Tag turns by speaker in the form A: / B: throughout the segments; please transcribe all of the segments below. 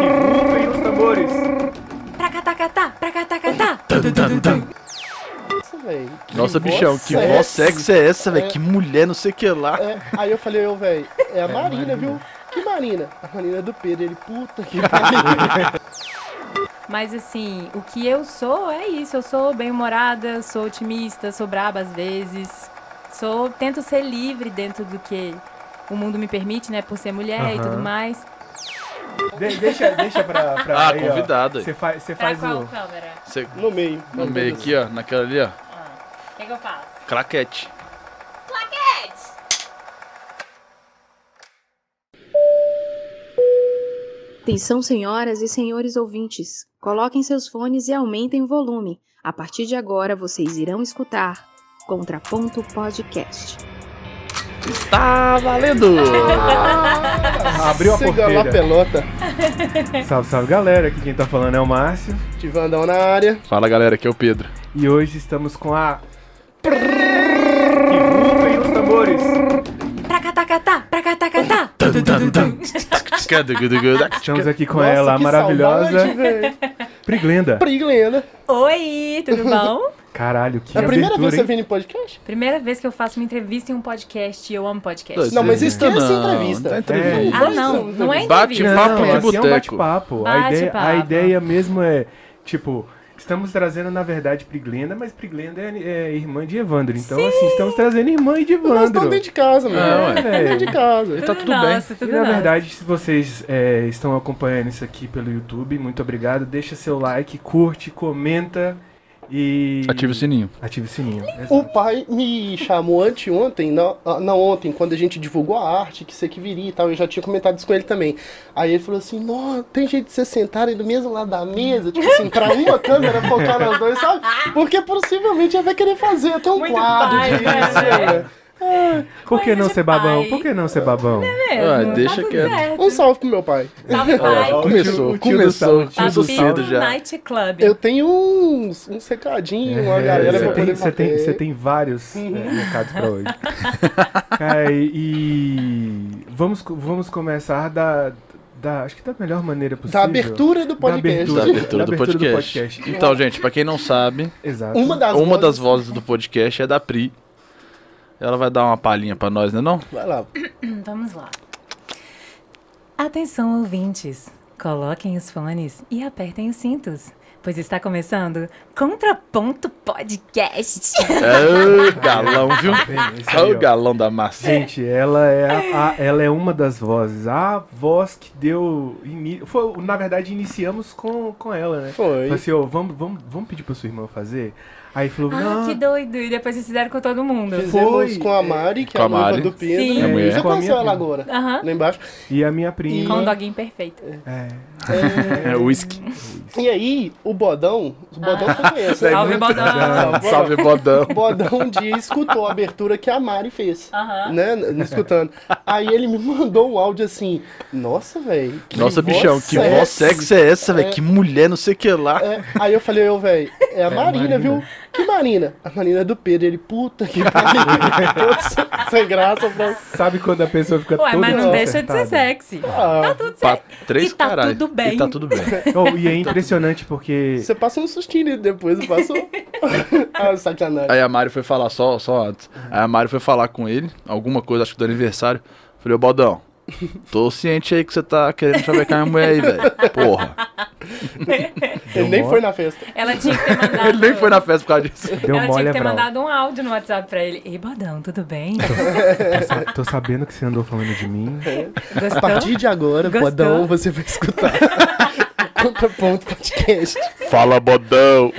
A: E rufem os tambores.
B: Pracatacatá, pracatacatá.
C: Nossa, velho. que
D: Nossa,
C: voz
D: bichão, que
C: sexy.
D: voz sexy é essa, velho?
C: É.
D: Que mulher, não sei o que lá.
C: É, aí eu falei, eu, velho, é a Marina, viu? Que Marina? A Marina é do Pedro. Ele, puta que pariu.
B: Mas assim, o que eu sou é isso. Eu sou bem-humorada, sou otimista, sou braba às vezes. Sou, tento ser livre dentro do que o mundo me permite, né? Por ser mulher e tudo
A: Aham.
B: mais.
A: De- deixa, deixa pra. pra
D: Ah,
A: aí, ó.
D: convidado. aí.
A: Você faz, você
B: Tá
A: faz o.
B: câmera? Ah,
D: Você
C: No meio.
D: no meio aqui, ó, naquela ali, ó.
B: O que, eu faço?
D: Craquete.
E: Atenção, senhoras e senhores ouvintes. Coloquem seus fones e aumentem o volume. A partir de agora, vocês irão escutar Contraponto Podcast.
D: Tá valendo!
A: Abriu a
C: Siga lá,
A: porteira.
C: pelota.
A: Salve, salve galera. Aqui quem tá falando é o Márcio.
C: Tivandão na área.
D: Fala galera, aqui é o Pedro.
A: E hoje estamos com a. E rufem os tambores.
B: Pracatacatá, pracatacatá.
A: Estamos aqui com
C: Nossa,
A: ela, a
C: que
A: maravilhosa
C: saudade, velho.
A: Priglenda.
C: Priglenda.
B: Oi, tudo bom?
A: Caralho, que
C: É a primeira vez
A: abertura,
C: que você
A: hein?
C: vem no podcast?
B: Primeira vez que eu faço uma entrevista em um podcast e eu amo podcast.
C: Não, mas esquece a
D: Não,
C: entrevista.
D: não é entrevista.
B: Ah, não, não é
D: Bate
B: entrevista.
D: papo de
A: Não, aqui é um
D: boteco.
A: bate-papo. A,
B: Bate-papo.
A: ideia, a ideia mesmo é, tipo, estamos trazendo, na verdade, Priglenda, mas Priglenda é, é irmã de Evandro. Então, assim, estamos trazendo irmã de
C: Nós
A: Evandro.
C: estamos dentro de casa,
D: Não,
C: mano.
A: é.
C: Dentro de casa.
D: Tá tudo bem.
B: nosso,
A: E
B: tudo
A: na
B: nosso.
A: É verdade, se vocês é, estão acompanhando isso aqui pelo YouTube, muito obrigado. Deixa seu like, curte, comenta e.
D: Ative o sininho.
A: Ative o sininho. Exato.
C: O pai me chamou anteontem, não, ah, não ontem, quando a gente divulgou a arte, que isso aqui viria e tal, eu já tinha comentado isso com ele também. Aí ele falou assim, não, tem jeito de vocês sentarem do mesmo lado da mesa, tipo assim, pra uma câmera focar nas duas, sabe? Porque possivelmente ele vai querer fazer até um
B: Muito
C: quadro
B: pai,
C: disso,
B: né?
C: né?
A: Por que
B: Coisa
A: não
B: de
A: ser babão?
B: pai.
A: Por que não ser babão?
D: Ah,
B: Mesmo,
D: deixa
B: tá tudo
D: quieto.
B: certo. Tá
C: Um salve pro meu pai.
B: Salve, pai.
A: Ó, o tio-
D: Começou,
A: o tio do
D: começou,
A: sal- o tio
D: começou
A: do
B: Papito
A: sal-
D: cedo já.
B: Night Club.
C: Eu tenho uns, uns recadinhos, uma galera
A: É, você
C: pra
A: tem,
C: poder
A: você tem,
C: bater.
A: você tem vários é,
B: Uhum.
A: recados pra hoje. Cara, e- e vamos, co- vamos começar da, da. Acho que da melhor maneira possível.
C: Da abertura do
A: Da
C: podcast.
D: Da abertura
A: Da
D: do
A: abertura do
D: podcast.
A: podcast.
D: Então, gente, pra quem não sabe,
A: Exato.
C: Uma das
D: uma das
C: vozes-
D: vozes do podcast é da Pri. Ela vai dar uma palhinha pra nós, né não?
C: Vai lá.
B: Hum, Vamos lá. Atenção, ouvintes. Coloquem os fones e apertem os cintos, pois está começando Contraponto Podcast.
D: É o galão, viu?
A: Tá vendo? Isso
D: É
A: aí,
D: o
A: ó.
D: galão da massa.
A: Gente, ela é, a- a- ela é uma das vozes. A voz que deu. ini- Foi, na verdade, iniciamos com, com ela, né?
C: Foi.
A: Falei assim, ô, vamos, vamos, vamos pedir pra sua irmã fazer? Aí falou,
B: Ah,
A: não,
B: que doido. E depois vocês fizeram com todo mundo.
C: Fizemos
A: Foi.
C: com a Mari, que
D: Com
C: é
D: a
C: a noiva
D: Mari.
C: do Pedro.
B: Sim.
A: É,
D: mulher.
C: Você
A: Com a minha
C: conheceu ela
A: prima.
C: agora?
B: Aham.
C: Lá embaixo.
A: e a minha
B: Com um
A: prima.
B: doguinho perfeito.
D: É o whisky.
C: E aí, o Bodão, o Bodão foi conhece. né?
B: Salve, Bodão.
C: Ah,
D: Salve, bodão.
C: O Bodão um dia escutou a abertura que a Mari fez.
B: Aham.
C: Né? N- Escutando. Aí ele me mandou um áudio assim. Nossa, velho.
D: Nossa, bichão, que voz sexy é essa, velho? Que mulher, não sei o que lá.
C: É, aí eu falei, eu, velho, é a Marina,
A: Marina.
C: viu? Que Marina? A Marina é do Pedro. Ele, puta que pariu. Todo sem- sem graça. Eu falei,
A: Sabe quando a pessoa fica
B: Ué,
A: toda
B: mas não deixa de ser
A: desacertada?
B: sexy.
C: ah,
B: Tudo
D: Pra
B: certo.
D: três
B: E tá
D: caralho.
B: tudo bem.
D: E tá tudo bem.
A: Oh, e é impressionante porque.
C: você passa um sustinho nele depois, eu passo. ah, sacanagem.
D: Aí a Mari foi falar, só, só antes. Aí a Mari foi falar com ele, alguma coisa, acho que do aniversário. Falei, ô Baldão, tô ciente aí que você tá querendo chavecar minha mulher aí, velho. Porra.
C: Ele nem foi na festa.
B: Ela tinha que ter mandado.
D: Ele nem foi na festa por causa disso.
A: Deu
B: Ela tinha
A: mole,
B: que ter
A: Abrão.
B: mandado um áudio no WhatsApp pra ele. Ei, Bodão, tudo bem?
A: Sa- Tô sabendo que você andou falando de mim.
C: A
B: Gostou?
C: partir de agora,
B: Gostou?
C: Bodão, você vai escutar o Contraponto Podcast.
D: Fala, Bodão.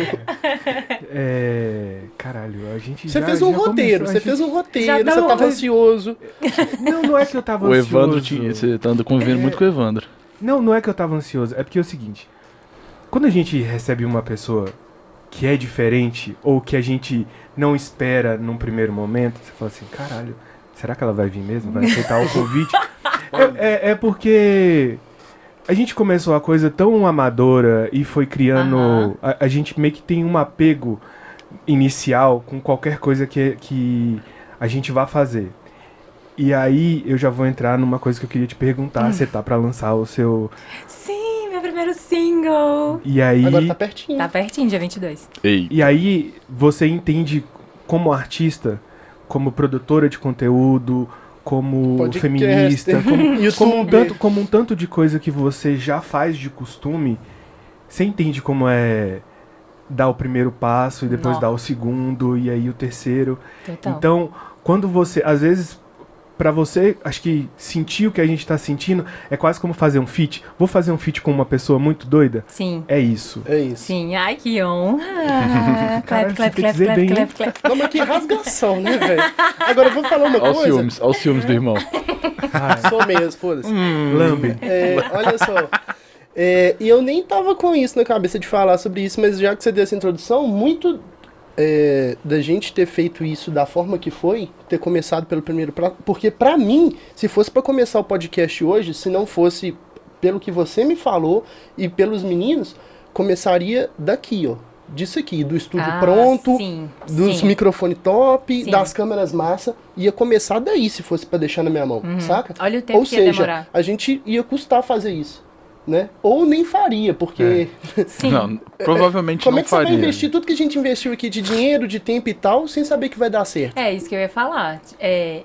A: É. Caralho, a gente.
C: Você
A: já-
C: fez um
A: já
C: roteiro,
A: começou,
C: você
A: a
C: fez um
B: Já
C: roteiro,
B: tá
C: você
B: bom,
C: tava
B: mas-
C: ansioso.
A: gente- Não, não é que eu tava
D: O
A: ansioso.
D: Evandro tinha. Você tá andando convivendo muito com o Evandro.
A: Não, não é que eu tava ansioso. É porque é o seguinte. Quando a gente recebe uma pessoa que é diferente ou que a gente não espera num primeiro momento, você fala assim, caralho, será que ela vai vir mesmo? Vai aceitar o convite? é, é- é porque a gente começou a coisa tão amadora e foi criando.
B: Aham.
A: A, a gente meio que tem um apego inicial com qualquer coisa que, que a gente vá fazer. E aí eu já vou entrar numa coisa que eu queria te perguntar. Você tá pra lançar o seu.
B: Sim, meu primeiro single.
A: E aí.
C: Agora tá pertinho.
B: Tá pertinho, dia 22.
D: Ei.
A: E aí você entende como artista, como produtora de conteúdo, como
C: Podcast,
A: feminista, como,
C: YouTube.
A: como um tanto, como um tanto de coisa que você já faz de costume, você entende como é dar o primeiro passo e depois
B: Nó.
A: dar o segundo e aí o terceiro.
B: Total.
A: Então, quando você, às vezes, pra você, acho que sentir o que a gente tá sentindo é quase como fazer um feat. Vou fazer um feat com uma pessoa muito doida?
B: Sim.
A: É isso.
C: É isso.
B: Sim, ai que honra! clap, clap,
A: Caralho, você tem que
B: clap,
A: dizer bem,
B: clap, clap, clap.
C: Não, mas que rasgação, né, velho? Agora eu vou falar uma
D: Olha os
C: coisa.
D: ciúmes, olha os ciúmes do irmão.
C: Sou mesmo, foda-se.
A: Lambe.
C: É, olha só. É, e eu nem tava com isso na cabeça de falar sobre isso, mas já que você deu essa introdução, muito é, da gente ter feito isso da forma que foi, ter começado pelo primeiro prato. Porque pra mim, se fosse pra começar o podcast hoje, se não fosse pelo que você me falou e pelos meninos, começaria daqui, ó. Disso aqui, do estúdio
B: Ah,
C: pronto,
B: Sim,
C: dos
B: sim.
C: microfones top,
B: Sim.
C: das câmeras massa, ia começar daí se fosse pra deixar na minha mão, saca?
B: Uhum. Olha o tempo
C: Ou
B: que ia
C: seja,
B: demorar.
C: a gente ia custar fazer isso, né? Ou nem faria, porque
B: Sim.
D: Não, provavelmente
C: como
D: É, não
C: é que
D: faria.
C: você vai investir tudo que a gente investiu aqui de dinheiro, de tempo e tal, sem saber que vai dar certo?
B: É isso que eu ia falar. É,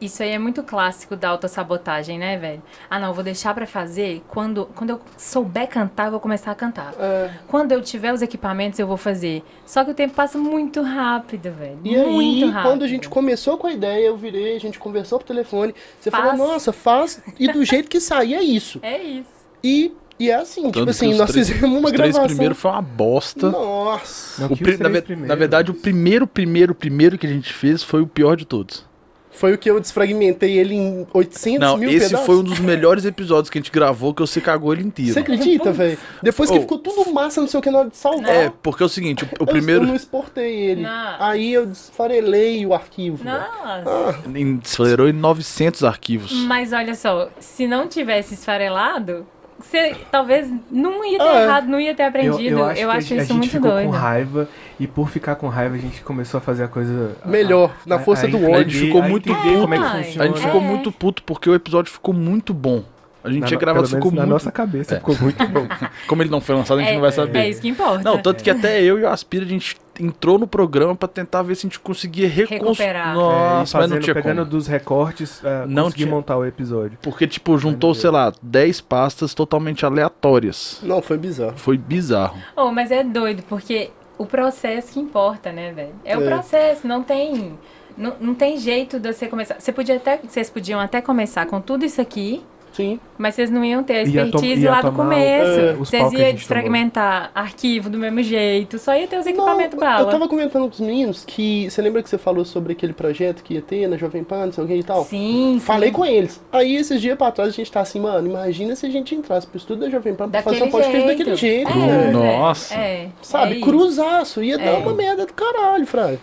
B: isso aí é muito clássico da autossabotagem, né, velho? Ah, não, eu vou deixar pra fazer. Quando, quando eu souber cantar, eu vou começar a cantar.
C: É.
B: Quando eu tiver os equipamentos, eu vou fazer. Só que o tempo passa muito rápido, velho.
C: E aí,
B: muito rápido.
C: quando a gente começou com a ideia, eu virei, a gente conversou por telefone, você
B: Faz.
C: falou, nossa, faz, e do jeito que sair é isso.
B: É isso.
C: E, e é assim,
D: Tanto
C: tipo
D: que
C: assim,
D: os
C: nós
D: três-
C: fizemos uma
D: Os três
C: gravação.
D: primeiros foi uma bosta.
C: Nossa,
A: Não,
D: O
A: que
D: pri-
A: os
D: na,
A: três
D: ve-
A: primeiros.
D: na verdade, o primeiro, primeiro, primeiro que a gente fez foi o pior de todos.
C: foi o que eu desfragmentei ele em 800
D: não,
C: mil
D: esse
C: pedaços.
D: foi um dos melhores episódios que a gente gravou, que você cagou ele inteiro.
C: Você acredita, velho? Depois que
D: Oh.
C: ficou tudo massa, não sei o que, na hora de salvar.
D: É, porque é o seguinte, o, o
C: eu- Eu não
D: primeiro...
C: exportei ele.
B: Não.
C: Aí eu desfarelei o arquivo. né? velho.
B: Nossa.
D: em- Acelerou em 900 arquivos.
C: Hum,
B: Mas olha só, se não tivesse esfarelado, você talvez não ia ter
C: Ah, é.
B: errado, não ia ter aprendido. Eu, acho,
A: que a gente- a,
B: isso
A: gente
B: muito
A: ficou
B: doido.
A: com raiva e por ficar com raiva a gente começou a fazer a coisa a-
C: Melhor, na
A: a-
C: força
A: a
C: do
A: entender-
D: ódio. A gente ficou
A: a
D: muito
A: entender
D: puto.
A: como é que
B: Ai.
A: funciona.
D: A gente
B: É.
D: ficou muito puto porque o episódio ficou muito bom. A gente
A: Na
D: tinha
A: no-
D: gravado,
A: pelo menos
D: ficou
A: na
D: muito... É.
A: nossa cabeça ficou muito bom.
D: Como ele não foi lançado, a gente não vai saber.
B: É isso que importa.
D: Não, tanto que até eu e o Aspira, a gente entrou no programa pra tentar ver se a gente conseguia reconstruir.
B: Recuperar.
D: Nossa,
A: É,
D: mas
A: e
D: não
A: fazendo-
D: tinha
A: pegando
D: como.
A: dos recortes, ah,
D: Não
A: consegui
D: tinha.
A: montar o episódio.
D: Porque, tipo, juntou, sei lá, 10 pastas totalmente aleatórias.
C: Não, foi bizarro.
D: Foi bizarro.
B: Oh, mas é doido, porque o processo que importa, né, velho? É, o
C: É.
B: processo, não tem. Não, não tem jeito de você começar. Você podia até, vocês podiam até começar com tudo isso aqui,
C: Sim.
B: mas vocês não iam ter a
A: Ia to-
B: expertise
A: ia
B: lá do
A: tomar
B: começo.
A: o- é, os pau
B: vocês
A: que a
B: iam
A: gente tomou.
B: desfragmentar arquivo do mesmo jeito, só ia ter os equipamentos
C: Não,
B: bala.
C: Eu tava comentando com os meninos que. Você lembra que você falou sobre aquele projeto que ia ter na Jovem Pan, não sei o que e tal?
B: Sim, sim.
C: Falei com eles. Aí esses dias pra trás a gente tá assim, mano, imagina se a gente entrasse pro estudo da Jovem Pan pra fazer um podcast daquele jeito,
B: É,
D: Cru-
B: velho,
C: velho.
D: Nossa.
B: É, é
C: Sabe,
B: isso.
C: cruzaço, ia
B: É.
C: dar uma merda do caralho, Fraga.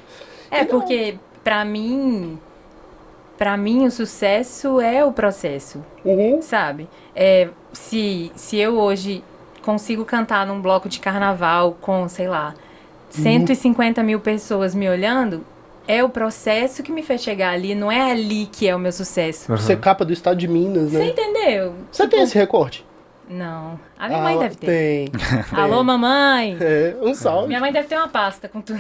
B: É, porque pra mim, pra mim o sucesso é o processo.
C: Uhum.
B: Sabe? É, se, se eu hoje consigo cantar num bloco de carnaval com, sei lá, 150 mil pessoas me olhando, é o processo que me fez chegar ali, não é ali que é o meu sucesso.
A: Aham.
C: Você capa do estado de Minas,
B: Você
C: né?
B: entendeu?
C: Você tem esse recorte?
B: Não. tipo, A minha mãe
C: Ah,
B: deve ter.
C: Tem.
B: Alô, mamãe!
C: É, um salve.
B: Minha mãe deve ter uma pasta com tudo.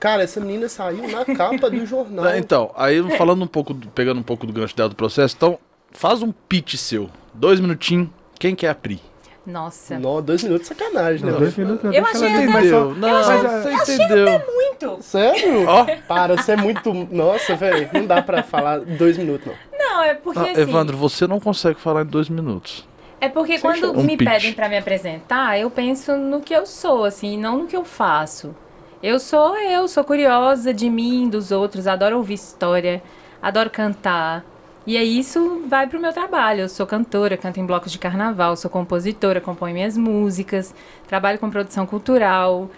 C: Cara, essa menina saiu na capa do jornal.
D: Ah, Então, aí falando um pouco, do- pegando um pouco do gancho dela do processo, então faz um pitch seu. Dois minutinhos. Quem quer a Pri?
B: Nossa.
C: Nó, dois minutos de sacanagem, né?
A: Não, dois minutos, não,
B: Eu
A: deixa ela
B: achei
A: ali,
B: até-
A: mas só-
D: Não,
B: é,
D: você entendeu.
B: Muito!
C: Sério?
D: Ó.
C: Para, você é muito. Nossa, velho, não dá pra falar dois minutos, não.
B: Não, é porque
D: Ah,
B: assim.
D: Evandro, você não consegue falar em dois minutos.
B: É porque
C: Sem
B: quando
D: choro. Um
B: me
D: pitch.
B: pedem pra me apresentar, eu penso no que eu sou, assim, não no que eu faço. Eu sou eu, sou curiosa de mim, dos outros, adoro ouvir história, adoro cantar. E é isso vai pro meu trabalho. Eu sou cantora, canto em blocos de carnaval, sou compositora, componho minhas músicas, trabalho com produção cultural.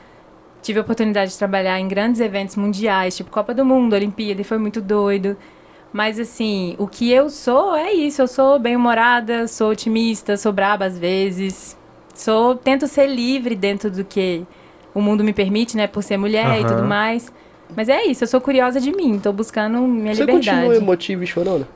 B: Tive a oportunidade de trabalhar em grandes eventos mundiais, tipo Copa do Mundo, Olimpíada, e foi muito doido. Mas assim, o que eu sou é isso. Eu sou bem-humorada, sou otimista, sou braba às vezes. Sou, tento ser livre dentro do que o mundo me permite, né, por ser mulher e
A: Aham.
B: tudo mais. Mas é isso, eu sou curiosa de mim, tô buscando
D: É
B: minha
C: Você continua
B: liberdade.
C: emotiva e chorona?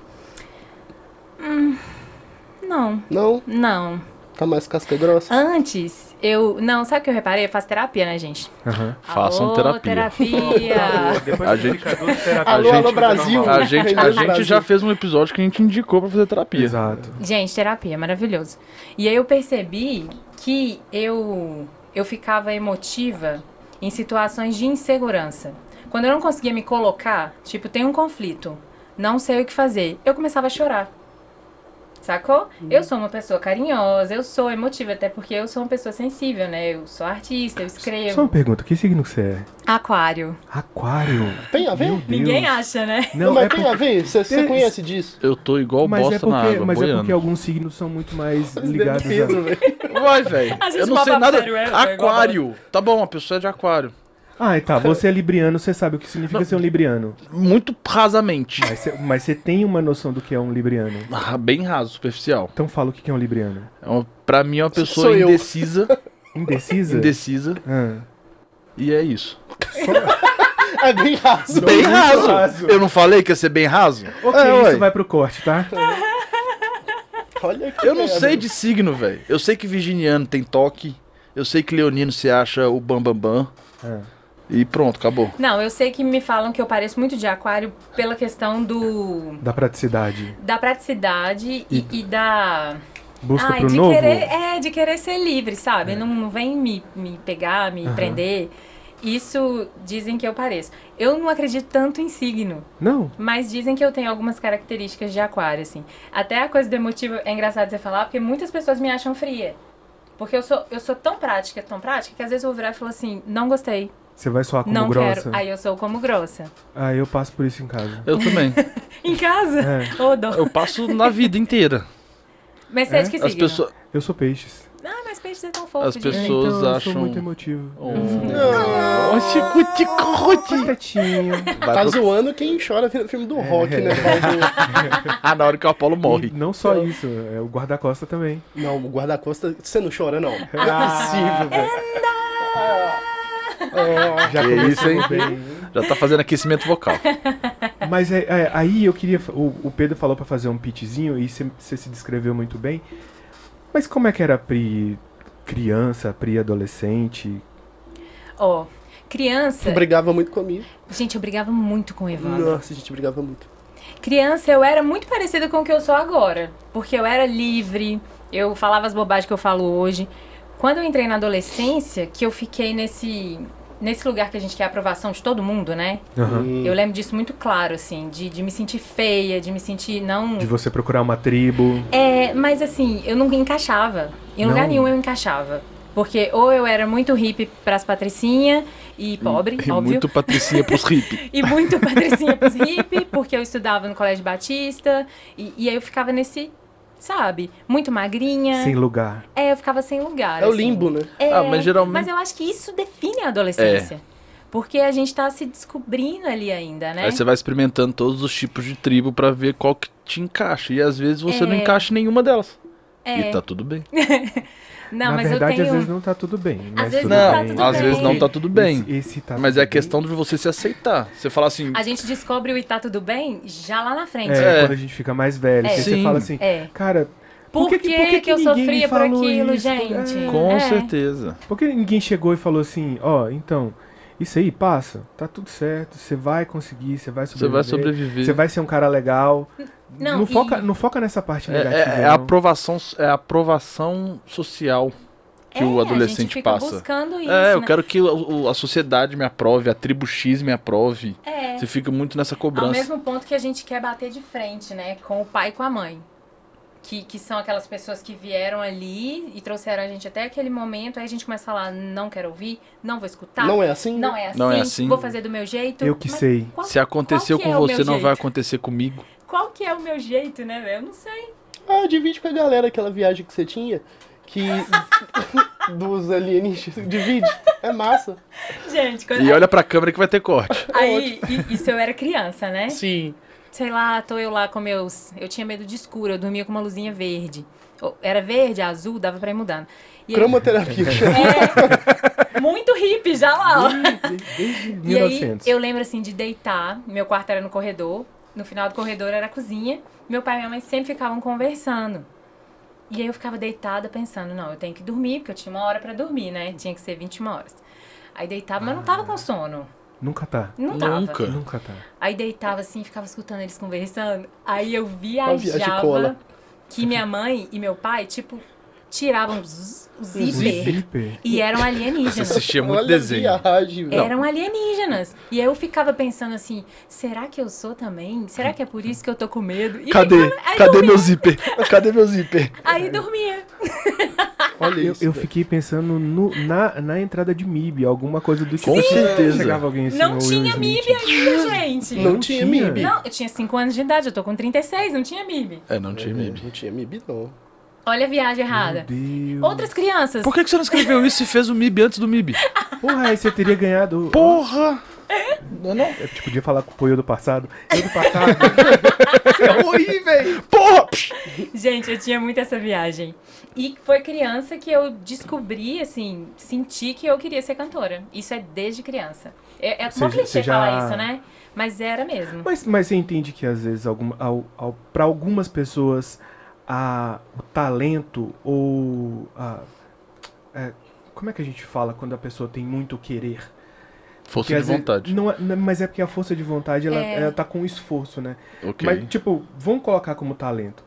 B: Não,
C: Não?
B: não.
C: Tá mais casca grossa?
B: Antes, eu. Não, sabe o que eu reparei? Eu faço terapia, né, gente?
A: Aham.
D: Façam
B: Alô,
D: terapia.
B: terapia.
A: Depois
D: A
A: que
D: gente-
A: fica adulto, terapia
C: Alô,
A: fica
C: alô,
A: normal.
C: Brasil.
D: A gente, a
C: Entendeu,
D: gente
C: Brasil?
D: já fez um episódio que a gente indicou pra fazer terapia.
A: Exato.
B: Gente, terapia, é maravilhoso. E aí eu percebi que eu, eu ficava emotiva em situações de insegurança. Quando eu não conseguia me colocar, tipo, tem um conflito, não sei o que fazer, eu começava a chorar. Sacou?
A: Uhum.
B: Eu sou uma pessoa carinhosa, eu sou emotiva, até porque eu sou uma pessoa sensível, né? Eu sou artista, eu
A: Só uma
B: escrevo.
A: pergunta, que signo que você é?
B: Aquário.
A: Aquário.
D: Ah.
C: Tem a ver?
A: Meu Deus.
B: Tá Ninguém acha, né?
A: Não,
C: mas
A: é
C: tem
A: por-
C: a ver? Você- Você
A: Tem-
C: conhece disso?
D: Eu tô igual
A: mas
D: bosta
A: é porque,
D: na água,
A: mas é
D: boiando.
A: porque alguns signos são muito mais ligados
C: Pedro,
A: a...
C: velho.
D: Vai, velho.
B: A gente
D: Eu não sei
B: bota
D: nada.
B: sério, é, é igual
D: aquário. Tá bom, a pessoa é de aquário.
A: Ah, tá, você é libriano, você sabe o que significa ser um libriano.
D: Muito rasamente.
A: Mas você, mas você tem uma noção do que é um libriano.
D: Ah, Bem raso, superficial.
A: Então fala o que que é um libriano.
D: É uma, pra mim é uma pessoa
C: Sou eu.
D: indecisa.
A: Indecisa?
D: Indecisa.
A: Ah.
D: E é isso.
C: É bem raso.
D: bem
A: muito
D: raso.
A: raso.
D: Eu não falei que ia ser bem raso?
A: Ok,
D: É, ué.
A: isso vai pro corte, tá?
C: Olha que
D: Eu não
C: merda.
D: sei de signo, velho. Eu sei que virginiano tem toque. Eu sei que leonino se acha o bambambam. Bam, bam.
A: Ah.
D: E pronto, acabou.
B: Não, eu sei que me falam que eu pareço muito de aquário pela questão do.
A: Da praticidade.
B: da praticidade e, e da.
A: Busca
B: Ai,
A: pro
B: Ah, de
A: novo. É.
B: querer. É, de querer ser livre, sabe? Não, não vem me, me pegar, me
A: Aham.
B: prender. Isso dizem que eu pareço. Eu não acredito tanto em signo,
A: Não.
B: mas dizem que eu tenho algumas características de aquário, assim. Até a coisa do emotivo é engraçado você falar, porque muitas pessoas me acham fria. Porque eu sou, eu sou tão prática, tão prática, que às vezes eu vou virar e falo assim, não gostei,
A: Você vai soar como
B: não
A: grossa.
B: quero. Aí eu sou como grossa.
A: Ah, eu passo por isso em casa.
D: Eu também.
B: Em casa?
A: É,
B: Ô, dó.
D: Eu passo na vida inteira.
B: Mas você é, de que
D: As
B: signo?
D: pessoas,
A: eu sou peixes.
B: Ah, mas peixe é tão fofo.
D: As
B: dizem.
A: É,
D: pessoas-
A: então, eu
D: acham-
A: sou muito emotivo.
D: Oh,
A: Uhum.
B: Uhum.
C: Não.
D: oh, chico, tico, tico.
A: Coitadinho.
D: Vai
C: Tá
D: pro- É.
C: zoando quem chora vendo filme do rock, né?
D: Ah, na hora que o Apolo
A: E
D: morre.
A: Não só isso, é o guarda-costa também.
C: Não, o guarda-costa, você não chora, não. Não é possível, velho.
A: É, Já
D: Que isso, hein?
A: começou bem.
D: Já tá fazendo aquecimento vocal.
A: Mas é- é, aí eu queria. fa- O, o Pedro falou pra fazer um pitzinho e você se descreveu muito bem. Mas como é que era a Pri criança, a Pri adolescente?
B: Ó, criança.
C: Tu brigava muito comigo.
B: Gente, eu brigava muito com o Evandro.
C: Nossa, a gente brigava muito.
B: Criança, eu era muito parecida com o que eu sou agora. Porque eu era livre, eu falava as bobagens que eu falo hoje. Quando eu entrei na adolescência, que eu fiquei nesse. Nesse lugar que a gente quer a aprovação de todo mundo, né?
A: Hum.
B: Eu lembro disso muito claro, assim, de, de me sentir feia, de me sentir não.
A: De você procurar uma tribo.
B: É, mas assim, eu não encaixava. Em lugar
A: Não?
B: nenhum eu encaixava. Porque ou eu era muito hippie pras patricinhas e
A: Hum,
B: pobre,
D: E
B: óbvio.
D: muito patricinha pros hippies.
B: E muito patricinha pros hippie, porque eu estudava no Colégio Batista. E, e aí eu ficava nesse, sabe, muito magrinha.
A: Sem lugar.
B: É, eu ficava sem lugar.
C: É o
B: assim.
C: limbo, né?
B: É,
D: Ah, mas geralmente- É.
B: Mas eu acho que isso define a adolescência. Porque a gente tá se descobrindo ali ainda, né?
D: Aí você vai experimentando todos os tipos de tribo pra ver qual que te encaixa. E às vezes você não
B: É.
D: encaixa em nenhuma delas.
B: É.
D: E tá tudo bem.
B: Não,
A: Na
B: mas
A: verdade,
B: eu tenho.
A: às vezes não tá tudo bem. mas
B: vezes
A: tudo
B: não tá
A: bem.
B: tudo
D: às
B: bem.
D: vezes não tá tudo bem.
A: Esse, esse tá
D: Mas
A: tudo
D: é a questão de você se aceitar. Você falar assim,
B: A gente descobre o e tá tudo bem já lá na frente.
A: Bem.
D: É.
A: É, quando a gente fica mais velho. que aí
D: Sim.
A: Você fala assim,
B: É.
A: cara,
B: Por
A: que,
B: que
A: por que,
B: que eu
A: ninguém me
B: sofria por
A: falou
B: aquilo,
A: isso?
B: gente?
A: É.
D: com
B: É.
D: certeza.
A: Por que ninguém chegou e falou assim, ó, então, isso aí passa, tá tudo certo, você vai conseguir, você vai
D: Você
A: sobreviver.
D: vai sobreviver.
A: Você vai ser um cara legal.
B: Não,
A: Não,
B: e-
A: foca, não foca nessa parte
D: É,
A: negativa.
D: é- é a
A: não.
D: aprovação, é a aprovação social que
B: É,
D: o
B: a gente
D: adolescente
B: fica
D: passa.
B: buscando isso.
D: É, eu
B: né?
D: quero que o- o- a sociedade me aprove, a tribo X me aprove.
B: É.
D: Você fica muito nessa
B: Ao
D: cobrança.
B: mesmo ponto que a gente quer bater de frente, né? Com o pai e com a mãe. Que, que são aquelas pessoas que vieram ali e trouxeram a gente até aquele momento. Aí a gente começa a falar, não quero ouvir, não vou escutar, não
C: Não
B: é
C: é assim?
B: assim,
D: Tá. Não é assim.
B: vou fazer do meu jeito.
A: Eu que
B: Mas
A: sei.
B: Qual,
D: Se aconteceu
B: qual que
D: com
B: é o
D: você,
B: meu
D: não vai
B: jeito?
D: acontecer comigo.
B: qual que é o meu jeito, né, velho? Eu não sei.
C: Ah, divide com a galera aquela viagem que você tinha, que... dos alienígenas. Divide. É massa.
B: Gente, quando...
D: é E olha pra câmera que vai ter corte.
B: aí, e- isso eu era criança, né?
C: Sim.
B: sei lá, tô eu lá com meus. Eu tinha medo de escuro, eu dormia com uma luzinha verde. Ou- Era verde, azul, dava pra ir mudando. E aí-
C: Cromoterapia.
B: É, muito hippie já lá. ó.
A: Desde
B: E aí
A: 1900.
B: eu lembro assim de deitar, meu quarto era no corredor, no final do corredor era a cozinha, meu pai e minha mãe sempre ficavam conversando. E aí eu ficava deitada pensando, não, eu tenho que dormir, porque eu tinha uma hora pra dormir, né? Tinha que ser 21 horas. Aí deitava, mas não tava com sono.
A: Nunca tá.
B: Não tava.
D: Nunca.
A: Nunca tá.
B: Aí deitava assim, ficava escutando eles conversando. Aí eu
C: viagem cola.
B: viajava que minha mãe e meu pai, tipo, tiravam os, os zíper
A: Zíper.
B: e eram
D: Você
B: alienígenas.
D: assistia muito
C: Olha a
D: desenho.
C: viagem, velho.
B: Eram alienígenas. E aí eu ficava pensando assim, será que eu sou também? Será que é por isso que eu tô com medo? E
D: Cadê?
B: ficava- aí
D: Cadê
B: dormia,
D: meu zíper?
B: É.
D: Cadê meu zíper?
B: Aí dormia.
C: Olha
A: Eu,
C: isso.
A: eu
C: velho.
A: fiquei pensando no- na, na entrada de MIB, alguma coisa do tipo.
D: Com certeza.
A: Chegava alguém assim,
B: Não
A: o Will
B: tinha
A: Smith.
B: MIB ainda, gente.
C: Não,
A: Não
C: tinha
A: tinha.
C: MIB.
B: Não, eu tinha 5 anos de idade, eu tô com 36, não tinha MIB.
D: É, não tinha
C: É,
D: meme.
C: Não tinha MIB, não.
B: Olha a viagem errada.
A: Meu Deus.
B: Outras crianças.
D: Por que, que você não escreveu isso e fez o MIB antes do MIB?
A: Porra, aí você teria ganhado.
D: Porra! Não, não.
A: Eu te podia falar com o Poio do passado. Eu do passado.
D: Oi, É velho! Porra!
B: Gente, eu tinha muito essa viagem. E foi criança que eu descobri, assim, senti que eu queria ser cantora. Isso é desde criança. É, é
A: Você
B: mó
A: já-
B: clichê
A: você já-
B: falar isso, né? Mas era mesmo.
A: mas, mas você entende que às vezes alguma, ao, ao, pra algumas pessoas a, o talento ou. a- é, como é que a gente fala quando a pessoa tem muito querer?
D: Força
A: Que
D: de
A: às vezes-
D: vontade.
A: não é- não- mas é porque a força de vontade ela,
B: É.
A: ela tá com esforço, né?
D: Ok.
A: Mas, tipo, vamos colocar como talento.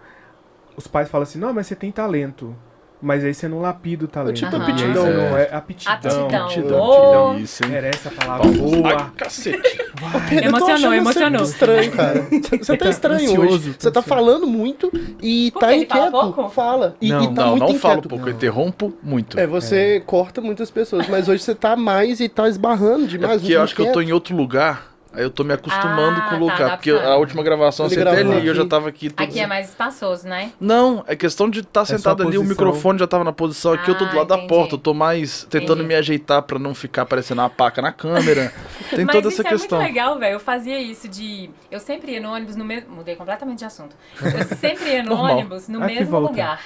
A: Os pais falam assim, não, mas você tem talento. Mas aí você não lapida o talento.
C: tipo
A: E aí
B: aptidão,
A: você não
D: É né?
A: é aptidão.
B: Aptidão.
A: aptidão.
B: Oh.
D: Isso, hein?
A: Era essa a palavra. Tá Boa.
D: Ai, cacete.
A: Vai.
C: Eu tô
B: Emocionou,
C: achando você
B: emocionou.
C: estranho, cara. Você tá
A: Tá
C: estranho
A: ansioso,
C: hoje.
A: tá
C: Você tá
A: ansioso.
C: falando muito e
B: Por
C: tá
B: quê? Ele fala
C: inquieto.
B: pouco?
C: Fala. E,
A: Não,
C: e tá
D: não,
C: muito
D: não
C: inquieto.
D: falo pouco, eu interrompo muito.
C: É, você corta muitas pessoas, mas hoje você tá mais e tá esbarrando demais.
D: É Porque eu acho que eu tô em outro lugar, aí eu tô me acostumando
B: Ah,
D: com o
B: tá,
D: lugar.
B: dá
D: porque
B: pra-
D: a última gravação
C: Ele
D: você até
C: gravou
D: ali, eu
C: aqui.
D: já tava aqui. todo-
B: Aqui é mais espaçoso, né?
D: Não, é questão de estar
A: só a
D: sentado ali, o
A: posição.
D: microfone já tava na posição aqui, eu tô do
B: Ah,
D: lado da
B: entendi.
D: porta. Eu tô mais tentando
B: Entendi.
D: me ajeitar pra não ficar parecendo uma paca na câmera. Tem
B: Mas
D: toda
B: isso
D: essa questão.
B: é muito legal, velho. Eu fazia isso de. Eu sempre ia no ônibus no mesmo. Mudei completamente de assunto. Eu sempre ia no
D: Normal.
B: ônibus no
C: Ah,
A: Aqui
B: mesmo
A: volta.
B: lugar.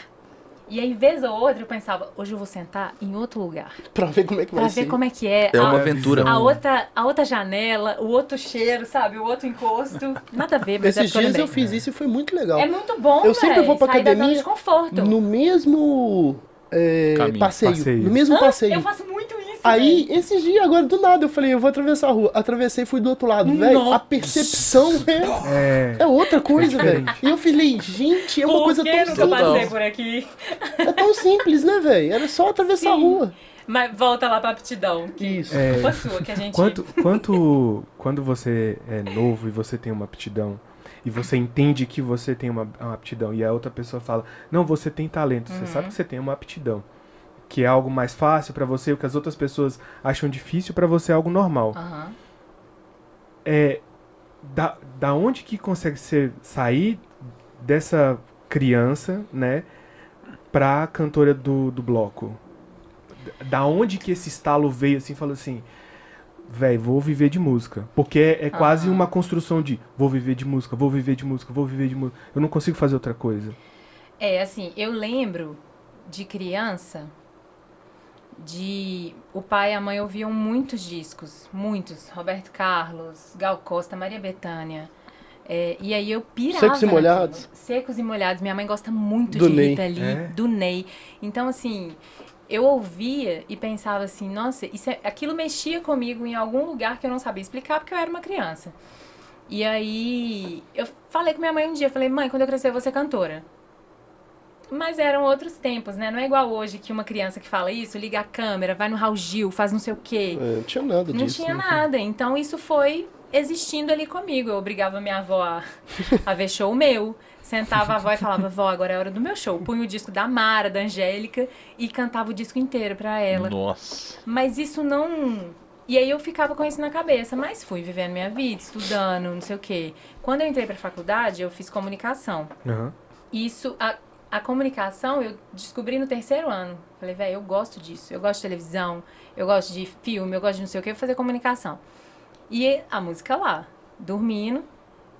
B: E aí, vez ou outra, eu pensava, hoje eu vou sentar em outro lugar.
C: Pra ver como é que
B: Pra
C: vai
B: ver
C: ser.
B: como é que é.
D: É
B: a-
A: Ah,
D: uma aventura.
B: A outra, a outra janela, o outro cheiro, sabe? O outro encosto. Nada a ver, mas é
C: Esses
B: porque eu
C: dias eu
B: lembrei.
C: fiz isso e foi muito legal.
B: É muito bom,
C: Eu sempre
B: véi,
C: vou pra
B: sair da zona
C: academia
B: de conforto.
C: No mesmo é,
D: Caminho,
C: passeio,
A: passeio.
C: No mesmo passeio.
B: Eu faço muito isso,
C: Aí, esses dias, agora do nada, eu falei, eu vou atravessar a rua. Atravessei e fui do outro lado, velho.
B: Nossa.
C: A percepção é,
A: É.
C: é outra coisa,
A: É
C: velho.
A: diferente.
C: E eu falei, gente, é
B: véi.
C: uma
B: Por
C: coisa
B: que
C: tão
B: nunca passei
C: simples.
B: por aqui?
C: É tão simples, né, velho? Era só atravessar a
B: Sim.
C: rua.
B: Mas volta lá pra aptidão. Que
C: Isso.
A: É.
B: culpa sua que a gente...
A: Quanto, quanto, quando você é novo e você tem uma aptidão, e você entende que você tem uma, uma aptidão, e a outra pessoa fala, não, você tem talento, você sabe que você tem uma aptidão. Que é algo mais fácil pra você, o que as outras pessoas acham difícil, pra você é algo normal.
B: Aham.
A: Da, da onde que consegue ser, sair dessa criança, né, pra cantora do, do bloco? Da onde que esse estalo veio, assim, falou assim, véi, vou viver de música. Porque é, é quase
B: Ah.
A: uma construção de, vou viver de música, vou viver de música, vou viver de música. Eu não consigo fazer outra coisa.
B: É, assim, eu lembro de criança, de... O pai e a mãe ouviam muitos discos, muitos. Roberto Carlos, Gal Costa, Maria Bethânia. É, e aí eu pirava
C: Secos e
B: naquilo.
C: Molhados?
B: Secos e molhados. Minha mãe gosta muito
C: Do
B: de
C: Ney.
B: Rita Lee,
A: É?
B: do Ney. Então, assim, eu ouvia e pensava assim, nossa, isso é- aquilo mexia comigo em algum lugar que eu não sabia explicar porque eu era uma criança. E aí, eu falei com minha mãe um dia, eu falei, mãe, quando eu crescer eu vou ser cantora. Mas eram outros tempos, né? Não é igual hoje que uma criança que fala isso, liga a câmera, vai no Raul Gil, faz não sei o quê.
C: É, não tinha nada
B: Não
C: disso.
B: tinha
C: né?
B: nada. Então isso foi existindo ali comigo. Eu obrigava minha avó a, a ver show meu. Sentava a avó e falava, vó, agora é a hora do meu show. Punha o disco da Mara, da Angélica e cantava o disco inteiro pra ela.
D: Nossa.
B: Mas isso não. E aí eu ficava com isso na cabeça, mas fui vivendo minha vida, estudando, não sei o quê. Quando eu entrei pra faculdade, eu fiz comunicação. Isso, a, a comunicação eu descobri no terceiro ano. Falei, velho, eu gosto disso. Eu gosto de televisão, eu gosto de filme, eu gosto de não sei o que, eu vou fazer comunicação. E a música lá, dormindo,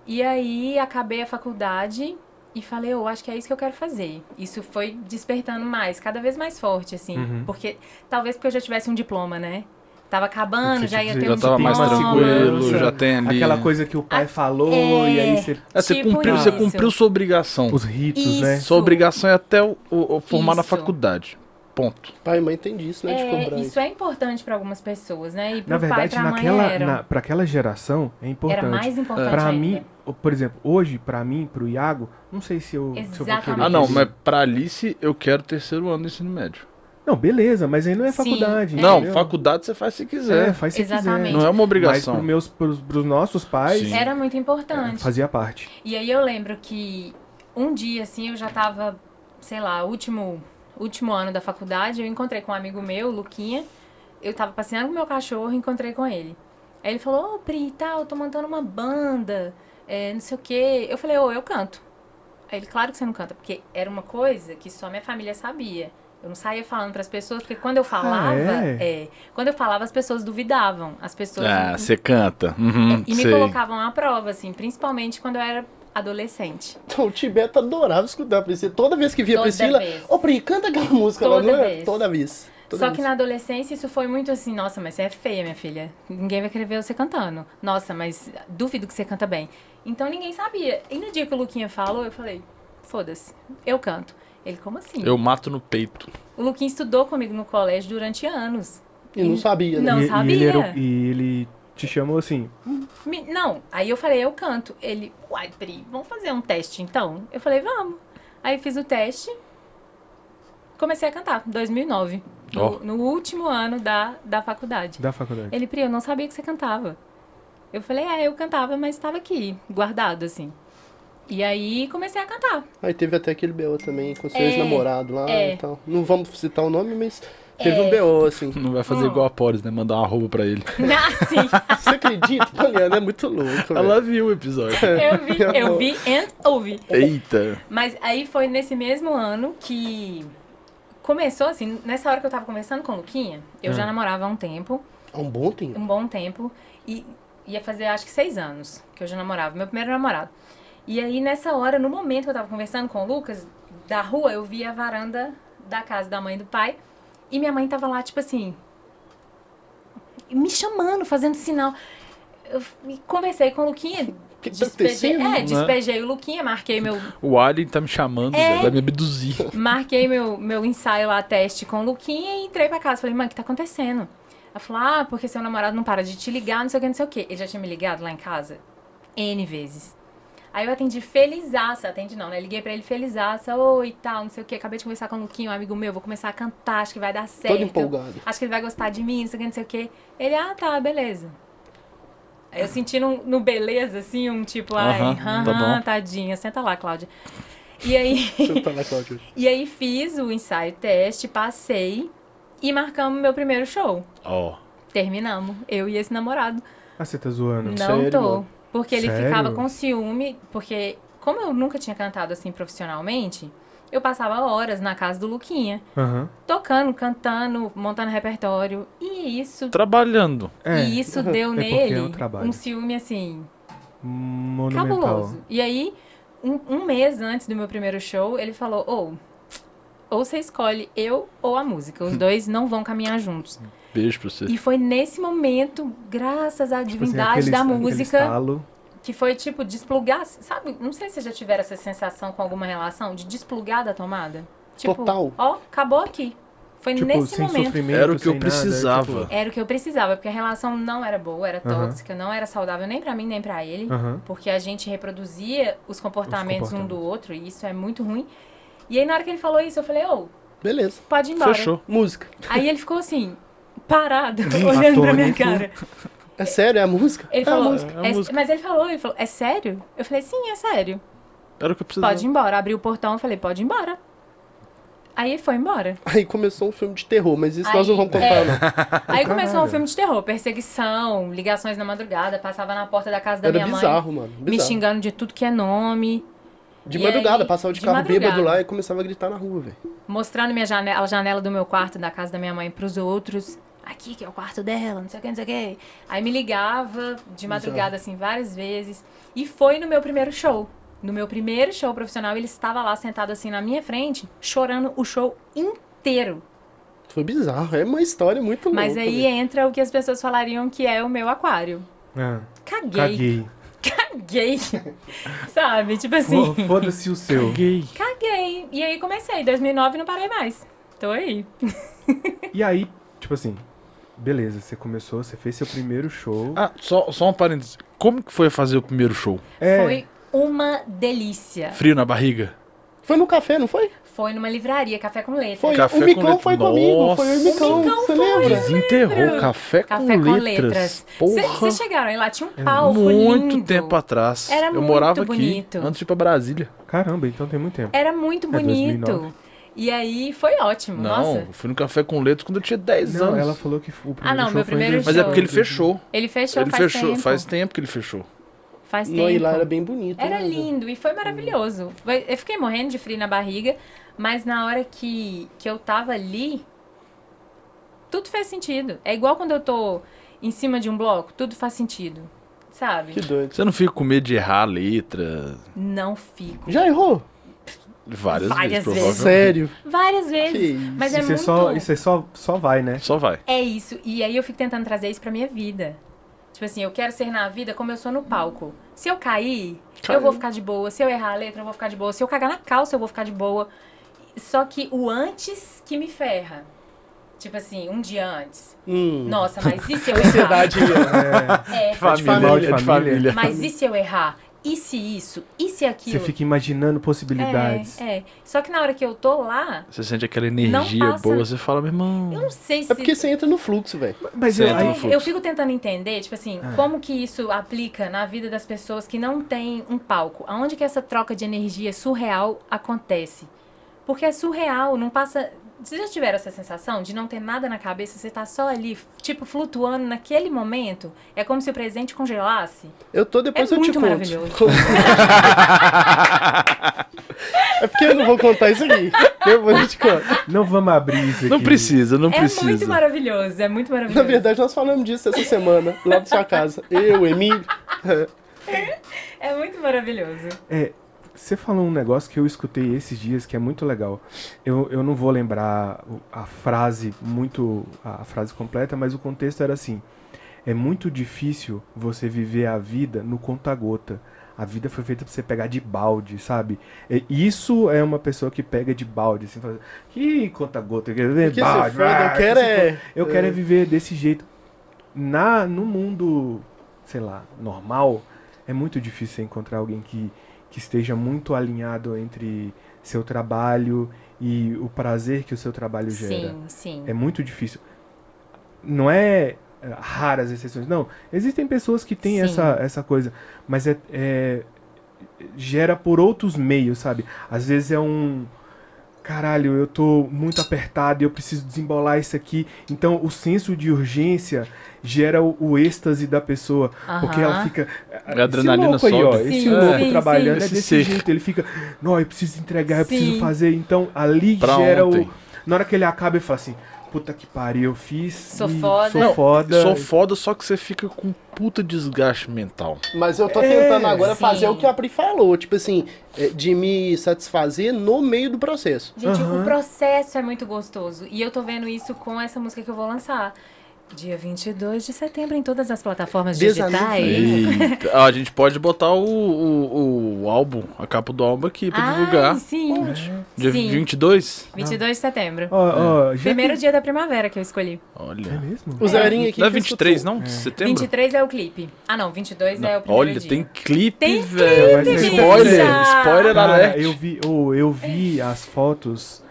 B: E aí acabei a faculdade e falei, eu acho que é isso que eu quero fazer. Isso foi despertando mais, cada vez mais forte, assim.
A: Uhum.
B: Porque talvez porque eu já tivesse um diploma, né? Tava acabando,
A: Você
B: já ia
A: tinha-
B: ter
A: já
B: um
D: tipo Já tava mais
A: diploma,
D: tranquilo,
A: né?
D: já tem ali.
A: Aquela coisa que o pai falou e aí você.
D: É, você,
B: tipo
D: cumpriu, você
B: isso.
D: cumpriu sua obrigação.
A: Os ritos,
B: Isso.
A: né?
D: Sua obrigação é até o, o- o formar na
B: Isso.
D: faculdade. Ponto.
C: Pai e mãe tem disso, né? de
B: É,
C: cobrar
B: isso é importante pra algumas pessoas, né? E pro
A: Na
B: pai,
A: verdade,
B: pra
A: naquela,
B: mãe era,
A: na- pra aquela geração é importante.
B: era mais importante
A: Pra
B: ainda.
A: mim, por exemplo, hoje, pra mim, pro Iago, não sei se eu, se eu vou querer.
B: Exatamente.
D: Ah, não,
A: isso.
D: mas pra Alice eu quero terceiro ano do ensino médio.
A: Não, beleza, mas aí não é
B: Sim,
A: faculdade.
B: É.
D: Não,
A: entendeu?
D: faculdade você faz se
A: É,
D: quiser.
A: faz se
B: Exatamente.
A: quiser.
D: Não é uma
A: Mas
D: obrigação.
A: pros, meus, pros, pros nossos pais,
D: Sim.
B: Era muito importante.
A: fazia parte.
B: E aí eu lembro que um dia, assim, eu já tava, sei lá, último, último ano da faculdade, eu encontrei com um amigo meu, o Luquinha. Eu tava passeando com meu cachorro e encontrei com ele. Aí ele falou, ô Pri, e tal, eu tô montando uma banda, é, não sei o quê. Eu falei, ô, eu canto. Aí ele, claro que você não canta, porque era uma coisa que só minha família sabia. Eu não saía falando pras pessoas, porque quando eu falava,
A: é?
B: é, quando eu falava as pessoas duvidavam, as pessoas
D: Ah, você canta.
B: assim.
D: Uhum,
B: É, e me
D: sei.
B: colocavam à prova, assim, principalmente quando eu era adolescente.
C: Então, o Tibeto adorava escutar a Priscila. Toda vez que via a
B: Toda
C: Priscila,
B: vez.
C: ô Pri, canta aquela música lá,
B: Toda
C: não é?
B: vez.
C: Toda vez. Toda
B: Só
C: vez.
B: que na adolescência isso foi muito assim, nossa, mas você é feia, minha filha. Ninguém vai querer ver você cantando. Nossa, mas duvido que você canta bem. Então ninguém sabia. E no dia que o Luquinha falou, eu falei, foda-se, eu canto. Ele, como assim?
D: Eu mato no peito.
B: O Luquinha estudou comigo no colégio durante anos.
C: E não sabia, né?
B: Não
A: e,
B: Então, sabia.
A: E ele, era- e ele te chamou assim.
B: Me- não, aí eu falei, eu canto. Ele, uai, Pri, vamos fazer um teste então? Eu falei, vamos. Aí fiz o teste, comecei a cantar, 2009.
D: Ó.
B: No, no último ano da, da faculdade.
A: Da faculdade.
B: Ele, Pri, eu não sabia que você cantava. Eu falei, é, eu cantava, mas estava aqui, guardado, assim. E aí comecei a cantar.
C: Aí teve até aquele BO também, com seu ex-namorado lá
B: é.
C: e tal. Não vamos citar o nome, mas teve um BO, assim.
D: Não vai fazer igual a Poris, né? Mandar uma roupa pra ele.
B: assim,
C: Você acredita? Poliana é muito louco, velho.
D: Ela viu o episódio.
A: É.
B: eu vi, eu vi and ouvi.
D: Eita.
B: Mas aí foi nesse mesmo ano que começou, assim, nessa hora que eu tava conversando com o Luquinha, eu já namorava há um tempo,
C: Há um bom tempo.
B: um bom tempo, e ia fazer acho que seis anos que eu já namorava, meu primeiro namorado. E aí nessa hora, no momento que eu tava conversando com o Lucas, da rua eu vi a varanda da casa da mãe e do pai, e minha mãe tava lá, tipo assim, me chamando, fazendo sinal. Eu f- e conversei com o Luquinha,
C: que tá
B: despejei,
C: acontecendo,
B: é, despejei o Luquinha, marquei meu,
D: O Alien tá me chamando,
B: É.
D: Zé, vai me abduzir.
B: Marquei meu, meu ensaio lá, teste com o Luquinha e entrei pra casa. Falei, mãe, o que tá acontecendo? Ela falou, ah, porque seu namorado não para de te ligar, não sei o que, não sei o que. Ele já tinha me ligado lá em casa N vezes. Aí eu atendi felizaça, atendi não, né? Liguei pra ele felizaça, oi e tal, não sei o que. Acabei de conversar com o Luquinha, um amigo meu, vou começar a cantar, acho que vai dar certo.
C: Todo empolgado.
B: Acho que ele vai gostar de mim, não sei o que, não sei o que. Ele, ah, tá, beleza. Aí eu senti num- no beleza, assim, um tipo, ai,
D: Aham,
B: aham,
D: tá bom.
B: tadinha, senta lá, Cláudia. E aí...
C: Você tá lá, Cláudio.
B: E aí fiz o ensaio teste, passei e marcamos meu primeiro show.
D: Ó.
B: Terminamos, eu e esse namorado.
A: Ah, você tá zoando.
B: Não
C: sério,
B: tô.
C: mano?
B: Porque ele
A: Sério?
B: ficava com ciúme, porque como eu nunca tinha cantado assim profissionalmente, eu passava horas na casa do Luquinha,
A: Aham.
B: tocando, cantando, montando repertório. E isso,
D: Trabalhando.
A: É,
B: e isso deu
A: porque
B: nele
A: é um trabalho.
B: um ciúme assim,
A: monumental.
B: cabuloso. E aí, um, um mês antes do meu primeiro show, ele falou: ou ou você escolhe eu ou a música.
A: Hum.
B: Os dois não vão caminhar juntos.
D: Beijo pra você.
B: E foi nesse momento, graças à
A: Tipo assim,
B: divindade
A: aquele-
B: da
A: aquele
B: música,
A: estalo.
B: que foi tipo desplugar. Sabe? Não sei se vocês já tiveram essa sensação com alguma relação de desplugar da tomada. Tipo,
C: Total.
B: ó, acabou aqui. Foi
A: Tipo,
B: é nesse
A: sem
B: momento.
A: sofrimento.
D: Era o que eu
A: sem nada,
D: precisava.
A: tipo-
B: Era o que eu precisava, porque a relação não era boa, era
A: Aham.
B: tóxica, não era saudável nem pra mim, nem pra ele.
A: Aham.
B: Porque a gente reproduzia os comportamentos,
A: Os comportamentos.
B: um do outro, e isso é muito ruim. E aí, na hora que ele falou isso, eu falei, ô,
C: Beleza.
B: pode ir embora.
D: Fechou.
C: Música.
B: Aí ele ficou assim, parado, olhando pra minha
A: Atônito.
B: cara.
C: É sério? É a música?
B: Ele
C: é a
B: falou,
C: música.
D: é a
B: "É-
D: música."
B: mas ele falou, ele falou, é sério? Eu falei, sim, é sério.
D: Era o que eu precisava.
B: Pode ir embora. Abri o portão, eu falei, pode ir embora. Aí ele foi embora.
C: Aí começou um filme de terror, mas isso nós
B: Aí,
C: não vamos contar, né?
B: é.
C: não.
B: Aí começou um
A: Caralho.
B: filme de terror, perseguição, ligações na madrugada, passava na porta da casa da
C: Era
B: minha mãe.
C: bizarro, mano.
B: me
C: Bizarro.
B: xingando de tudo que é nome,
C: De
B: E
C: madrugada,
B: aí,
C: passava de,
B: de
C: carro
B: madrugada.
C: bêbado lá e começava a gritar na rua, velho.
B: mostrando minha janela, a janela do meu quarto, da casa da minha mãe pros outros. aqui que é o quarto dela, não sei o que, não sei o que. Aí me ligava
A: é
B: de madrugada, assim, várias vezes. E foi no meu primeiro show. No meu primeiro show profissional, ele estava lá sentado assim na minha frente, chorando o show inteiro.
C: Foi bizarro, é uma história muito louca.
B: Mas aí
C: né?
B: entra o que as pessoas falariam que é o meu aquário.
A: Ah,
B: Caguei.
A: caguei.
B: Caguei. Sabe? Tipo assim.
A: Fo- Foda-se o seu. Caguei.
B: Caguei. E aí comecei. 2009 não parei mais. Tô aí.
A: E aí, tipo assim, beleza, você começou, você fez seu primeiro show.
D: Ah, só, só um parênteses. Como que foi fazer o primeiro show?
A: é,
B: Foi uma delícia.
D: Frio na barriga?
B: é-
C: Foi no café, não foi?
B: Foi numa livraria, café com leite.
C: Foi.
D: Café
C: o
D: com
C: Micão
D: letra-
C: foi comigo, foi eu e o
D: Nossa.
C: Micão,
B: O Micão
C: você
B: foi.
C: lembra?
D: Desenterrou café,
B: Café
D: com, letras. Porra.
B: Vocês chegaram aí lá, tinha
C: É
B: um palco
D: Muito
B: lindo.
D: tempo atrás.
B: Era
D: eu
B: muito
D: morava
B: bonito.
D: aqui antes de ir pra Brasília.
A: Caramba, então tem muito tempo.
B: Era muito
C: É,
B: bonito.
A: 2009.
B: e aí foi ótimo,
D: Não,
B: nossa.
D: eu fui no café com letras quando eu tinha 10
A: Não,
D: anos.
A: ela falou que o primeiro
B: É, Ah, não,
A: show
B: meu
A: foi em
B: primeiro
A: dois-
D: Mas é porque ele fechou.
B: Ele fechou
D: ele
B: faz
D: fechou,
B: tempo.
D: faz tempo que ele fechou.
B: Faz tempo.
C: Não, e lá era bem bonito.
B: Era
C: né?
B: lindo e foi maravilhoso. Foi- Eu fiquei morrendo de frio na barriga, mas na hora que, que eu tava ali, tudo fez sentido. É igual quando eu tô em cima de um bloco, tudo faz sentido. Sabe?
C: Que doido.
D: Você não fica com medo de errar a letra
B: Não fico.
C: Já errou?
D: várias,
B: Várias vezes.
D: vezes, provavelmente.
C: Sério.
B: Várias
C: Que
B: vezes.
C: isso.
B: Mas é
A: Isso é,
B: muito.
A: só, isso é só, só vai, né?
D: Só vai.
B: É isso. E aí eu fico tentando trazer isso pra minha vida. Tipo assim, eu quero ser na vida como eu sou no palco. Se eu cair,
D: Caiu.
B: eu vou ficar de boa. Se eu errar a letra, eu vou ficar de boa. Se eu cagar na calça, eu vou ficar de boa. Só que o antes que me ferra. Tipo assim, um dia antes.
C: Hum.
B: Nossa, mas e se eu errar?
C: Ansiedade. né?
B: É,
A: família,
D: é de família.
B: mas e se eu errar? E se isso? E se
A: Você
B: aquilo?
A: fica imaginando possibilidades.
B: é, é. Só que na hora que eu tô lá,
D: Você sente aquela energia
B: passa-
D: boa, você fala, meu irmão.
B: eu não sei se.
C: É porque você entra no fluxo, velho.
A: Mas
D: Você
A: eu,
D: entra
A: aí-
D: no
B: É,
D: fluxo.
B: eu fico tentando entender, tipo assim, como que isso aplica na vida das pessoas que não têm um palco? Aonde que essa troca de energia surreal acontece? Porque é surreal, não passa. Vocês já tiveram essa sensação de não ter nada na cabeça, você tá só ali, tipo, flutuando naquele momento? É como se o presente congelasse?
C: Eu tô, depois
B: É
C: eu te
B: muito
C: conto.
B: maravilhoso.
C: é porque eu não vou contar isso aqui. Depois eu te conto.
A: não vamos abrir isso aqui.
D: Não precisa, não
B: é
D: precisa.
B: muito maravilhoso, é muito
C: Na
B: maravilhoso.
C: verdade, nós falamos disso essa semana, lá da sua casa. Eu, Emílio.
B: É muito maravilhoso.
A: É, você falou um negócio que eu escutei esses dias que é muito legal. Eu, eu não vou lembrar o- a frase muito a frase completa, mas o contexto era assim: é muito difícil você viver a vida no conta-gota. A vida foi feita pra você pegar de balde, sabe? É, isso é uma pessoa que pega de balde, assim, fala, que conta-gota, eu quero ver
C: O que você
A: balde.
C: foi,
A: ah,
D: né?
C: não quero
A: que se
C: é.
A: eu quero é viver desse jeito. Na, no mundo, sei lá, normal, é muito difícil você encontrar alguém que, que esteja muito alinhado entre seu trabalho e o prazer que o seu trabalho gera.
B: Sim, sim.
A: É muito difícil. Não é é, raras exceções, não. Existem pessoas que têm
B: Sim.
A: essa, essa coisa, mas é, é- gera por outros meios, sabe? Às vezes é um caralho, eu tô muito apertado e eu preciso desembolar isso aqui. Então o senso de urgência gera o, o êxtase da pessoa, porque ela
B: Aham.
A: fica é,
D: A adrenalina
A: esse louco aí, ó,
D: sobe.
A: esse
B: Sim,
A: louco
B: sim,
A: trabalhando
D: sim.
A: é desse
D: Esse ser.
A: jeito, ele fica, não, eu preciso entregar, eu
B: Sim.
A: preciso fazer, então ali
D: Pra
A: gera
D: ontem.
A: o na hora que ele acaba, ele fala assim: Puta que pariu, eu fiz.
B: Sou
A: e
B: foda.
A: Sou
B: Não,
A: foda.
D: Sou foda, só que você fica com um puta desgaste mental.
C: Mas eu tô tentando
A: É.
C: agora
B: Sim.
C: fazer o que a Pri falou, tipo assim, é, de me satisfazer no meio do processo.
B: Gente,
A: Aham.
B: o processo é muito gostoso. E eu tô vendo isso com essa música que eu vou lançar. Dia 22 de setembro em todas as plataformas
C: Desafio.
B: digitais.
D: Eita. Ah, a gente pode botar o, o, o álbum, a capa do álbum aqui pra
B: Ai,
D: divulgar.
B: sim.
D: Dia
B: Ah,
D: um.
B: sim.
D: 22?
B: 22 de setembro.
A: Ó,
D: É.
A: ó, já
B: Primeiro dia da primavera que eu escolhi.
A: tem- É
D: Olha.
A: mesmo?
C: O Zerinho aqui.
D: Não é
C: fez
D: 23,
C: tudo.
D: não? De setembro?
B: 23 é o clipe. Ah, não, 22 é o primeiro
D: Olha,
B: dia.
D: tem clipe,
B: Tem
D: velho.
A: clipe, gente.
D: spoiler, spoiler
A: Cara,
D: alert.
A: eu vi, ô, eu
B: É
A: vi as fotos.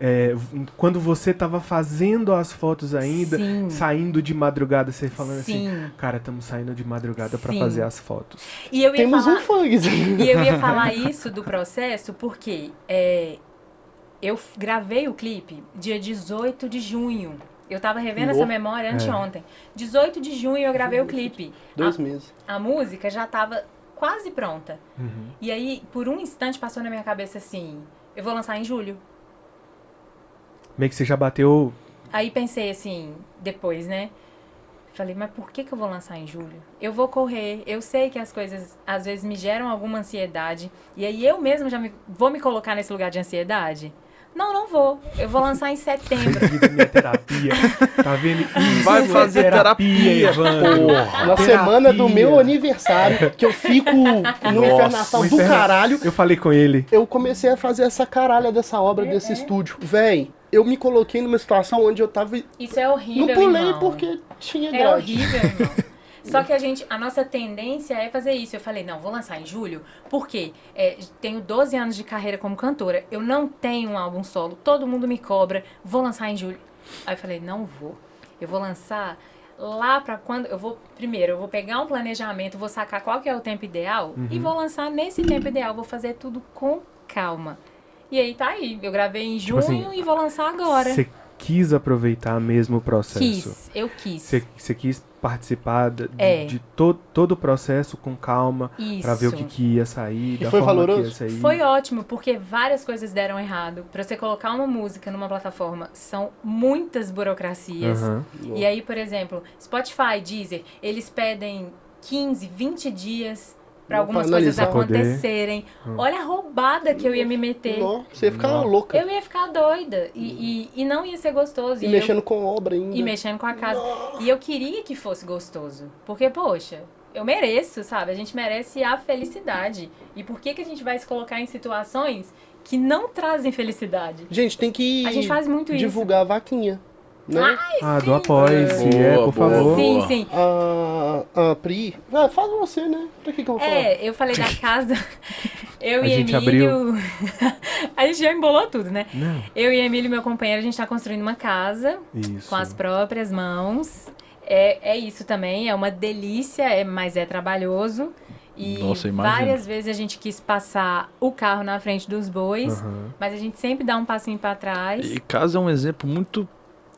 A: é, v- quando você tava fazendo as fotos ainda,
B: Sim.
A: saindo de madrugada, você falando
B: Sim.
A: assim, cara, estamos saindo de madrugada pra
B: Sim.
A: fazer as fotos.
B: E eu ia
C: Temos
B: falar...
C: um funk.
B: E eu ia falar isso do processo porque é, eu f- gravei o clipe dia 18 de junho. Eu tava revendo
C: Nó.
B: essa memória anteontem. 18 de junho eu gravei o clipe.
C: Dois meses.
B: A, a música já tava quase pronta. E aí, por um instante, passou na minha cabeça assim: eu vou lançar em julho.
A: Meio que você já bateu
B: Aí pensei assim, depois, né? Falei, mas por que, que eu vou lançar em julho? Eu vou correr, eu sei que as coisas às vezes me geram alguma ansiedade. E aí eu mesmo já me- vou me colocar nesse lugar de ansiedade? Não, não vou. Eu vou lançar em setembro.
A: Seguido minha terapia. Tá vendo? Isso
D: Vai
A: é
D: fazer terapia,
A: Evandro.
B: Tá
C: Na
A: Terapia.
C: semana do meu aniversário, que eu fico no
A: O
B: tá
C: infernação do
A: inferno-
C: caralho,
A: Eu falei com ele.
C: eu comecei a fazer essa caralha dessa obra,
B: É,
C: desse estúdio. Véi, eu me coloquei numa situação onde eu tava.
B: Isso é horrível,
C: não pulei
B: irmão.
C: porque tinha
B: É
C: grade.
B: horrível, irmão. Só que a gente, a nossa tendência é fazer isso. Eu falei, não, vou lançar em julho, porque é, tenho 12 anos de carreira como cantora, eu não tenho um álbum solo, todo mundo me cobra, vou lançar em julho. Aí eu falei, não vou. Eu vou lançar lá pra quando. Eu vou. Primeiro, eu vou pegar um planejamento, vou sacar qual que é o tempo ideal
A: Uhum.
B: e vou lançar nesse tempo ideal. Vou fazer tudo com calma. E aí tá aí. Eu gravei em
A: Tipo
B: junho
A: assim,
B: e vou lançar agora.
A: Você quis aproveitar mesmo o processo.
B: Quis, eu quis.
A: Você você quis participar de,
B: É.
A: de to- todo o processo com calma.
B: Isso.
A: Pra ver o que, que ia sair, da
C: foi
A: forma
C: valoroso?
A: que ia sair.
B: Foi ótimo, porque várias coisas deram errado. Pra você colocar uma música numa plataforma, são muitas burocracias.
A: Aham.
B: E aí, por exemplo, Spotify, Deezer, eles pedem 15, 20 dias pra
C: Não,
B: algumas
C: pra
B: coisas
C: analisar.
A: Poder. Hum.
B: acontecerem. Olha a roubada que eu ia me meter.
C: Nossa, você ia ficar louca.
B: é Eu ia ficar doida. E, e, e não ia ser gostoso.
C: E
B: eu-
C: mexendo com obra ainda.
B: e mexendo com a casa. E eu queria que fosse gostoso. Porque, poxa, eu mereço, sabe? A gente merece a felicidade. E por que, que a gente vai se colocar em situações que não trazem felicidade?
C: Gente, tem que
B: A gente faz muito
C: divulgar a vaquinha. Né?
A: Ah, do
B: sim.
A: apoio-se,
D: Boa,
A: é, por
D: boa.
B: isso.
A: favor.
B: Sim, sim.
C: A, a Pri. Ah, fala você, né? Pra que, que eu vou falar?
B: É, eu falei da casa. Eu
A: A
B: e
A: gente
B: Emílio. a gente já embolou tudo, né?
A: Não,
B: Eu e Emílio, meu companheiro, a gente tá construindo uma casa.
A: isso.
B: com as próprias mãos. É, é isso também, é uma delícia, é, mas é trabalhoso. E
D: Nossa, imagino.
B: várias vezes a gente quis passar o carro na frente dos bois,
A: Aham.
B: mas a gente sempre dá um passinho pra trás.
D: E casa é um exemplo muito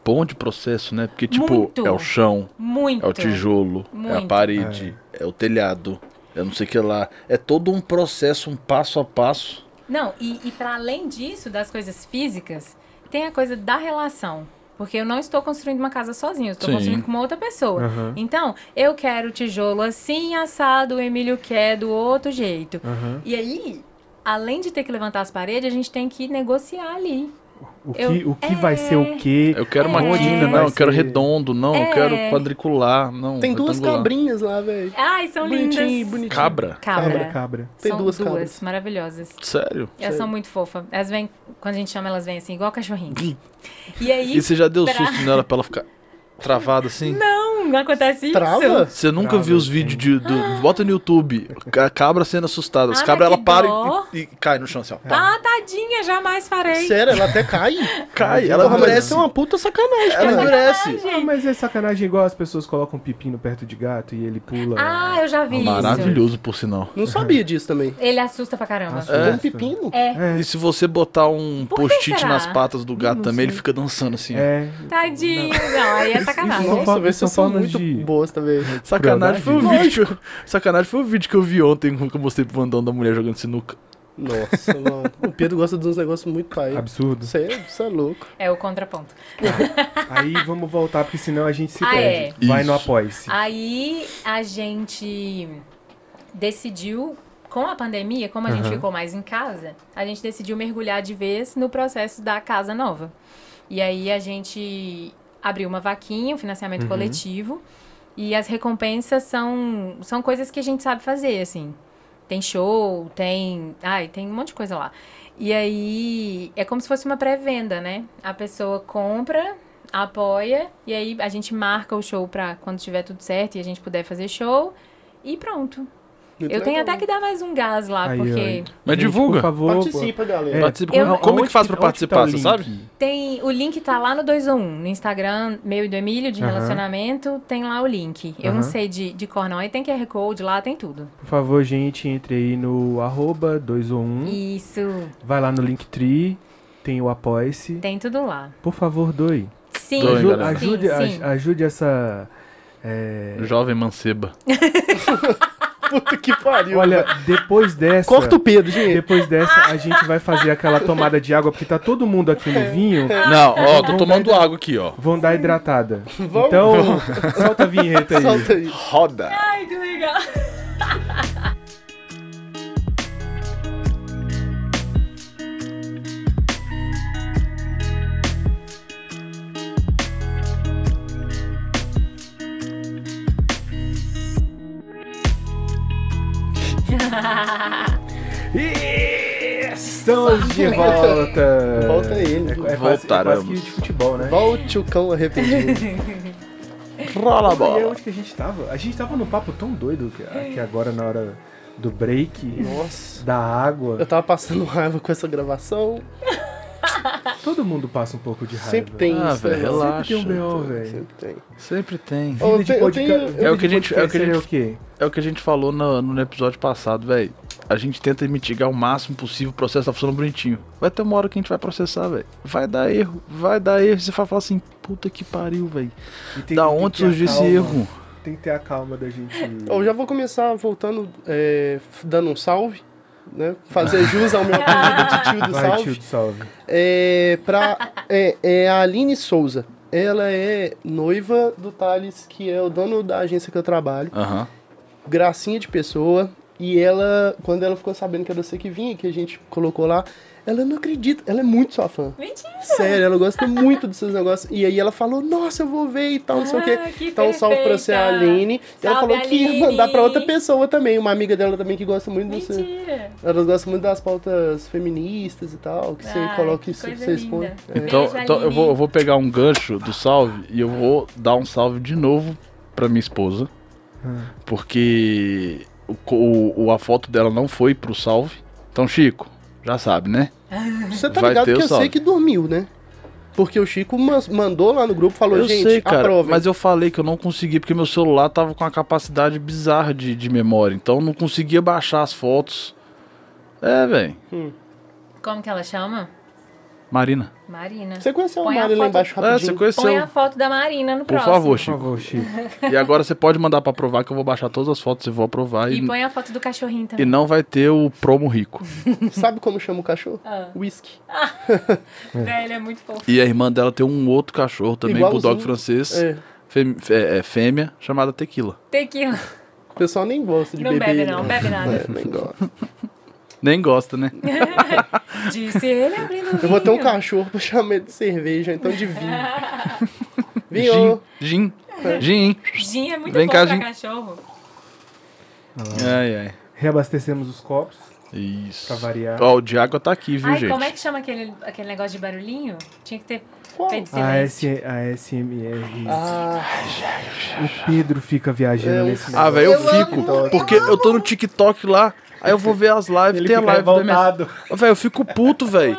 D: bom de processo, né? Porque, tipo,
B: Muito.
D: é o chão,
B: Muito.
D: é o tijolo, é a
B: Muito.
D: parede, é. o telhado, é não sei o que lá. É todo um processo, um passo a passo.
B: Não, e, e para além disso, das coisas físicas, tem a coisa da relação. Porque eu não estou construindo uma casa sozinho, eu estou
D: Sim.
B: construindo com uma outra pessoa.
A: Aham.
B: Então, eu quero o tijolo assim, assado, o Emílio quer do outro jeito.
A: Aham.
B: E aí, além de ter que levantar as paredes, a gente tem que negociar ali.
A: O que,
B: Eu-
A: o que vai ser o quê?
D: Eu quero uma
B: É.
D: quina, não, eu quero redondo, não, eu
B: É.
D: quero quadricular, não.
C: Tem duas
D: retangular.
C: cabrinhas lá, velho.
B: Ai, são
C: Bonitinho,
B: lindas.
C: bonitinho.
D: Cabra?
B: Cabra.
A: Cabra, cabra.
C: Tem
B: são
C: duas
B: duas,
C: cabras.
B: maravilhosas.
D: Sério?
B: Elas são muito fofas. Elas vêm, quando a gente chama, elas vêm assim, igual cachorrinho. E aí,
D: E você já deu
B: pra-
D: susto nela pra ela ficar travada assim?
B: não, não hum, acontece isso.
C: Trava?
D: Você nunca
A: Trava,
D: viu os
A: sim.
D: vídeos de, do. Bota no YouTube. ca- Cabra sendo assustada. As
B: Ah,
D: cabras
B: mas
D: ela
B: que
D: para
B: dó.
D: e, e cai no chão assim, ó. Pá,
B: Ah, tadinha, jamais farei.
C: Sério, ela até cai.
D: Cai,
C: Ela
D: ela
C: Porra, mas
D: endurece.
C: essa é uma puta sacanagem,
D: Ela
C: cara.
D: endurece.
A: Ah, mas é sacanagem igual as pessoas colocam um pepino perto de gato e ele pula.
B: Ah, eu já vi isso.
D: Maravilhoso, por sinal.
C: Não sabia disso também.
B: Ele assusta pra caramba.
A: Assusta. É.
C: Um pepino?
B: É,
D: E se você botar um
B: Por que
D: post-it
B: será?
D: nas patas do gato
A: Não
D: também, ele
A: sei.
D: fica dançando assim. ó.
A: É.
B: tadinho. Não, aí é
A: Isso-
B: sacanagem.
A: isso- formas-
C: velho, vocês são
A: formas
C: muito
A: de-
C: boas também.
D: Sacanagem foi, o
A: Crueldade?
D: vídeo que eu, sacanagem foi o vídeo que eu vi ontem que eu mostrei pro Vandão da mulher jogando sinuca.
C: Nossa, mano. O Pedro gosta de uns negócios muito pai.
A: Absurdo.
C: Você é, você é louco.
B: É o contraponto.
A: Aí vamos voltar, porque senão a gente se
B: Ah,
A: perde.
D: é.
A: Vai no
D: Isso.
A: apoia-se.
B: Aí a gente decidiu, com a pandemia, como a gente
A: Aham.
B: ficou mais em casa, a gente decidiu mergulhar de vez no processo da casa nova. E aí a gente abriu uma vaquinha, um financiamento
A: Uhum.
B: coletivo, e as recompensas são, são coisas que a gente sabe fazer, assim. Tem show, tem. Ai, tem um monte de coisa lá. E aí é como se fosse uma pré-venda, né? A pessoa compra, apoia, e aí a gente marca o show pra quando tiver tudo certo e a gente puder fazer show. E pronto.
C: Muito
B: eu tenho
C: legal.
B: até que dar mais um gás lá,
A: Aí,
B: porque
D: Mas
A: Gente,
D: divulga.
A: Por favor.
C: Participa, galera.
A: É.
D: Participa.
B: Eu-
D: Como, como é que faz pra
A: Onde que tá
D: participar,
A: o
D: você
A: link?
D: sabe?
B: tem. O link tá lá no 2 ou 1. No Instagram, meu e do Emílio, de
A: Aham.
B: relacionamento, tem lá o link. Eu
A: Aham.
B: não sei de, de cor, não. Aí tem QR Code lá, tem tudo.
A: Por favor, gente, entre aí no arroba 2 ou
D: Hum.
A: 1.
B: Isso.
A: Vai lá no Linktree. Tem o apoia-se.
B: Tem tudo lá.
A: Por favor, doe.
B: Sim,
D: Dois,
A: Aju-
D: galera.
A: ajude,
B: sim, sim.
A: aj- ajude essa. é,
D: Jovem manceba.
C: É. Puta que pariu.
A: Olha,
C: velho.
A: depois dessa.
C: corta o Pedro, gente.
A: Depois dessa, a gente vai fazer aquela tomada de água, porque tá todo mundo aqui
B: É.
A: no vinho.
D: Não,
A: é
D: ó, tô tomando água aqui, ó.
A: Vão dar hidratada.
C: Vamos.
A: Então, solta a vinheta aí.
C: Solta aí.
D: Roda.
B: Ai, que legal.
A: E Estamos de volta.
C: Volta ele.
A: É, é, quase, é quase
D: Voltaremos.
A: que de futebol, né?
C: Volte o cão arrependido.
D: Rola a
A: E é
D: bola.
A: onde que a gente tava? A gente tava num papo tão doido que, que agora na hora do break,
C: Nossa.
A: da água,
C: Eu tava passando raiva com essa gravação.
A: todo mundo passa um pouco de raiva.
C: Sempre tem
D: Ah,
C: isso.
D: velho,
C: né?
D: relaxa.
A: Sempre tem um B.O., velho.
C: Sempre tem.
D: Sempre tem.
C: Ô, eu
A: Vida de
C: tenho- eu
A: podca-
C: tenho-
A: vida
D: É o
A: de
D: que a gente- é o que a
A: podcaster
D: gente-
A: é o quê?
D: É o que a gente falou no, no episódio passado, velho. A gente tenta mitigar o máximo possível o processo tá funcionando bonitinho. Vai ter uma hora que a gente vai processar, velho. Vai dar erro, vai dar erro. Você vai falar assim, puta que pariu, velho.
A: E tem-
D: Da
A: tem que
D: onde
A: ter a
D: surgiu esse
A: calma.
D: erro?
A: Tem que ter a calma da gente.
C: Eu já vou começar voltando, é, f- dando um salve, né? Fazer jus ao meu apelido de tio do
A: Vai,
C: salve.
A: tio do salve.
C: É, pra, é, é a Aline Souza. Ela é noiva do Thales, que é o dono da agência que eu trabalho.
D: Aham.
C: Gracinha de pessoa. E ela, quando ela ficou sabendo que era você que vinha, que a gente colocou lá, ela não acredita. Ela é muito sua fã.
B: Mentira.
C: Sério, ela gosta muito dos seus negócios. E aí ela falou, nossa, eu vou ver e tal, não sei o quê.
B: Ah, que
C: Então, um salve pra você, a
B: perfeita.
C: Aline. E ela
B: Salve,
C: falou que ia
B: Aline.
C: mandar pra outra pessoa também, uma amiga dela também que gosta muito do seu.
B: Mentira.
C: Elas gostam muito das pautas feministas e tal, que você
B: Ai,
C: coloca
B: que
C: isso, que
B: coisa
C: você
B: linda.
C: expõe. É.
D: Então,
B: Beijo,
D: então eu,
B: Aline.
D: vou, eu vou pegar um gancho do salve e eu vou dar um salve de novo pra minha esposa. Porque o, co- o- o- a foto dela não foi pro salve. Então, Chico, já sabe, né?
C: Você tá
D: Vai
C: ligado
D: ter
C: que
D: o
C: eu
D: salve.
C: sei que dormiu, né? Porque o Chico man- mandou lá no grupo, falou,
D: eu
C: gente,
D: sei, cara.
C: aprovem.
D: Mas eu falei que eu não consegui, porque meu celular tava com uma capacidade bizarra de, de memória. Então, eu não conseguia baixar as fotos. É, velho.
B: Como que ela chama?
D: Marina.
B: Marina.
C: Você conheceu a
B: Põe a
C: Mari lá
B: foto-
C: embaixo
D: É, você
C: rapidinho?
D: conheceu.
B: Põe a foto da Marina no
D: Por
B: próximo.
D: favor,
A: Por
D: Chico.
A: favor, Chico.
D: E agora você pode mandar pra aprovar que eu vou baixar todas as fotos e vou aprovar.
B: E
D: E,
B: põe a foto do cachorrinho
D: e
B: também.
D: não vai ter o promo rico.
C: Sabe como chama o cachorro?
B: Ah.
C: Whisky.
B: Velho, é muito fofo.
D: E a irmã dela tem um outro cachorro também,
C: Igualzinho.
D: bulldog francês,
C: É.
D: fem- fe- é, fêmea, chamada Tequila.
B: Tequila.
C: O pessoal nem gosta de
B: Não
C: beber.
B: bebe,
C: né?
B: não. Bebe nada.
C: É, nem gosta.
D: Nem gosta, né?
C: É.
B: Disse ele abrindo o
C: Eu vou ter um
B: vinho.
C: cachorro pra chamar ele de cerveja, então de vinho.
D: Gin,
C: Vinho.
D: gin, gin.
B: Gin é muito
D: Vem
B: bom
D: cá,
B: pra
D: Gin.
B: cachorro.
D: Ai, ai.
A: Reabastecemos os copos,
D: Isso.
A: pra variar.
D: Ó, o Diago tá aqui, viu,
B: Ai,
D: gente?
B: como é que chama aquele, aquele negócio de barulhinho? Tinha que ter
C: Qual?
B: feito
A: A,
D: Ah,
B: silêncio.
A: S, a SMR.
C: Ah,
A: O Pedro fica viajando
C: É um-
A: nesse
D: Ah,
A: negócio.
D: velho, eu,
C: Eu
D: fico.
C: amo,
D: porque eu tô no TikTok lá, aí eu vou ver as lives,
A: Ele
D: tem a
A: fica
D: live da minha.
A: revoltado.
D: Ô, Velho, eu fico puto, velho.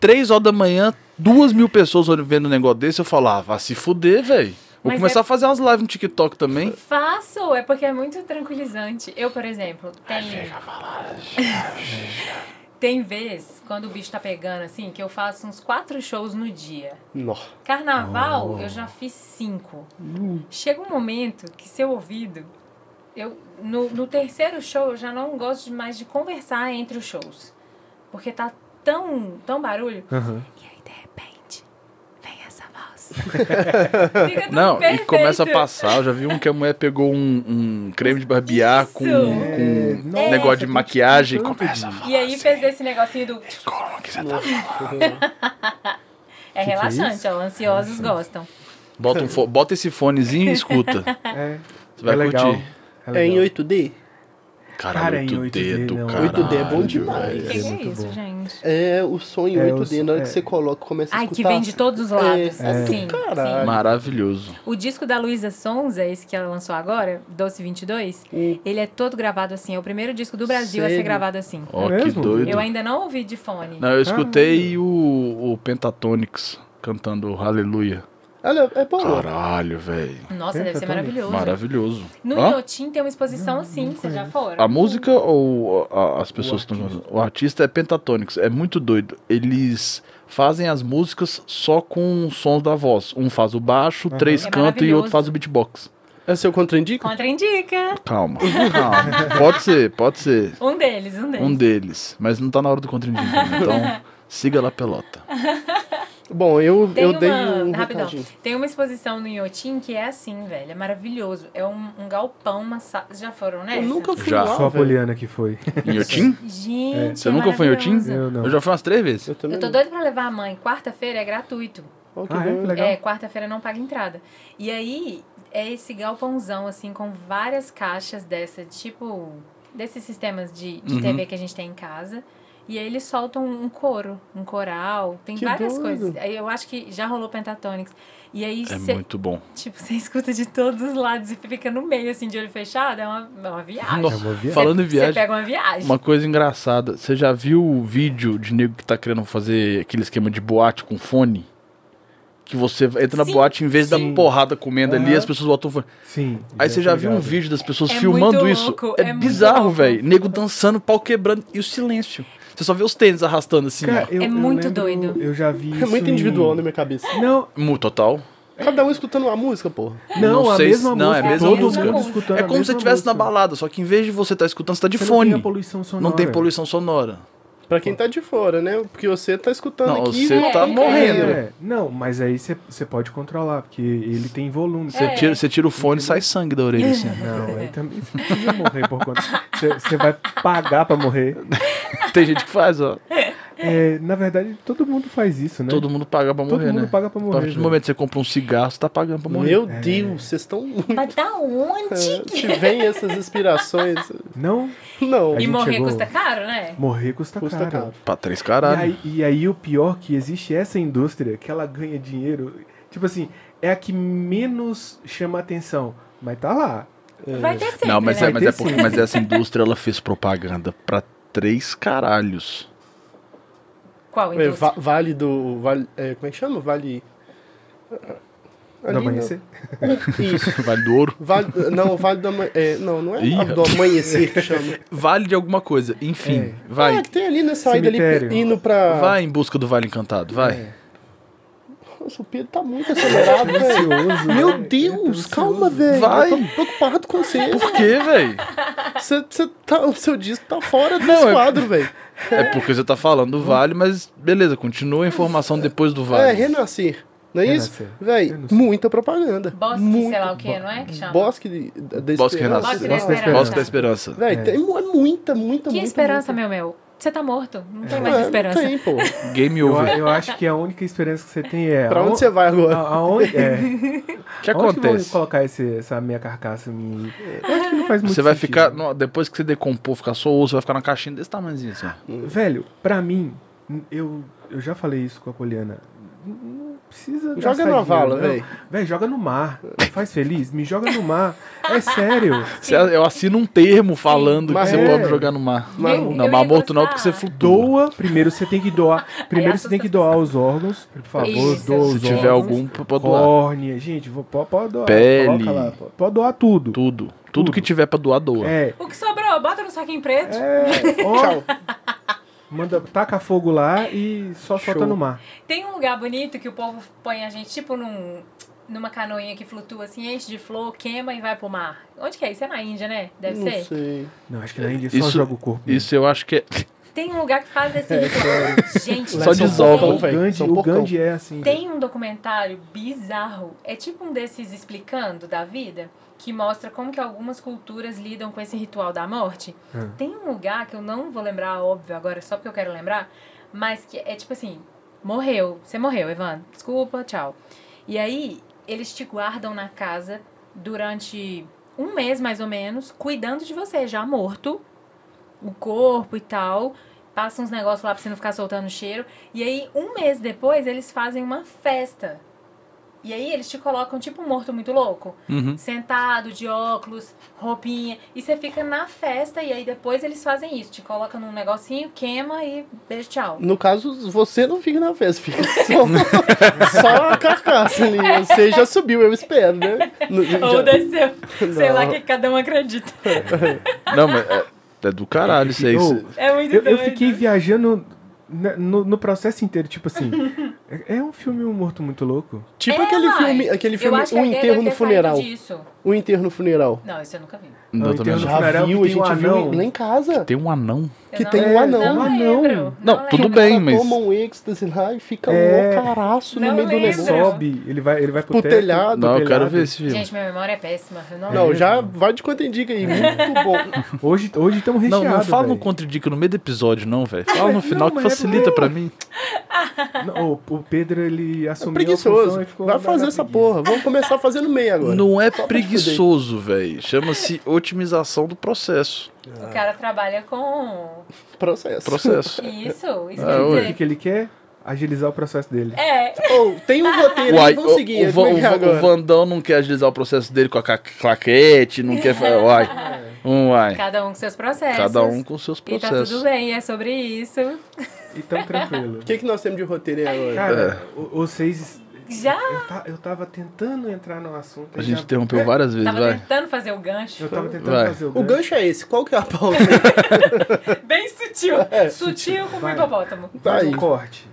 D: Três horas da manhã, duas mil pessoas vendo um negócio desse, eu falo, ah, vai se fuder, velho. Vou
B: Mas
D: começar
B: é-
D: a fazer umas lives no TikTok também.
B: Faço, é porque é muito tranquilizante. Eu, por exemplo, tenho. Tem vez, quando o bicho tá pegando, assim, que eu faço uns quatro shows no dia.
C: não.
D: Oh.
B: Carnaval, eu já fiz cinco.
D: Hum.
B: Chega um momento que seu ouvido. Eu, no, no terceiro show, eu já não gosto mais de conversar entre os shows. Porque tá tão, tão barulho.
A: Aham.
B: E aí, de repente, vem essa voz. Fica tudo
D: Não, e
B: perfeito.
D: começa a passar. Eu já vi um que a mulher pegou um, um creme de barbear
B: Isso.
D: com, com um
A: Nossa,
D: negócio de
A: tem
D: maquiagem.
A: tanto
D: Começa a
A: de-
D: falar.
B: E aí fez esse negocinho do.
D: Como que você tá?
C: Nossa.
B: É
A: Que que é
B: relaxante, ó. Ansiosos gostam.
D: Bota, um fo- bota esse fonezinho e escuta.
A: É,
D: Você vai
A: é legal.
D: curtir.
A: É
C: É em
A: legal.
C: 8D?
D: Caralho,
A: Cara, em
D: 8D,
A: 8D
D: do
A: não.
D: caralho.
C: 8D é bom demais.
D: velho.
B: O que, que é
A: muito
B: isso,
A: bom.
B: gente?
C: É o sonho
A: É,
C: 8D,
A: o-
C: na hora
A: é.
C: que você coloca, começa a
B: Ai,
C: escutar.
B: que vem de todos os lados.
C: É,
B: assim.
C: caralho.
B: sim.
D: Maravilhoso.
B: O disco da Luísa Sonza, esse que ela lançou agora, Doce 22,
C: Hum.
B: ele é todo gravado assim. É o primeiro disco do Brasil a ser
C: Sério?
B: gravado assim.
D: Ó, que
A: mesmo?
D: doido.
B: Eu ainda não ouvi de fone.
D: Não, eu escutei o, o Pentatonix cantando Aleluia.
C: Olha, é bom.
D: Caralho, velho.
B: Nossa, deve ser
A: Pentatonic.
B: maravilhoso.
D: Maravilhoso.
B: No
D: Hã?
B: Inhotim tem uma exposição assim, vocês já foram?
D: A música ou a- a- as pessoas que estão cantando? O artista é Pentatonix, é muito doido. Eles fazem as músicas só com os sons da voz. Um faz o baixo, três
B: É
D: canta e outro
B: maravilhoso.
D: faz o beatbox.
C: É seu contraindica?
B: Contraindica.
D: Calma, calma. Pode ser, pode ser.
B: Um deles, um deles.
D: Um deles. Mas não tá na hora do contraindico. né? Então, siga lá pelota.
C: Bom, eu,
B: Tem
C: eu
B: uma,
C: dei um
B: rapidão,
C: recadinho.
B: tem uma exposição no Inhotim que é assim, velho, é maravilhoso. É um, um galpão, uma sala, já foram nessa?
C: Eu nunca fui
D: Já.
C: lá,
A: Só a
C: velho.
A: Poliana que foi.
B: É
D: Inhotim?
B: Gente,
A: É.
D: Você nunca foi em Inhotim?
B: maravilhoso.
A: Eu não.
D: Eu já fui umas três vezes.
C: Eu também
B: Eu tô
C: não.
B: doida pra levar a mãe. Quarta-feira é gratuito.
C: Ó, que
A: Ah, é?
C: doido.
A: Que legal.
B: É, quarta-feira não paga entrada. E aí, é esse galpãozão, assim, com várias caixas dessa, tipo, desses sistemas de, de
D: Uhum.
B: TV que a gente tem em casa. E aí eles soltam um coro, um coral, tem
C: Que
B: várias
C: doido.
B: coisas. Aí Eu acho que já rolou Pentatonics. E aí
D: É
B: você
D: muito bom.
B: tipo, você escuta de todos os lados e fica no meio, assim, de olho fechado, é uma, é uma viagem.
A: É uma viagem.
D: Ah, Falando em
B: Você
D: viagem,
B: pega uma viagem.
D: uma coisa engraçada. Você já viu o vídeo de nego que tá querendo fazer aquele esquema de boate com fone? Que você entra na
B: Sim,
D: boate, em vez de
A: sim.
D: dar porrada comendo ali,
A: Aham.
D: as pessoas botam o fone.
A: Sim.
D: Aí você já
A: tô
D: viu um
A: ligado.
D: vídeo das pessoas
B: É
D: filmando
B: muito
D: isso?
B: louco,
D: É,
B: é muito
D: bizarro,
B: louco.
D: velho. Nego dançando, pau quebrando e o silêncio. Você só vê os tênis arrastando assim.
A: Cara, eu-
B: É
A: eu
B: muito
A: lembro-
B: doido.
A: Eu já vi
C: É muito
A: isso em-
C: individual na minha cabeça.
A: Não,
D: Mu total.
C: Cada um escutando uma música, porra.
A: não,
D: Não
A: a
D: sei
A: mesma
D: se-
A: música.
D: não, é a mesma
A: todo
B: música.
A: mundo escutando
D: é
A: a
D: como se você
A: Tá mesma
D: estivesse na
A: música.
D: balada, só que em vez de você estar escutando, você tá de
A: Você
D: fone.
A: Não tem a poluição sonora.
D: Não tem poluição sonora.
C: Pra quem tá de fora, né? Porque você tá escutando
D: Não,
C: aqui.
D: você
B: né?
D: tá
B: É,
D: morrendo.
A: É, não, mas aí você- você pode controlar, porque ele tem volume.
D: Você,
B: É.
D: tira, você tira o fone e sai sangue da orelha, assim.
A: Não, aí também você não precisa morrer por conta. Você, você vai pagar pra morrer.
D: Tem gente que faz, ó.
A: É, na verdade, todo mundo faz isso, né?
D: Todo mundo paga pra
A: Todo
D: morrer,
A: mundo
D: né?
A: paga pra
D: A
A: morrer.
D: partir do
A: velho.
D: momento que você compra um cigarro, você tá pagando pra morrer.
C: Meu Deus, vocês estão.
B: Mas da onde?
D: É.
C: Te vem essas inspirações.
A: Não,
D: É.
C: Não.
A: Aí
B: E
A: gente
B: morrer
A: chegou-
B: custa caro, né?
A: morrer custa,
C: Custa
A: caro.
C: caro.
D: Pra três
A: E,
D: caralho.
A: aí, e aí o pior que existe é essa indústria que ela ganha dinheiro. Tipo assim, é a que menos chama atenção. Mas tá lá.
B: Vai ter sempre,
D: Não, mas,
B: né?
D: é, mas, é
A: Vai ter
D: porque,
A: sim.
D: mas essa indústria, ela fez propaganda pra três caralhos.
B: Qual
C: É,
B: indústria?
C: va- vale do. Vale, é, como é que chama? Vale. é,
A: no
C: Ali,
A: amanhecer.
C: não. Isso.
D: Vale do ouro.
C: Vale, não, vale do amanhecer. não, não é
D: Ih,
C: do amanhecer que chama.
D: Vale de alguma coisa. Enfim,
A: É.
D: vai.
C: Ah, que tem ali na saída ali
A: Cemitério.
C: indo pra.
D: Vai em busca do Vale Encantado, vai.
A: É.
C: Nossa, o Pedro tá muito acelerado, velho.
A: Ansioso,
C: Meu
A: né?
C: Deus,
A: Ansioso.
C: calma, velho.
D: Vai.
C: Eu tô preocupado com você.
D: Por quê, velho?
C: Você- você tá- o seu disco tá fora do
D: Não, é-
C: quadro, velho.
D: É porque você tá falando do Vale, mas beleza, continua a informação depois do
C: É,
D: Vale.
C: renascer. Não é
A: Renascer.
C: isso? Velho,
A: Renascer.
C: muita propaganda.
B: Bosque,
C: Muito
B: sei lá o que, não é que chama?
C: Bosque de, da da
D: Bosque
C: Esperança.
B: Bosque
D: Renascer.
B: da Esperança.
D: Bosque da Esperança.
C: Véi, tem mu- é muita, muita,
B: Que
C: muita.
B: esperança,
C: muita.
B: meu meu? Você tá morto. Não tem
A: É.
B: mais
C: É,
B: esperança.
C: Tem, pô.
D: Game
A: Eu,
D: over.
A: eu acho que a única esperança que você tem é.
C: Pra onde
A: aon-
C: você vai agora?
A: a- Aonde, é, aonde
D: O que
A: Que vão
D: acontece?
A: colocar esse- essa minha carcaça minha? aí? Eu acho que não faz muito
D: Você vai
A: sentido.
D: ficar, no- depois que você decompor, ficar só osso, vai ficar na caixinha desse tamanhozinho assim. ó.
A: Velho, pra mim, n- eu, eu já falei isso com a Poliana. N- Não precisa.
C: Joga
A: gastar
C: na
A: dinheiro,
C: vala,
A: não.
C: velho.
A: Velho, joga no mar. Me Faz feliz? Me joga no mar. É sério.
D: Você- Eu assino um termo falando que
C: Mas
D: você
A: é.
D: pode jogar no mar.
C: Mas-
B: Eu-
D: Não,
B: eu
D: mar
B: ia
D: morto não,
B: gostar.
D: porque você flutua.
A: Doa. Primeiro você tem que doar. Primeiro você tem que doar os órgãos. Por favor,
B: Isso.
A: doa os
D: Se
A: órgãos.
D: tiver algum, pode doar.
A: Córnea, gente, vou- pode, pode doar.
D: Pele.
A: Coloca lá, pode- Pode doar tudo.
D: Tudo. Tudo que tiver pra doar, doa.
A: É.
B: O que sobrou, bota no saquinho preto.
A: É. ó,
C: Tchau.
A: Manda, taca fogo lá e só solta
C: Show.
A: no mar.
B: Tem um lugar bonito que o povo põe a gente, tipo, num, numa canoinha que flutua assim, enche de flor, queima e vai pro mar. Onde que é? Isso é na Índia, né? Deve
C: Não
B: ser.
C: sei.
A: Não, acho que na Índia só
D: Isso-
A: joga o corpo. né?
D: Isso eu acho que é.
B: Tem um lugar que faz esse ritual. Gente,
D: Só
B: eu
D: dissolve,
B: amei.
A: O
C: velho.
A: Gandhi,
C: São
A: o
C: porcão.
A: Gandhi é assim.
B: Tem um documentário bizarro, é tipo um desses explicando da vida, que mostra como que algumas culturas lidam com esse ritual da morte.
A: Hum.
B: Tem um lugar que eu não vou lembrar, óbvio, agora só porque eu quero lembrar, mas que é tipo assim, morreu, você morreu, Evandro, desculpa, tchau. E aí, eles te guardam na casa durante um mês, mais ou menos, cuidando de você, já morto, o corpo e tal, passa uns negócios lá pra você não ficar soltando cheiro. E aí, um mês depois, eles fazem uma festa. E aí, eles te colocam tipo um morto muito louco.
D: Uhum.
B: Sentado, de óculos, roupinha. E você fica na festa. E aí, depois eles fazem isso. Te colocam num negocinho, queima e beijo, tchau.
C: No caso, você não fica na festa, fica só, só a carcaça ali. Você já subiu, eu espero, né? No-
B: É. Ou
C: já-
B: desceu. Sei
C: Não.
B: lá o que cada um acredita.
D: Não, mas é, é do caralho isso aí.
A: Ô,
B: É muito
A: eu, eu
B: doido.
A: fiquei viajando na- no, no processo inteiro, tipo assim. é, é um filme um morto muito louco.
C: Tipo
B: É,
C: aquele
B: uai.
C: filme, aquele filme
B: eu acho que é
C: O
B: a ideia
C: Enterro
B: deve
C: no
B: ter
C: Funeral.
B: saído disso.
C: O Enterro no Funeral.
B: Não, isso eu nunca vi.
A: Não,
D: Eu também
A: entendo.
D: acho.
A: No
C: Já
A: funeral
C: viu,
A: que
C: a
A: tem um
C: gente viu
A: anão.
C: lá em casa.
D: Tem um anão.
B: Eu
C: Que
B: não-
C: tem um anão.
B: Não,
A: anão.
B: lembro,
D: Não, tudo
B: lembro.
C: O
D: bem,
C: cara
D: mas-
C: Toma um êxtase lá e fica
A: É.
C: loucaraço no
B: Não
C: meio do
A: Ele
B: lembro.
C: negócio.
A: sobe, ele vai, ele vai pro,
C: Pro
A: teto,
C: telhado.
A: pro
D: Não, eu quero
A: telhado.
D: ver esse filme.
B: Gente, minha memória é péssima. Eu não
C: Não,
A: É.
C: já vai de quanto indica aí. Muito bom.
A: Hoje estamos
D: não,
A: recheados.
D: não fala no
A: véi.
D: contradica no meio do episódio, não, velho. Fala no final
A: Não,
D: que
A: mas é
D: facilita pra mim.
A: Não, o, o Pedro ele assumiu a
C: preguiçoso.
A: função e ficou
C: Vai
A: na- na
C: fazer essa
A: preguiça.
C: porra. Vamos começar fazendo meia agora.
D: Não é
C: pra
D: preguiçoso, velho. Chama-se otimização do processo.
B: O cara trabalha com
C: Processo.
D: Processo.
B: isso. Isso
C: É,
D: Ah,
A: O
B: quer
D: ué.
A: que,
B: dizer.
A: que ele quer? Agilizar o processo dele.
B: É,
C: Ou tem um roteiro aí,
D: Uai,
C: vamos seguir.
D: o, o,
C: Como é que é
D: Van- o
C: agora?
D: Vandão não quer agilizar o processo dele com a ca- claquete, não quer. fa- Uai. Um, uai.
B: cada um com seus processos.
D: Cada um com seus
B: E tá
D: processos.
B: tudo bem, é sobre isso.
A: E tão tranquilo.
C: O que, que nós temos de roteiro aí
D: É.
C: agora?
A: Cara, o- vocês.
B: Já
A: Eu, ta- eu tava tentando entrar no assunto.
D: A
A: e
D: gente
A: já-
D: interrompeu várias vezes,
B: tava
D: vai.
B: tentando fazer o gancho.
A: Eu tava tentando
D: Vai.
A: fazer o
C: O
A: gancho.
C: gancho é esse. Qual que é a pauta?
B: Bem sutil. sutil como
A: Vai.
B: hipopótamo.
C: Tá
A: Faz
C: aí.
A: um corte.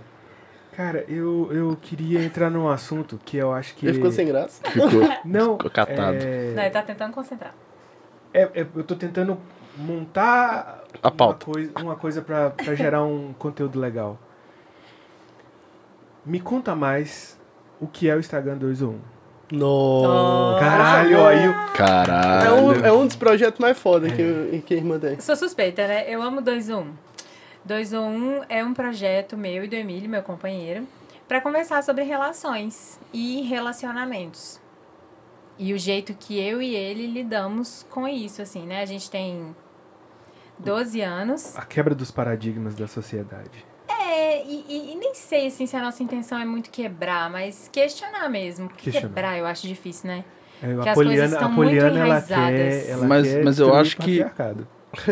A: Cara, eu, eu queria entrar num assunto que eu acho que.
C: Ele ficou sem graça.
D: Ficou.
A: Não,
D: Ficou catado.
A: é-
B: Não, ele tá tentando concentrar.
A: é- é- eu tô tentando montar
D: A
A: uma
D: pauta.
A: coisa, uma coisa pra, pra gerar um conteúdo legal. Me conta mais o que é o Instagram 201.
C: Não.
A: Caralho, aí o.
C: É
D: Caralho.
C: um, é um dos projetos mais foda que, eu- que a irmã tem.
B: Sou suspeita, né? Eu amo 201. 201 é um projeto meu e do Emílio, meu companheiro, para conversar sobre relações e relacionamentos. E o jeito que eu e ele lidamos com isso, assim, né? A gente tem 12 anos.
A: A quebra dos paradigmas da sociedade.
B: É, e, e- e nem sei assim, se a nossa intenção é muito quebrar, mas questionar mesmo. Porque
A: Questionar.
B: quebrar eu acho difícil, né?
A: É,
B: Que
A: a
B: as coisas
A: Poliana,
B: estão
A: a Poliana
B: muito
A: ela quer,
B: enraizadas.
A: ela
D: Mas-
A: quer
D: mas eu
A: destruir
D: acho
A: o
D: que-
A: patriarcado.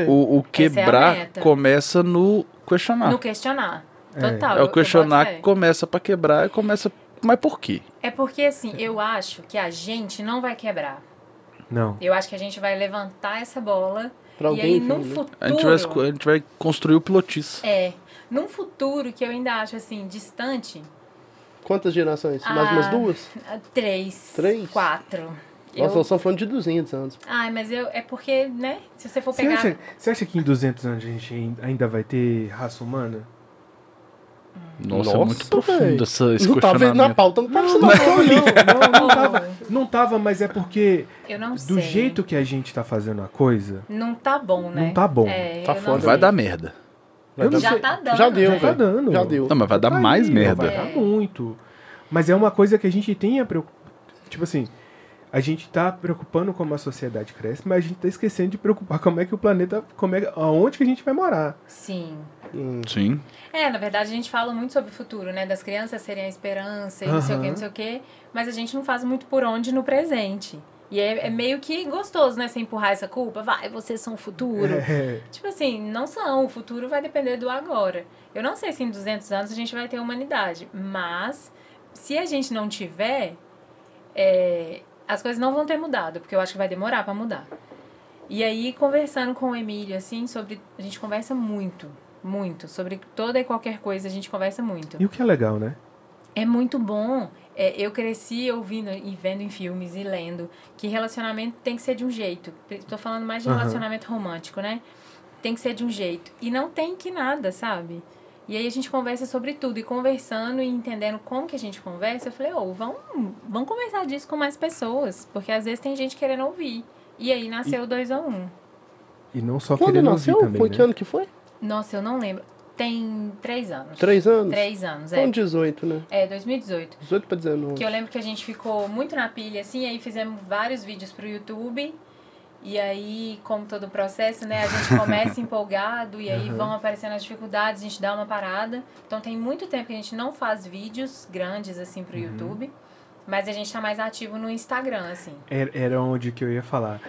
D: O, o quebrar
B: é meta.
D: começa no questionar.
B: No questionar.
A: Ah. É.
B: Total.
D: é
B: eu- eu
D: o
B: boto
D: questionar
B: fé.
D: que começa pra quebrar e começa. Mas por quê?
B: É porque, assim, eu acho que a gente não vai quebrar.
A: Não.
B: Eu acho que a gente vai levantar essa bola.
C: Pra
B: e
C: alguém.
B: aí, num
C: enfim, né?
B: futuro.
D: A gente, vai, esco- a gente vai construir o pilotis.
B: É. Num futuro que eu ainda acho, assim, distante
C: Quantas gerações? Mais
B: Ah.
C: umas duas?
B: ah, três.
C: Três?
B: Quatro.
C: Nossa,
B: eu...
C: nós estamos falando de 200 anos.
B: Ai, mas eu. É porque, né? Se você for
A: Você
B: pegar.
A: acha, você acha que em 200 anos a gente ain- ainda vai ter raça humana?
D: Nossa,
C: Nossa,
D: é muito profundo
C: velho.
D: essa, esse
C: Não tava na
D: questionamento.
C: pauta, não tá tava sendo
A: não,
C: na pauta,
A: não, não,
B: Oh.
A: não tava. Não tava, mas é porque
B: Eu não sei.
A: do jeito que a gente tá fazendo a coisa,
B: Não tá bom, né?
A: não tá bom.
B: É,
C: Tá
B: eu não
C: foda.
B: sei.
D: Vai dar merda.
A: Eu não
C: não.
A: sei,
B: Já tá dando.
C: Já deu,
B: né?
A: tá
C: velho.
A: dando.
C: Já deu.
D: Não, mas vai dar
A: Tá
D: mais
A: aí,
D: merda.
A: Vai
B: É.
A: dar muito. Mas é uma coisa que a gente tem a preocup... Tipo assim, a gente tá preocupando como a sociedade cresce, mas a gente tá esquecendo de preocupar como é que o planeta, como é, aonde que a gente vai morar.
B: Sim.
C: Hum.
D: Sim.
B: É, na verdade a gente fala muito sobre o futuro, né? Das crianças serem a esperança e não sei o que, não sei o que. Mas a gente não faz muito por onde no presente. E é, é meio que gostoso, né? Você empurrar essa culpa. Vai, vocês são o futuro.
A: É,
B: Tipo assim, não são. O futuro vai depender do agora. Eu não sei se em 200 anos a gente vai ter humanidade. Mas se a gente não tiver, é, as coisas não vão ter mudado. Porque eu acho que vai demorar pra mudar. E aí, conversando com o Emílio, assim, sobre... A gente conversa muito. Muito. Sobre toda e qualquer coisa a gente conversa muito.
A: e o que é legal, né?
B: É muito bom. É, eu cresci ouvindo e vendo em filmes e lendo que relacionamento tem que ser de um jeito. Tô falando mais de
A: Aham.
B: relacionamento romântico, né? Tem que ser de um jeito. E não tem que nada, sabe? E aí a gente conversa sobre tudo. E conversando e entendendo como que a gente conversa, eu falei, ô, vamos, vamos conversar disso com mais pessoas. Porque às vezes tem gente querendo ouvir. E aí nasceu o 2 a 1 um.
A: E não só
C: Quando
A: querendo
C: nasceu?
A: ouvir também,
C: Foi
A: né?
C: que ano que foi?
B: Nossa, eu não lembro. Tem três anos.
C: Três anos?
B: Três anos, é.
C: Então 18, né?
B: É, 2018.
C: 18 pra 19.
B: Que eu lembro que a gente ficou muito na pilha, assim, aí fizemos vários vídeos pro YouTube. E aí, como todo o processo, né, a gente começa empolgado e aí vão aparecendo as dificuldades, a gente dá uma parada. Então tem muito tempo que a gente não faz vídeos grandes, assim, pro YouTube. Mas a gente tá mais ativo no Instagram, assim.
A: Era, era onde que eu ia falar.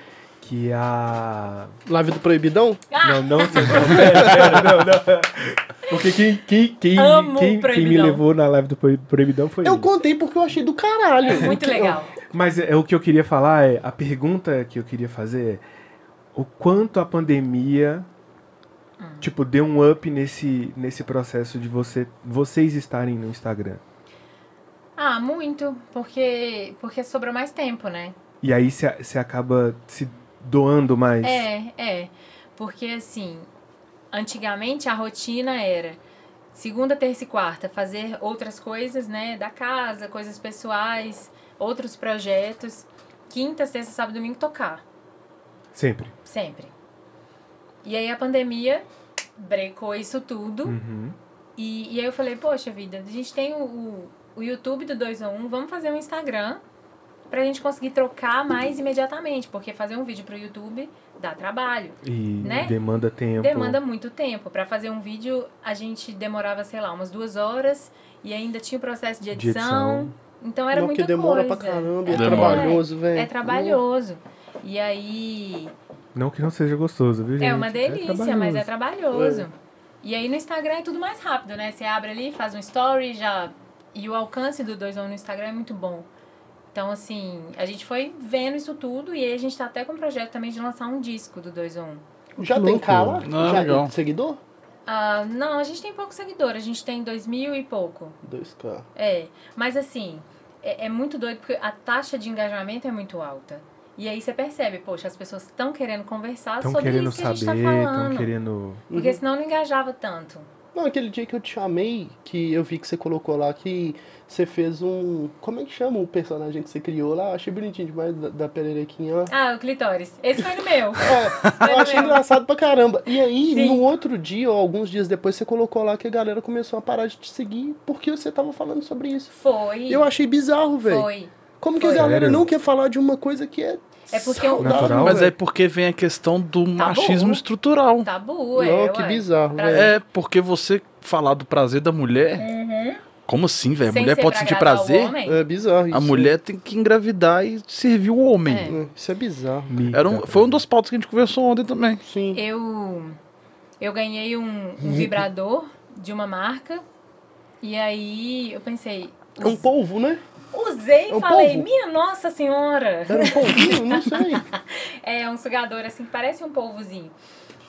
A: Que a.
C: Live do Proibidão?
B: Ah!
A: Não, não, não, não, não, não. Porque quem, quem, quem,
B: Amo o
A: quem, quem me
B: Proibidão.
A: levou na live do Pro- Proibidão foi
C: Eu
A: ele.
C: contei porque eu achei do caralho.
B: É muito
C: Que-
B: legal.
A: Mas é, o que eu queria falar é. A pergunta que eu queria fazer é: o quanto a pandemia.
B: Hum.
A: Tipo, deu um up nesse, nesse processo de você, vocês estarem no Instagram.
B: Ah, muito, porque porque sobrou mais tempo, né?
A: E aí você acaba se doando mais.
B: É, é. Porque assim, antigamente a rotina era segunda, terça e quarta, fazer outras coisas, né, da casa, coisas pessoais, outros projetos. Quinta, sexta, sábado, domingo tocar,
A: Sempre.
B: sempre. E aí a pandemia brecou isso tudo.
A: Uhum.
B: E, e aí eu falei, poxa vida, a gente tem o, o, o YouTube do 2 a 1, vamos fazer um Instagram pra gente conseguir trocar mais imediatamente, porque fazer um vídeo pro YouTube dá trabalho.
A: E
B: Né?
A: demanda tempo.
B: Demanda muito tempo. Pra fazer um vídeo, a gente demorava, sei lá, umas duas horas e ainda tinha o processo de
A: De
B: edição.
A: edição.
B: Então era
C: Não,
B: muita
C: porque demora
B: coisa.
C: pra caramba, é,
D: Demora.
C: trabalhoso, né? velho.
B: É trabalhoso. E aí,
A: Não que não seja gostoso, viu, gente?
B: é uma delícia, mas é
A: trabalhoso.
B: trabalhoso. E aí no Instagram é tudo mais rápido, né? Você abre ali, faz um story, já. E o alcance do 2 a 1 no Instagram é muito bom. Então, assim, a gente foi vendo isso tudo e aí a gente tá até com um projeto também de lançar um disco do 2 a 1.
C: Já
A: Que
C: tem
A: louco.
C: cala?
D: Não,
C: Já
D: legal.
C: seguidor?
B: Ah, não, a gente tem pouco seguidor, a gente tem dois mil e pouco.
C: 2K.
B: É, mas assim, é, é muito doido porque a taxa de engajamento é muito alta. E aí você percebe, poxa, as pessoas estão querendo conversar
A: Estão
B: sobre
A: querendo
B: isso que a gente
A: saber,
B: tá
A: estão
B: falando.
A: querendo.
C: Uhum.
B: Porque senão não engajava tanto.
C: Não, aquele dia que eu te chamei, que eu vi que você colocou lá que você fez um. Como é que chama o personagem que você criou lá? Eu achei bonitinho demais da, da pererequinha lá.
B: Ah, o clitóris. Esse foi no meu.
C: É, eu achei engraçado pra caramba. E aí,
B: Sim.
C: no outro dia, ou alguns dias depois, você colocou lá que a galera começou a parar de te seguir porque você tava falando sobre isso.
B: Foi.
C: Eu achei bizarro, velho.
B: foi.
C: Como que a
B: Foi.
C: galera
A: Sério?
C: não quer falar de uma coisa que é.
B: É porque eu-
C: saudável,
A: Natural?
D: Mas é
C: velho?
D: porque vem a questão do machismo
B: Tá bom.
D: estrutural.
B: Tabu, é.
C: Não, que
B: ué.
C: bizarro,
B: Pra-
C: velho.
D: É, porque você falar do prazer da mulher. Como assim, velho? A
B: Uhum. Sem
D: mulher
B: ser
D: pode
B: pra
D: sentir
B: agradar o
D: prazer?
B: homem.
C: É bizarro isso.
D: A mulher tem que engravidar e servir o homem.
B: É.
C: É, Isso é bizarro.
A: me
D: Era um,
A: dar
D: foi um dos pautas que a gente conversou ontem também.
C: Sim.
B: Eu, eu ganhei um,
C: Uhum.
B: um vibrador de uma marca. E aí eu pensei.
C: É um
B: us-
C: polvo, né?
B: Usei
C: É um
B: e falei,
C: polvo?
B: minha nossa senhora!
C: Era um polvinho? Não sei.
B: É um sugador assim que parece um polvozinho.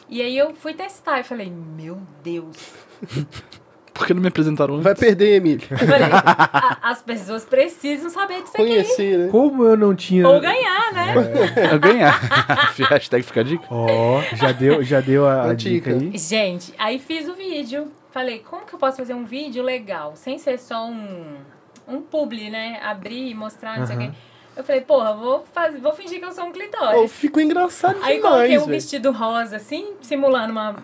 B: E aí eu fui testar e falei, meu Deus.
D: Porque não me apresentaram antes?
C: Vai perder, Emílio.
B: Eu falei, "A- as pessoas precisam saber disso aqui.
C: Conhecer, né?
A: Como eu não tinha.
B: Ou ganhar, né?
D: Eu ganhar. Hashtag fica a dica.
A: Ó, já deu, já deu a, a
C: Uma
A: dica
C: dica.
A: aí.
B: Gente, aí fiz o vídeo. Falei, como que eu posso fazer um vídeo legal? Sem ser só um, um publi, né? Abrir e mostrar, não sei o
A: Aham.
B: quê. Eu falei, porra, vou, fazer, vou fingir que eu sou um
C: Pô,
B: clitóris.
C: ficou engraçado demais,
B: aí coloquei um
C: velho.
B: vestido rosa, assim, simulando uma...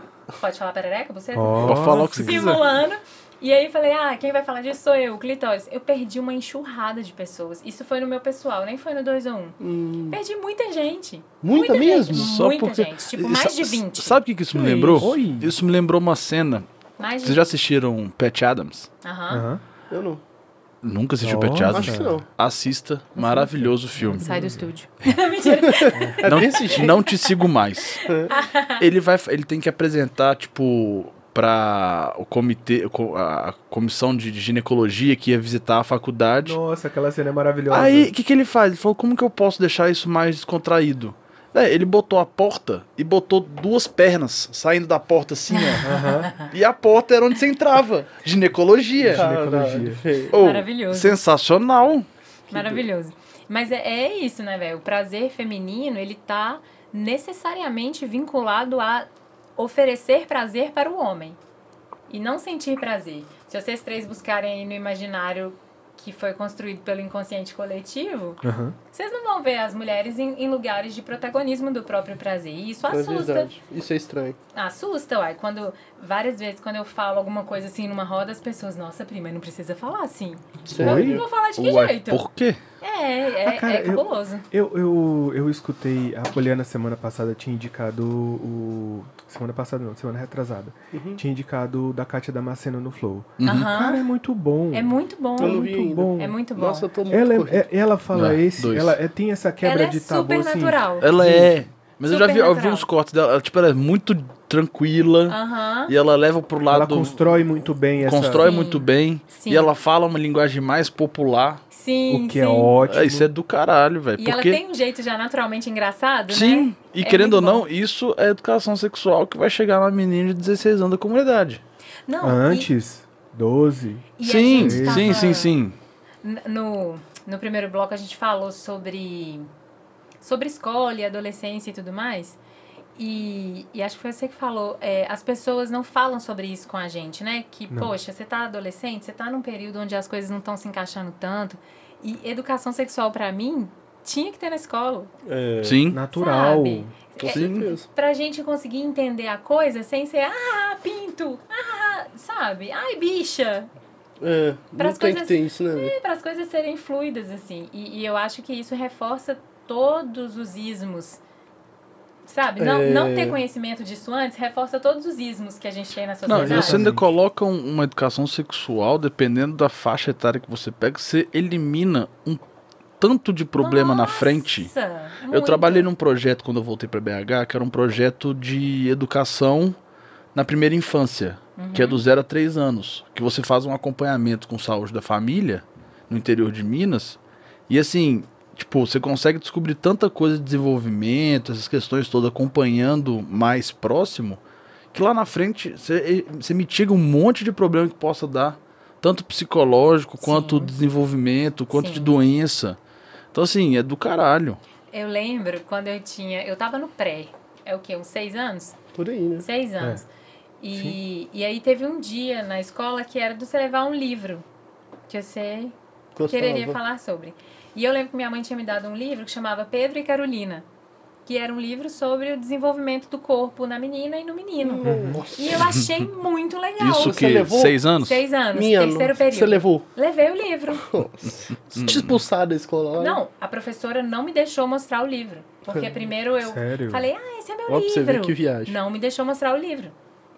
B: Pode falar perereca, você?
A: Ó,
D: Pode falar o que você quiser.
B: simulando. E aí falei, ah, quem vai falar disso sou eu, clitóris. Eu perdi uma enxurrada de pessoas. Isso foi no meu pessoal, nem foi no 2 a 1.
C: Hum,
B: Perdi muita gente.
C: muita mesmo?
B: Gente,
D: Só
B: muita
D: porque-
B: gente. Tipo, mais
D: Sa-
B: de 20.
D: Sabe o que, que isso me
A: Que
D: lembrou?
A: isso? Oi.
D: Isso me lembrou uma cena.
B: Mais de
D: Vocês já assistiram Pat Adams?
B: Aham.
A: Aham.
C: Eu não.
D: Nunca assistiu
A: Nossa.
D: Pat Adams?
C: Acho que não.
D: Assista. Maravilhoso filme.
B: Sai do estúdio. Mentira. É
D: Não, não te sigo mais. ele vai, ele tem que apresentar tipo pra o comitê, co- a a comissão de de ginecologia que ia visitar a faculdade.
A: Nossa, aquela cena é maravilhosa.
D: Aí, o que, que ele faz? Ele falou, como que eu posso deixar isso mais descontraído? É, ele botou a porta e botou duas pernas saindo da porta assim, ó.
A: Aham.
D: e a porta era onde você entrava. Ginecologia.
C: um
A: Ginecologia.
C: velho.
D: Oh,
B: Maravilhoso.
D: Sensacional.
B: Maravilhoso. Mas é, é isso, né, velho? O prazer feminino, ele tá necessariamente vinculado a oferecer prazer para o homem. E não sentir prazer. Se vocês três buscarem aí no imaginário que foi construído pelo inconsciente coletivo,
A: Aham.
B: vocês não vão ver as mulheres em, em lugares de protagonismo do próprio prazer. E isso
C: É
B: assusta.
C: verdade. Isso é estranho.
B: Assusta, uai. Quando, várias vezes, quando eu falo alguma coisa assim numa roda, as pessoas, nossa, prima, não precisa falar assim. Eu
A: Oi?
B: não vou falar de que
D: Ué,
B: jeito.
D: por quê?
B: É, é,
A: Ah, cara,
B: é
A: eu-
B: cabuloso.
A: Eu, eu, eu escutei, a Poliana semana passada tinha indicado o. Semana passada não, semana retrasada.
D: Uhum.
A: Tinha indicado o da Kátia Damasceno no Flow.
B: Aham.
A: Cara, é muito bom.
B: É muito bom.
C: Eu não vi
A: muito
C: ainda.
A: bom.
B: É muito bom.
C: Nossa, eu tô muito
A: Ela,
C: corrido.
A: é- é- ela fala
D: Ah,
A: esse,
D: dois.
A: ela é- tem essa quebra
B: Ela é
A: de tabu
B: super
A: assim.
B: natural.
D: Ela é. Mas eu já vi, eu vi
B: Supernatural.
D: uns cortes dela. ela, Tipo, ela é muito tranquila.
B: Aham.
D: E ela leva pro lado.
A: Ela constrói muito bem essa
D: constrói
B: Sim.
D: muito bem.
B: Sim.
D: E ela fala uma linguagem mais popular.
B: Sim,
A: o que
B: sim.
A: é ótimo.
D: É, isso é do caralho, velho.
B: E
D: Porque.
B: ela tem um jeito já naturalmente engraçado,
D: Sim.
B: né?
D: E
B: É
D: querendo ou
B: muito
D: não, isso é educação sexual que vai chegar na menina de 16 anos da comunidade.
B: Não, e-
A: Ah, Antes, 12.
B: e a
D: sim,
B: gente
D: sim,
B: tava-
D: sim, sim.
B: n- no, no primeiro bloco a gente falou sobre, sobre escola e adolescência e tudo mais. E, e acho que foi você que falou, é, as pessoas não falam sobre isso com a gente, né? Que,
A: Não.
B: poxa, você tá adolescente, você tá num período onde as coisas não estão se encaixando tanto. E educação sexual, pra mim, tinha que ter na escola.
C: É,
D: Sim.
A: Natural.
B: Sabe?
C: com
B: É,
C: certeza.
B: pra gente conseguir entender a coisa sem ser, ah, pinto, ah, sabe? Ai, bicha,
C: É, não
B: Pras
C: tem que
B: coisas-
C: ter isso, né? velho?
B: para as coisas serem fluidas, assim. E, e eu acho que isso reforça todos os ismos. Sabe? Não,
C: É.
B: não ter conhecimento disso antes reforça todos os ismos que a gente tem na
D: Não,
B: sociedade.
D: e você ainda coloca um- uma educação sexual, dependendo da faixa etária que você pega, você elimina um tanto de problema na frente.
B: Nossa,
D: Eu
B: muito.
D: trabalhei num projeto quando eu voltei pra BH, que era um projeto de educação na primeira infância, que
B: Uhum.
D: é do 0 a 3 anos, que você faz um acompanhamento com saúde da família no interior de Minas. E assim, tipo, você consegue descobrir tanta coisa de desenvolvimento, essas questões todas acompanhando mais próximo, que lá na frente você, você mitiga um monte de problema que possa dar, tanto psicológico, quanto
B: Sim.
D: desenvolvimento, quanto de
B: Sim.
D: doença. Então assim, é do caralho.
B: Eu lembro quando eu tinha. Eu tava no pré. É o quê? Uns seis anos?
C: Por aí, né?
B: Seis
D: É.
B: anos. E, e aí teve um dia na escola que era de você levar um livro. Que você quereria
C: Gostava.
B: falar sobre. E eu lembro que minha mãe tinha me dado um livro que chamava Pedro e Carolina, que era um livro sobre o desenvolvimento do corpo na menina e no menino.
C: Nossa.
B: E eu achei muito legal.
D: Isso
C: Você
D: que,
C: levou
D: seis anos?
B: Seis anos,
C: Minha,
B: terceiro
C: não.
B: período.
C: Você levou?
B: Levei o livro.
C: Nossa. Te expulsar da escola lá.
B: Não, a professora não me deixou mostrar o livro. Porque primeiro eu
A: Sério?
B: falei, ah, esse é meu
C: Ó, pra
B: livro.
C: você ver que viagem.
B: Não me deixou mostrar o livro.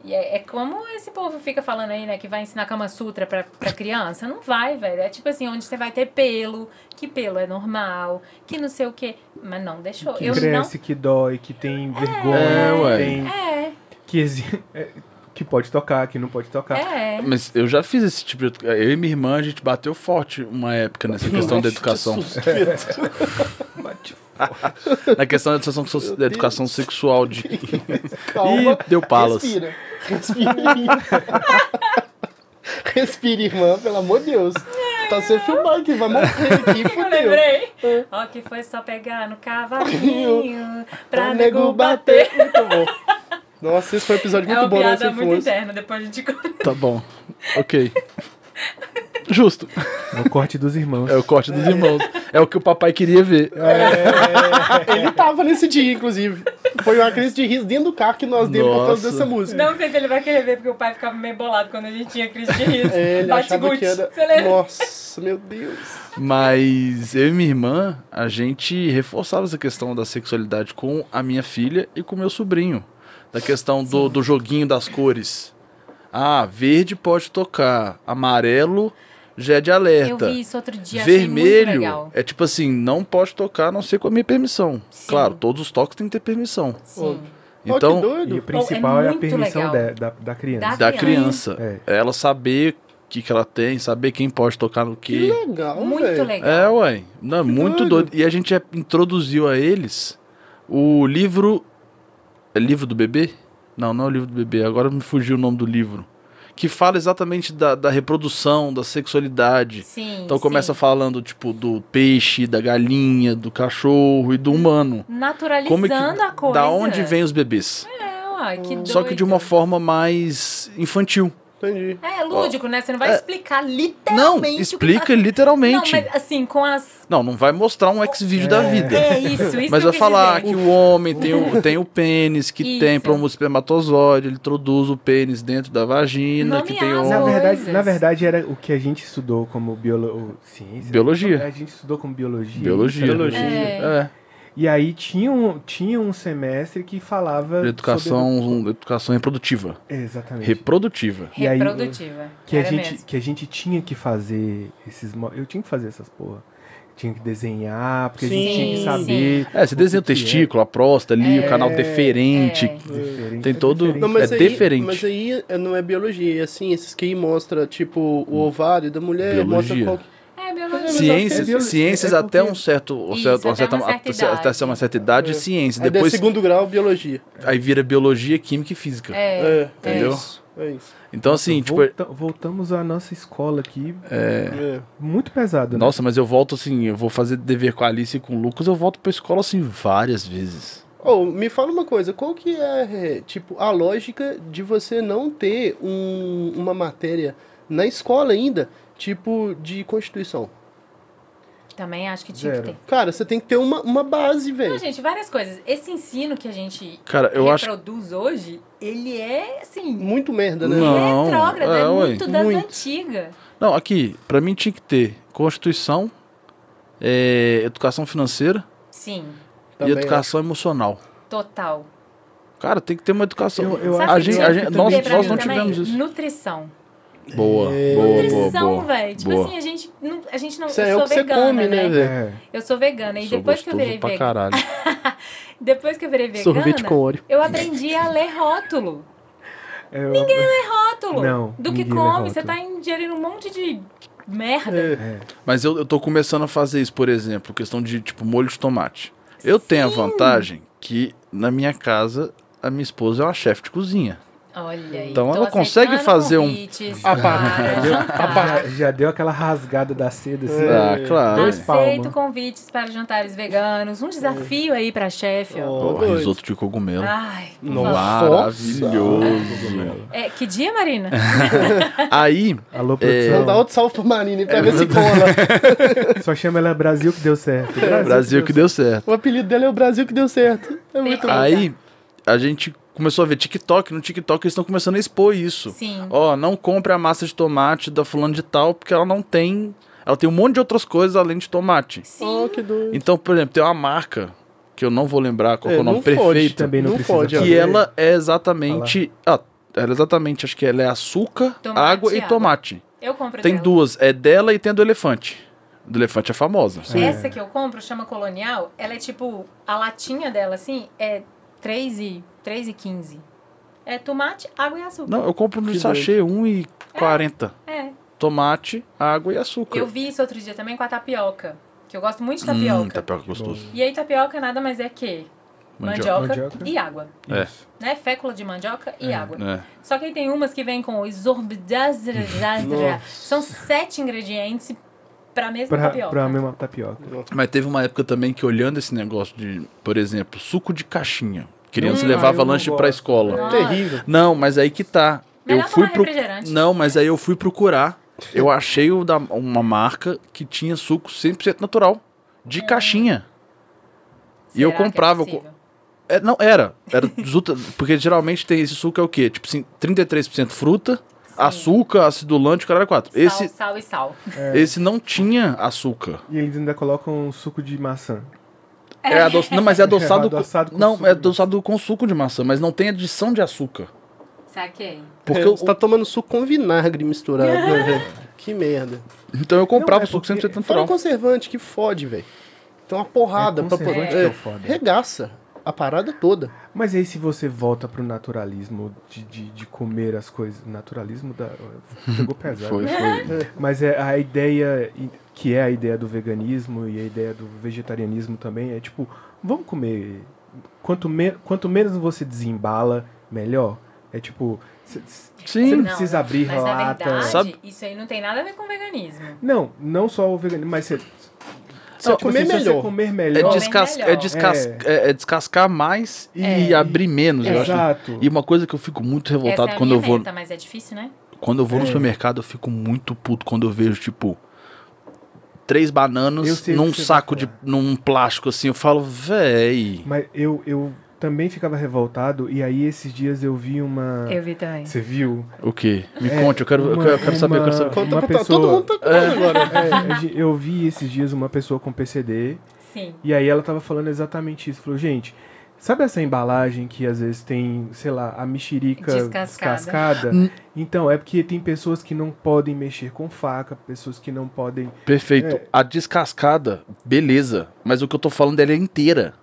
B: E é, é como esse povo fica falando aí, né? Que vai ensinar Kama Sutra pra, pra criança. Não vai, velho. É tipo assim, onde você vai ter pelo, que pelo é normal, que não sei o quê. Mas não deixou.
A: Que
B: eu
A: cresce, que dói, que tem vergonha,
D: É,
A: que
D: ué.
A: tem.
B: não. É,
A: Que, exi- é, que pode tocar, que não pode tocar.
B: é.
D: Mas eu já fiz esse tipo de. Eu e minha irmã, a gente bateu forte uma época nessa questão da educação.
A: Bate
D: Na questão da educação, so- da educação sexual. De...
C: Calma.
D: Ih, deu palas.
C: Respira. Respira. Respira, irmã, pelo amor de Deus. Tá sendo filmado aqui, vai morrer aqui,
B: Eu
C: fudeu.
B: lembrei.
C: É.
B: Ó, que foi só pegar no cavalinho pra
C: O
B: nego bater.
C: Muito bom. Nossa, esse foi um episódio
B: é
C: muito
B: uma
C: bom, né?
B: piada
C: Se
B: muito
C: fosse.
B: interna, depois a gente conta.
D: Tá bom. Ok. Justo.
A: É o corte dos irmãos.
D: É o corte dos irmãos. É o que o papai queria ver.
C: Ah, Ele tava nesse dia, inclusive. Foi uma crise de riso dentro do carro que nós demos por causa
D: Nossa.
C: dessa música.
B: Não sei se ele vai querer ver, porque o pai ficava meio bolado quando a gente tinha crise de riso.
C: É, ele
B: Bate
C: achava
B: Gucci.
C: que era.
B: Você lembra?
C: Nossa, meu Deus.
D: Mas eu e minha irmã, a gente reforçava essa questão da sexualidade com a minha filha e com meu sobrinho. Da questão do, do joguinho das cores. Ah, verde pode tocar, amarelo já é de alerta.
B: Eu vi isso outro dia, achei muito
D: Vermelho
B: legal.
D: é tipo assim, não pode tocar a não ser com a minha permissão.
B: Sim.
D: Claro, todos os toques têm que ter permissão.
B: Sim.
C: Ó, que
D: Então,
A: E
C: doido.
A: o principal é, a
B: muito
A: permissão da,
B: legal.
A: da, da criança.
B: Da
D: da
B: criança.
D: criança,
A: É.
D: ela saber o que, que ela tem, saber quem pode tocar no
C: Que
D: que.
C: legal,
B: Muito
C: tá um velho.
B: legal.
D: É, ué. Não, muito
C: doido.
D: doido. E a gente é- introduziu a eles o livro. É livro do bebê? Não, não é o livro do bebê. Agora me fugiu o nome do livro. Que fala exatamente da, da reprodução, da sexualidade.
B: Sim.
D: Então começa
B: sim.
D: falando, tipo, do peixe, da galinha, do cachorro e do humano. Como é
B: naturalizando
D: que,
B: a Hum. coisa.
D: da onde vem os bebês?
B: É, uai, que
D: Só que de
B: doido.
D: uma forma mais infantil.
C: Entendi.
B: É lúdico, né? Você não vai
D: É.
B: explicar
D: Não,
B: literalmente. o
D: explica
B: que tá... Não,
D: literalmente. Não,
B: mas assim, com as.
D: não, vai mostrar um ex-vídeo da vida.
B: É isso, isso
D: Mas
B: que eu
D: vai
B: quis
D: falar
B: dizer.
D: que o homem tem o, tem o pênis, que
B: Isso.
D: tem promo espermatozoide, ele introduz o pênis dentro da vagina, que
B: Nomear
D: tem
B: as
D: o...
A: Na verdade,
B: coisas.
A: na verdade, era o que a gente estudou como biolo... ou ciência.
D: Biologia.
A: A gente estudou como biologia.
D: Biologia.
A: Biologia.
D: É,
A: E aí tinha um, tinha um semestre que falava.
D: de educação, educação reprodutiva.
A: sobre- Exatamente.
D: Reprodutiva.
A: E aí,
B: Reprodutiva.
A: que, a
B: Era
A: gente,
B: mesmo.
A: que a gente tinha que fazer esses. mo- Eu tinha que fazer essas porra. Tinha que desenhar, porque a gente
C: Sim,
A: tinha que saber.
D: É, você
A: o que
D: desenha o
A: que é.
D: testículo, a próstata ali,
B: É.
D: o canal deferente.
A: Diferente,
D: Tem
A: é
D: todo-
A: diferente.
C: Não, mas
D: É
C: aí,
D: diferente.
C: Mas aí é, não é biologia, é assim, esses que aí mostra, tipo, o ovário da mulher,
D: Hum. Biologia.
C: mostra qual...
B: É, biologia.
C: Sim.
A: é
D: Ciências,
A: bio-
D: ciências
A: é
D: até
A: porque- É.
D: um certo, um
B: Isso,
D: certo- uma
B: até
D: certa,
B: uma certa
D: até- até
B: idade.
D: uma certa idade, ciência.
C: Aí depois...
D: Depois,
C: segundo grau, biologia.
D: aí vira biologia, química e física.
B: É.
C: É,
D: Entendeu?
C: isso. É isso.
D: Então, assim, tipo,
A: Volta- Voltamos à nossa escola aqui.
C: É.
A: Muito pesado, né?
D: Nossa, mas eu volto assim, eu vou fazer dever com a Alice e com o Lucas, eu volto pra escola assim várias vezes.
C: Ô, me fala uma coisa, qual que é, é, tipo, a lógica de você não ter um- uma matéria na escola ainda, tipo, de Constituição?
B: Também acho que tinha
A: Zero.
B: que ter.
C: Cara, você tem que ter uma, uma base,
B: Não,
C: velho.
B: gente, várias coisas. Esse ensino que a gente
D: Cara, eu acho.
B: reproduz hoje, ele é, assim,
C: Muito merda, né?
D: Não.
B: retrógrado, é,
D: é, ué.
B: muito das
C: Muito.
B: antigas.
D: Não, aqui, pra mim tinha que ter Constituição, é, educação financeira
B: Sim,
C: Também né?
D: e educação emocional.
B: total.
D: Cara, tem que ter uma educação.
A: Eu- eu
B: Sabe
D: a
B: o que
D: gente,
B: tinha
D: a
B: que
D: gente,
B: ter
D: nós
B: pra mim
D: nós não
B: também?
D: tivemos isso.
B: Nutrição.
D: Boa, boa, boa,
B: É. Nutrição,
D: boa.
B: velho. Tipo
D: Boa.
B: assim, a gente não, a gente não
C: Isso
B: eu
C: é
B: sou
C: o que você
B: vegana,
C: come, né, velho?
A: É.
B: Eu sou vegana e
D: Sou
B: depois que eu
D: gostoso
B: virei
D: pra
B: vegana,
D: caralho.
B: depois que eu virei vegana,
C: Sorvete com óleo.
B: eu aprendi a ler rótulo.
A: é, Eu-
B: Rótulo
A: Não,
B: do que
A: ninguém lê
B: come, você
A: rótulo.
B: tá ingerindo um monte de merda.
D: Mas eu, eu tô começando a fazer isso, por exemplo, questão de tipo molho de tomate. Eu tenho a vantagem que na minha casa a minha esposa é uma chefe de cozinha.
B: Olha aí.
D: Então
B: tô
D: ela consegue
B: aceitando
D: fazer um-
B: convites
C: Ah, pá.
B: para jantar.
A: Já, já deu aquela rasgada da seda, assim.
C: É.
D: Ah, claro.
A: Dois
B: Aceito
A: palmas.
B: convites para jantares veganos. Um desafio aí pra chefe, ó.
C: Ó,
D: Pô,
C: doido.
D: risoto de
B: Ah,
D: cogumelo.
B: Ai, por
C: Nossa.
B: favor.
D: Maravilhoso.
B: É, que dia, Marina?
D: Aí,
A: Alô,
D: É.
A: produção.
C: Mandar outro salve pra Marina pra ver se cola.
A: Só chama ela Brasil que deu certo.
D: É, Brasil que deu certo.
C: O apelido dela é o Brasil que deu certo. É muito
B: Perfeita.
D: Aí, a gente começou a ver TikTok. No TikTok eles estão começando a expor isso.
B: Sim.
D: Ó, não compre a massa de tomate da fulano de tal, porque ela não tem... Ela tem um monte de outras coisas além de tomate.
B: Sim.
C: Oh, que doido.
D: Então, por exemplo, tem uma marca, que eu não vou lembrar qual que é o nome
C: Pode,
D: perfeito,
A: também não precisa
C: pode,
A: falar.
D: que
A: Também.
D: ela é exatamente... Ah, ela é exatamente, acho que ela é açúcar,
B: Tomate
D: água
B: e
D: e
B: água.
D: tomate.
B: Eu compro
D: Tem
B: dela.
D: duas, é dela e tem a do elefante. Do elefante é famosa.
A: Sim.
B: Essa que eu compro chama Colonial. Ela é tipo, a latinha dela assim é 3 e, 3 e 15. É tomate, água e açúcar.
D: Não, eu compro no
C: Que
D: sachê 1,40.
B: É.
D: Tomate, água e açúcar.
B: Eu vi isso outro dia também com a tapioca. Que eu gosto muito de tapioca.
D: Hum, tapioca gostoso.
B: E aí tapioca nada mais é que mandioca,
A: Mandioca.
B: e água.
D: É.
A: Isso.
B: Né? Fécula de mandioca e água.
D: É.
B: Só que aí tem umas que vêm com exorbidazra. São sete ingredientes pra mesma
A: Pra,
B: tapioca.
A: pra mesma tapioca.
D: Mas teve uma época também que olhando esse negócio de, por exemplo, suco de caixinha. Criança
A: Hum, eu
D: levava
A: não
D: lanche
A: gosto.
D: pra escola.
B: Nossa.
C: Terrível.
D: Não, mas aí que tá.
B: Melhor
D: eu fui
B: tomar
D: pro...
B: é refrigerante.
D: Não, mas aí eu fui procurar. Eu achei o da- uma marca que tinha suco 100% natural
B: É.
D: de caixinha. E eu
B: Será que é
D: comprava, eu co-
B: possível?
D: É, não, era. Era dos outra- porque geralmente tem esse suco é o quê? Tipo assim, 33% fruta, açúcar, acidulante, o cara era 4.
B: Sal,
D: Esse,
B: sal e sal.
A: É.
D: esse não tinha açúcar.
A: E eles ainda colocam um suco de maçã.
D: É adoç... Não, mas é adoçado,
A: É, adoçado
D: com...
A: com
D: Não,
A: suco
D: é
A: de
D: adoçado com suco de maçã, mas não tem adição de açúcar.
B: Saquei.
D: Porque
C: É,
D: eu...
C: Você tá tomando suco com vinagre misturado, né, velho? Que merda.
D: Então eu comprava
A: Não, é
D: suco
A: porque-
D: 100%
C: Fora
D: natural.
C: o conservante que fode, velho. Tem uma porrada
A: É
C: Ah, pra poder.
A: conservante que é o foda.
C: Regaça a parada toda.
A: Mas aí se você volta pro naturalismo de, de, de comer as coisas. Naturalismo da. Chegou pesado.
D: Foi, foi.
A: Mas é a ideia, e- que é a ideia do veganismo e a ideia do vegetarianismo também, é tipo, vamos comer. Quanto, me- quanto menos você desembala, melhor. É tipo, c- c-
D: Sim.
A: Você não
B: Não,
A: precisa abrir
B: Mas na
A: relata.
B: verdade,
D: Sabe-
B: isso aí não tem nada a ver com veganismo.
A: Não, não só o veganismo, mas você.
C: Só
A: tipo
C: comer
A: assim, se
C: melhor.
A: você comer
D: É,
A: melhor.
B: Homem
D: descas...
B: melhor.
D: é, descas... é. é descascar mais e
A: É.
D: abrir menos, eu acho.
A: Exato.
D: E uma coisa que eu fico muito revoltado
B: Essa é a
D: quando
B: minha
D: eu vou
B: meta, mas é difícil, né?
D: Quando eu vou
A: É.
D: no supermercado, eu fico muito puto quando eu vejo, tipo, três bananas
A: Eu sei o
D: num
A: que você tá
D: saco
A: vai
D: de.
A: falar.
D: num plástico assim. Eu falo, véi.
A: Mas eu, eu também ficava revoltado, e aí esses dias eu vi uma.
B: É. Eu vi também.
A: Você viu?
D: O quê? Me
A: É,
D: conte, eu quero, eu
A: uma-
D: quero- eu quero saber, eu quero
A: uma-
D: saber.
C: Conta pra
A: Uma
C: to-
A: pessoa-
C: Todo mundo tá comendo agora.
A: É, a gen- eu vi esses dias uma pessoa com PCD
B: Sim.
A: E aí ela tava falando exatamente isso. Falou, gente, sabe essa embalagem que às vezes tem, sei lá, a mexerica
B: Descascada.
A: descascada?
D: Hum.
A: Então, é porque tem pessoas que não podem mexer com faca, pessoas que não podem.
D: Perfeito.
A: é.
D: A descascada, beleza. Mas o que eu tô falando dela é inteira.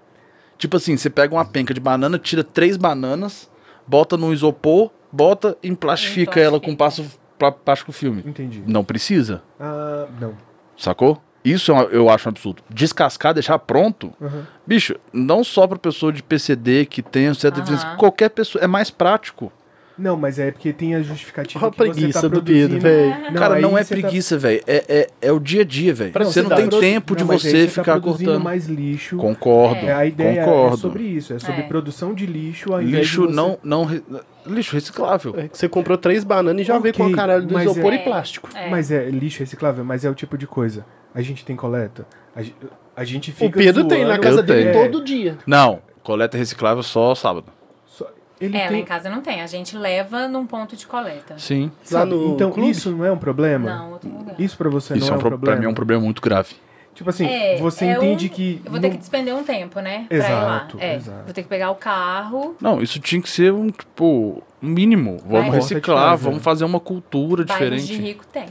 D: Tipo assim, você pega uma penca de banana, tira três bananas, bota num isopor, bota e plastifica ela com passo, pla- plástico filme.
A: Entendi.
D: Não precisa,
A: Ah, não.
D: sacou? Isso é uma- eu acho um absurdo. Descascar, deixar pronto,
A: Aham.
D: Bicho, não só pra pessoa de PCD que tem certa
B: Aham.
D: deficiência, qualquer pessoa. É mais prático.
A: Não, mas é porque tem a justificativa
C: Olha a
A: que você
C: preguiça
A: tá
C: do Pedro,
A: produzindo.
C: velho.
D: Cara,
A: aí
D: não é
A: você tá-
D: preguiça, velho. É, é, é o dia a dia, velho.
C: Pra
D: Você
C: você
D: não
C: dar
D: tem
C: produ-
D: tempo de
A: Não, mas tá aí
D: você
A: tá
D: ficar
A: produzindo
D: cortando.
A: mais lixo.
D: Concordo.
A: É, a ideia
D: concordo.
A: é sobre isso, é sobre
B: É.
A: produção de lixo ao invés
D: Lixo
A: de você-
D: não. não re- Lixo reciclável.
C: É que você comprou três bananas e já veio com
A: Ok,
C: a caralho do
A: mas
C: isopor
A: é-
C: e plástico.
B: É.
A: Mas é lixo reciclável, mas é o tipo de coisa. A gente tem coleta. A, ge- a gente
C: O
A: fica.
C: Pedro tem na
A: zoando-
C: casa
D: eu
C: dele
A: tenho.
C: todo dia.
D: Não, coleta reciclável só sábado.
A: Só- Ele
B: É, lá
A: tem.
B: em casa não tem. A gente leva num ponto de coleta.
D: Sim.
A: sabe?
C: Lá no
A: então
C: clube?
A: isso não é um problema?
B: Não, outro lugar.
A: Isso pra você
D: Isso
A: não
D: é
A: é
D: um
A: um
D: pro- pra
A: problema?
D: mim é um problema muito grave.
A: Tipo assim,
B: É,
A: você
B: é
A: entende
B: um-
A: que.
B: Eu vou ter
A: não-
B: que despender um tempo, né?
A: Exato,
B: pra ir lá. É,
A: exato.
B: Vou ter que pegar o carro.
D: Não, isso tinha que ser um, tipo, um mínimo. Vamos
A: Vai.
D: reciclar,
A: Corta de né?
D: vamos fazer uma cultura
B: Bairros de
D: diferente.
B: rico tem.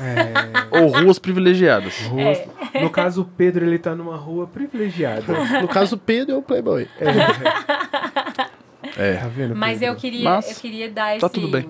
A: É,
D: Ou ruas privilegiadas.
A: ruas-
B: é.
A: No caso, o Pedro ele tá numa rua privilegiada.
C: No caso, o Pedro é o Playboy.
D: É.
A: Tá vendo?
B: Mas é eu
A: Pedro?
B: queria,
D: Mas
B: eu queria dar esse,
D: tá tudo bem.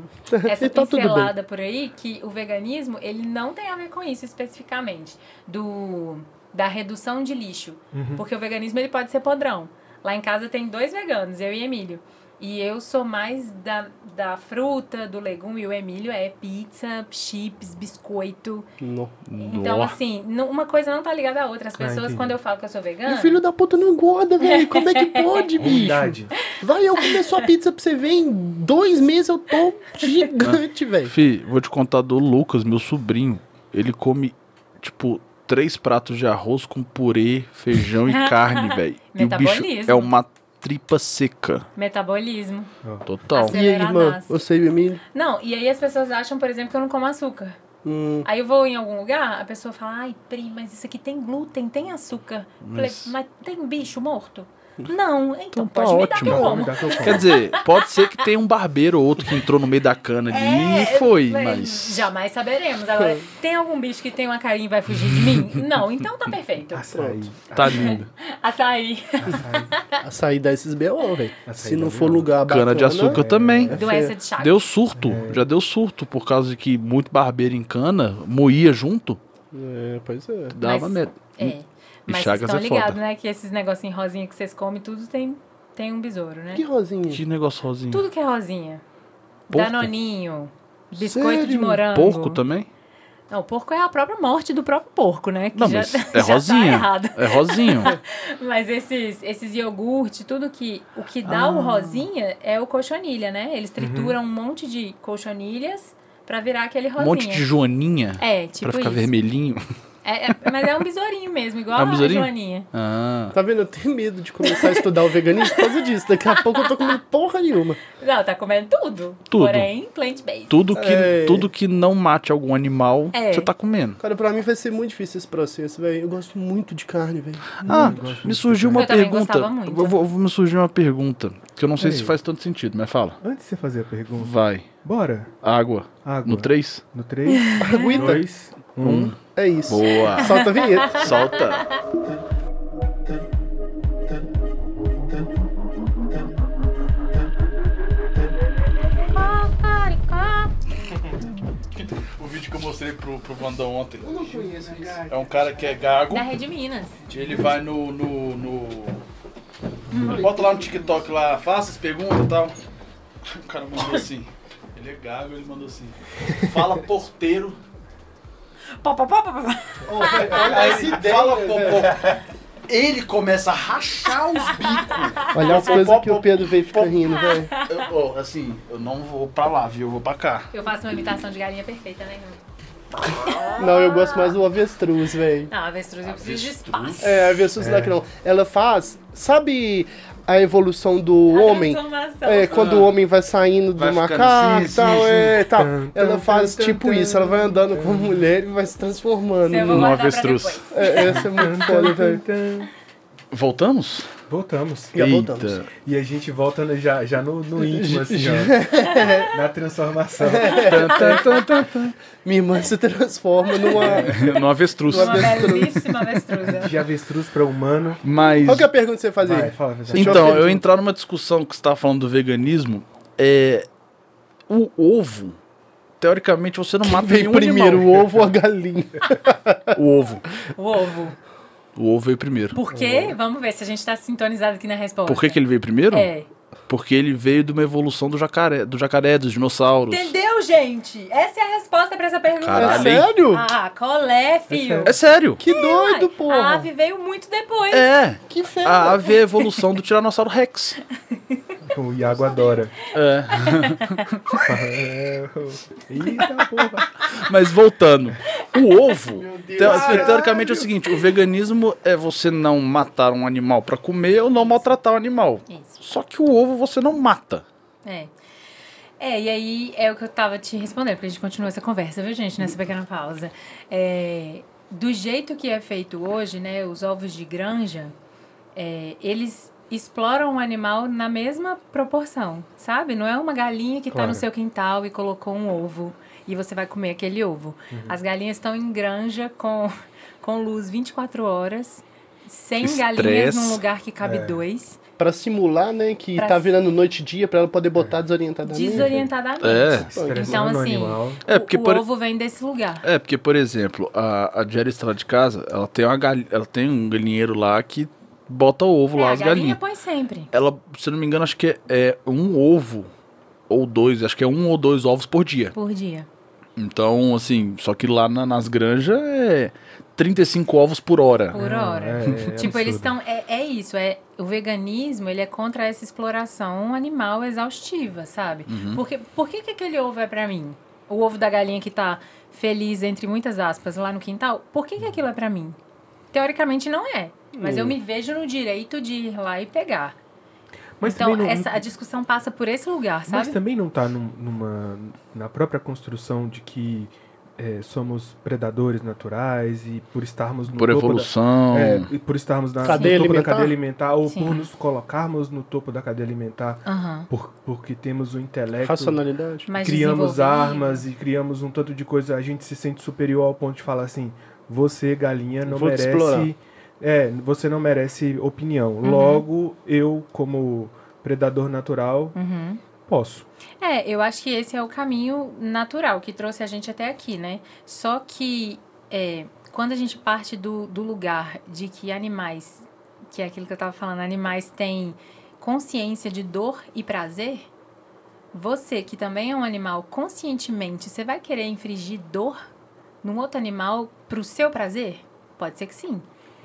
B: essa
C: E tá tudo bem.
B: pincelada por aí que o veganismo ele não tem a ver com isso especificamente do da redução de lixo,
C: Uhum.
B: porque o veganismo ele pode ser podrão. Lá em casa tem dois veganos, eu e Emílio. E eu sou mais da, da fruta, do legume, e o Emílio é pizza, chips, biscoito.
C: Não.
B: Então,
D: Nó.
B: assim, não- uma coisa não tá ligada à outra. As
A: Ah,
B: pessoas,
A: entendi.
B: quando eu falo que eu sou
C: E o
B: vegana.
C: filho da puta não engorda, velho. Como é que pode, bicho?
A: Ruindade.
C: Vai, eu comer sua pizza pra você ver. Em dois meses eu tô gigante, velho.
D: Fi, vou te contar do Lucas, meu sobrinho. Ele come, tipo, três pratos de arroz com purê, feijão e carne, velho. E o bicho
B: Metabolismo.
D: é uma tripa seca.
B: Metabolismo.
D: Total.
B: Assim,
C: E aí, mano?
B: Aceleradaço.
C: Você e o Emílio?
B: Não, e aí as pessoas acham, por exemplo, que eu não como açúcar.
C: Hum,
B: Aí eu vou em algum lugar, a pessoa fala, ai, Pri, mas isso aqui tem glúten, tem açúcar. Mas,
D: Mas-
B: Falei, mas tem bicho morto? Não, então,
D: Então tá
B: pode me
D: ótimo.
B: dar que eu
A: Não,
B: como.
A: me dá que eu como.
D: Quer dizer, pode ser que tenha um barbeiro ou outro que entrou no meio da cana ali
B: É,
D: e foi, mas.
B: Jamais saberemos. Agora, tem algum bicho que tem uma carinha e vai fugir de mim? Não, então tá perfeito.
A: Açaí.
D: Tá lindo.
B: Açaí.
A: Ah, Açaí.
C: açaí dá esses B.O., velho.
A: Açaí
C: Se
A: dá
C: não for
A: B.O.
C: lugar bacana...
D: Cana de açúcar também.
B: Doença de Chagas.
D: Deu surto, já deu surto, por causa de que muito barbeiro em cana moía junto,
C: É, pois é.
D: dava
B: Mas-
D: medo.
B: É.
D: E
B: Mas vocês
D: Chagas
B: estão
D: é
B: ligados,
D: foda.
B: né? Que esses negocinhos rosinha que vocês comem, tudo tem, tem um besouro, né?
C: Que rosinha.
D: Que negócio rosinho.
B: Tudo que é rosinha.
D: Hum. Porco?
B: Danoninho. Biscoito de
C: Sério?
B: morango.
D: Porco também?
B: Não, o porco é a própria morte do próprio porco, né? Que
D: Não,
B: já,
D: mas
B: já
D: é rosinha.
B: Tá errado.
D: é rosinho.
B: Mas esses, esses iogurte, tudo que. O que dá
D: Ah.
B: o rosinha é o cochonilha, né?
D: Uhum.
B: Eles trituram um monte de colchonilhas pra virar aquele
D: Um
B: rosinha.
D: monte de joaninha
B: É, tipo
D: pra ficar
B: isso.
D: vermelhinho.
B: É, é- mas é um besourinho mesmo, igual
D: É um
B: a
D: besourinho?
B: joaninha.
D: Ah.
C: Tá vendo? Eu tenho medo de começar a estudar o veganismo por causa disso. Daqui a pouco eu tô comendo porra nenhuma.
B: Não, tá comendo tudo.
D: Tudo.
B: Porém, plant-based.
D: Tudo que,
C: É.
D: tudo que não mate algum animal,
B: É.
D: você tá comendo.
C: Cara, pra mim vai ser muito difícil esse processo, velho. Eu gosto muito de carne, velho.
D: Ah, me surgiu uma
B: Eu também
D: pergunta.
B: gostava muito.
D: Eu vou- vou- me surgiu uma pergunta, que eu não sei
A: Ei.
D: se faz tanto sentido, mas fala.
A: Antes de você fazer a pergunta,
D: Vai.
A: bora.
D: Água.
A: Água.
D: No 3?
A: No 3,
C: Aguenta.
A: 2, 1.
C: É isso.
D: Boa.
C: Solta a vinheta.
D: Solta. O vídeo que eu mostrei pro, pro Vandão ontem. Eu não conheço É um cara que é gago.
B: Da Rede Minas.
D: Ele vai no. no, no... Bota lá no TikTok lá, faça as perguntas e tal. O cara mandou assim. Ele é gago, ele mandou assim. Fala porteiro.
B: Pá, pá, pá, pá, pá.
D: Aí ele fala popô. Ele começa a rachar os bicos.
C: Olha as coisas que o Pedro veio ficar rindo, velho.
D: Eu, ó, assim, eu não vou pra lá, viu? Eu vou pra cá.
B: Eu faço uma imitação de galinha perfeita, né?
C: Não, eu gosto mais do avestruz, velho.
B: Não, avestruz eu preciso de espaço.
C: É, a avestruz não é que não. Ela faz. Sabe a evolução do homem?
B: Transformação.
C: É, quando o homem vai saindo do
D: Ah. Vai ficando
C: macaco
D: assim,
C: e tal,
D: assim,
C: é, e tal.
A: Tum,
C: Ela
A: tum,
C: faz
A: tum,
C: tipo
A: tum,
C: isso, ela vai andando com a mulher e vai se transformando.
B: Isso é eu vou
D: Um
B: guardar pra
D: avestruz.
B: depois.
C: É, essa é muito foda, velho.
D: Voltamos?
A: Voltamos.
C: Já voltamos.
A: E a gente volta no- já, já no, no íntimo, assim, ó. Na transformação.
C: Minha irmã se transforma
D: É
C: numa.
D: no avestruz.
B: Uma belíssima avestruza.
A: De avestruz pra humano.
D: Mas.
C: Qual que é a pergunta que você é fazia?
A: Vai, fala, Fernando.
C: Deixa eu
D: Então, eu
C: perguntar.
D: entrar numa discussão que você estava falando do veganismo. É. O ovo. Teoricamente, você não mata
C: Veio
D: nenhum
C: primeiro
D: um animal.
C: o ovo ou a galinha?
D: O ovo.
B: O ovo.
D: O ovo veio primeiro.
B: Por quê? Vamos ver se a gente tá sintonizado aqui na resposta.
D: Por que, que ele veio primeiro?
B: É.
D: Porque ele veio de uma evolução do jacaré, do jacaré dos dinossauros.
B: Entendeu, gente? Essa é a resposta pra essa pergunta.
D: Caralho.
C: É sério?
B: Ah, colé, filho.
D: É sério.
C: Que doido,
B: Uai,
C: porra.
B: Ah, A ave veio muito depois.
D: É.
C: Que feio.
D: A ave é a evolução do Tiranossauro Rex.
A: O Iago adora.
D: É.
A: É, o- Eita porra.
D: Mas voltando. O ovo,
C: Deus.
D: teo-
C: Caralho.
D: teoricamente é o seguinte, o veganismo é você não matar um animal pra comer ou não maltratar o animal.
B: Isso.
D: Só que o ovo você não mata.
B: É. É, e aí é o que eu tava te respondendo, porque a gente continua essa conversa, viu, gente, nessa pequena pausa. É, do jeito que é feito hoje, né, os ovos de granja, é, eles exploram o animal na mesma proporção, sabe? Não é uma galinha que tá
A: Claro.
B: no seu quintal e colocou um ovo e você vai comer aquele ovo.
A: Uhum.
B: As galinhas estão em granja com, com luz 24 horas, sem galinhas
D: Estresse.
B: num lugar que cabe
A: É.
B: dois,
C: Pra simular, né, que
B: Pra
C: tá
B: si-
C: virando noite e dia pra ela poder botar desorientadamente.
B: desorientadamente.
D: É.
A: Estressando
B: Então,
A: o
B: assim,
A: animal.
D: É, porque
B: o, o
D: por-
B: ovo vem desse lugar.
D: É, porque, por exemplo, a, a diarista lá de casa, ela tem, uma gal... ela tem um galinheiro lá que bota o ovo
B: É,
D: lá,
B: a
D: as
B: galinha
D: galinhas.
B: põe sempre.
D: Ela, se eu não me engano, acho que é, é um ovo ou dois, acho que é um ou dois ovos por dia.
B: Por dia.
D: Então, assim, só que lá na- nas granjas é 35 ovos por hora.
B: Por
A: Não,
B: hora.
A: é- é
B: tipo,
A: absurdo.
B: eles estão. É, é isso. É, o veganismo ele é contra essa exploração animal exaustiva, sabe?
D: Uhum.
B: Porque, por que, que aquele ovo é pra mim? O ovo da galinha que tá feliz, entre muitas aspas, lá no quintal, por que, que aquilo é pra mim? Teoricamente não é. Mas
A: Hum.
B: eu me vejo no direito de ir lá e pegar.
A: Mas
B: então,
A: também não-
B: essa, a discussão passa por esse lugar,
A: Mas
B: sabe?
A: também não tá num- numa, na própria construção de que é, somos predadores naturais e por estarmos no
D: Por
A: topo
D: evolução.
A: Da, é, e por estarmos na,
C: Cadeia
A: no topo da
C: alimentar?
A: cadeia alimentar ou
B: Sim.
A: por nos colocarmos no topo da cadeia alimentar
B: Aham.
A: por- porque temos o
D: É
A: intelecto,
C: Racionalidade.
B: Mais
A: criamos
B: desenvolvido.
A: armas e criamos um tanto de coisa, a gente se sente superior ao ponto de falar assim, você galinha não
C: Vou te explorar.
A: merece, é, você não merece opinião.
B: Uhum.
A: Logo eu como predador natural
B: Uhum.
A: posso.
B: É, eu acho que esse é o caminho natural que trouxe a gente até aqui, né? Só que é, quando a gente parte do, do lugar de que animais, que é aquilo que eu tava falando, animais têm consciência de dor e prazer, você que também é um animal conscientemente, você vai querer infringir dor num outro animal pro seu prazer? Pode ser que sim.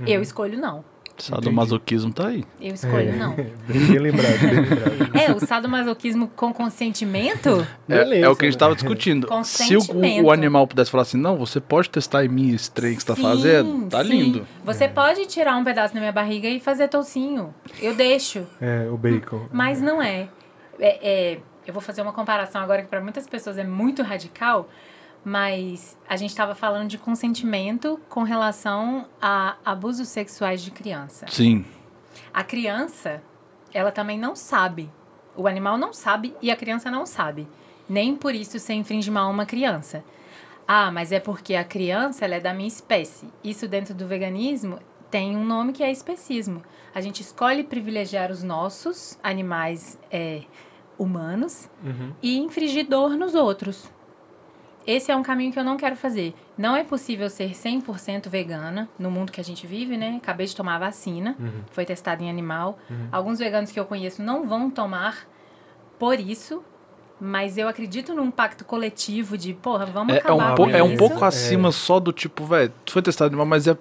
B: Eu escolho não.
D: Sadomasoquismo tá aí.
B: Eu escolho não.
A: Bem, bem lembrado, bem lembrado.
B: É, o sadomasoquismo com consentimento?
D: É,
C: Beleza,
D: é o que a gente
C: né?
D: tava discutindo. Se o,
B: Consentimento.
D: o animal pudesse falar assim, não, você pode testar em mim esse trem que você tá
B: Sim,
D: fazendo, tá
B: sim.
D: lindo.
B: Você pode tirar um pedaço da minha barriga e fazer toucinho. Eu deixo.
A: É, o bacon.
B: Mas não é. É, é, eu vou fazer uma comparação agora que para muitas pessoas é muito radical, mas a gente estava falando de consentimento com relação a abusos sexuais de criança.
D: Sim.
B: A criança, ela também não sabe. O animal não sabe e a criança não sabe. Nem por isso você infringe mal uma criança. Ah, mas é porque a criança ela é da minha espécie. Isso dentro do veganismo tem um nome que é especismo. A gente escolhe privilegiar os nossos animais é, humanos
A: Uhum.
B: e infringir dor nos outros. Esse é um caminho que eu não quero fazer. Não é possível ser 100% vegana no mundo que a gente vive, né? Acabei de tomar a vacina,
A: Uhum.
B: foi testada em animal.
A: Uhum.
B: Alguns veganos que eu conheço não vão tomar por isso, mas eu acredito num pacto coletivo de, porra, vamos
D: É, é
B: acabar
D: um,
A: Acabar
D: po-
B: com
D: é um
B: isso.
D: pouco acima só do tipo, velho, foi testado animal, mas é,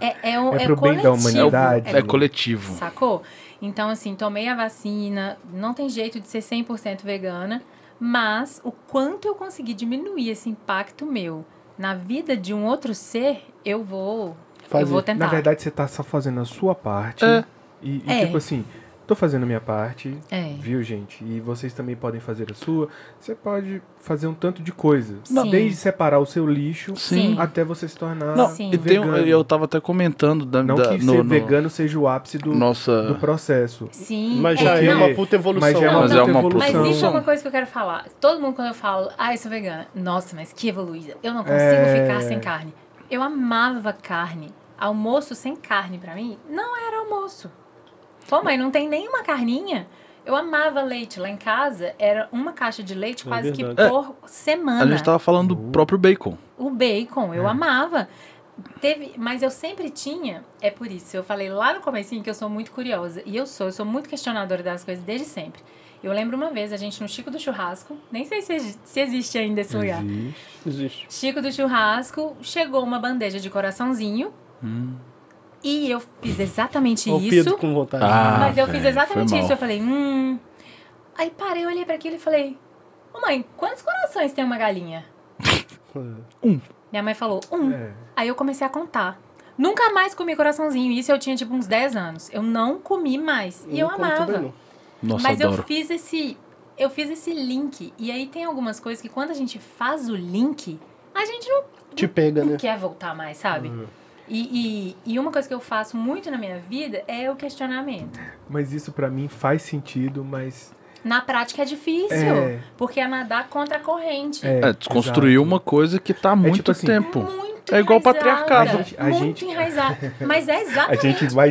B: É, é, um-
A: É
B: é
A: pro bem da
B: coletivo,
A: humanidade.
D: é coletivo.
B: Sacou? Então, assim, tomei a vacina, não tem jeito de ser 100% vegana, mas o quanto eu consegui diminuir esse impacto meu na vida de um outro ser, eu vou.
C: Fazer.
B: Eu vou tentar.
A: Na verdade, você tá só fazendo a sua parte.
D: É.
A: E, e
B: É.
A: tipo assim, tô fazendo a minha parte,
B: É.
A: viu, gente? E vocês também podem fazer a sua. Você pode fazer um tanto de coisa.
B: Sim.
A: Desde separar o seu lixo
B: Sim.
A: até você se tornar
D: Não,
B: Sim.
D: e tem, um-
A: vegano.
D: eu tava até comentando da,
A: Não
D: da-
A: que
D: no,
A: ser
D: no-
A: vegano seja o ápice do, do
D: nossa.
A: processo.
B: Sim.
C: Mas já é,
A: Não.
C: uma puta evolução.
A: Mas já é
B: Não,
A: uma,
B: mas
A: puta
B: é
D: uma
A: evolução.
B: Mas
D: São-
B: isso é uma coisa que eu quero falar. Todo mundo, quando eu falo, ah, eu sou vegana, nossa, mas que evoluída, eu não consigo
A: É.
B: ficar sem carne. Eu amava carne. Almoço sem carne pra mim não era almoço. Pô, mãe, não tem nenhuma carninha? Eu amava leite. Lá em casa era uma caixa de leite
C: É
B: quase que
C: verdade.
B: por
D: A
B: semana.
D: gente tava falando do próprio bacon.
B: O bacon, eu amava. teve, mas eu sempre tinha, é por isso, eu falei lá no comecinho que eu sou muito curiosa, e eu sou, eu sou muito questionadora das coisas desde sempre. Eu lembro uma vez, a gente no Chico do Churrasco, nem sei se, se existe ainda esse lugar.
D: Existe.
C: Existe.
B: Chico do Churrasco, chegou uma bandeja de coraçãozinho,
D: Hum.
B: e eu fiz exatamente
C: Ó, o Pedro
B: isso.
C: com vontade.
D: Ah.
B: Mas eu fiz
D: velho,
B: exatamente
D: foi
B: isso.
D: mal.
B: Eu falei, hum. Aí parei, olhei pra aquilo e falei, ô mãe, quantos corações tem uma galinha? Minha mãe falou, um.
A: É.
B: Aí eu comecei a contar. Nunca mais comi coraçãozinho. Isso eu tinha tipo uns 10 anos. Eu não comi mais. E eu
C: é, não como também,
B: amava.
C: não.
D: Nossa,
B: Mas eu
D: adoro.
B: fiz esse. Eu fiz esse link. E aí tem algumas coisas que quando a gente faz o link, a gente não
C: Te pega,
A: É.
C: né?
B: quer voltar mais, sabe?
A: Uhum.
B: E, e, e uma coisa que eu faço muito na minha vida é o questionamento.
A: Mas isso pra mim faz sentido, mas.
B: Na prática é difícil,
A: É.
B: porque é nadar contra a corrente.
A: É,
D: É, desconstruiu
A: exato.
D: uma coisa que tá há muito
A: tipo assim,
D: tempo.
B: Muito
D: É igual o
B: enraizada,
D: patriarcado.
A: A gente- a
B: muito
A: gente-
B: enraizada. Mas é
A: A
B: exatamente
A: gente vai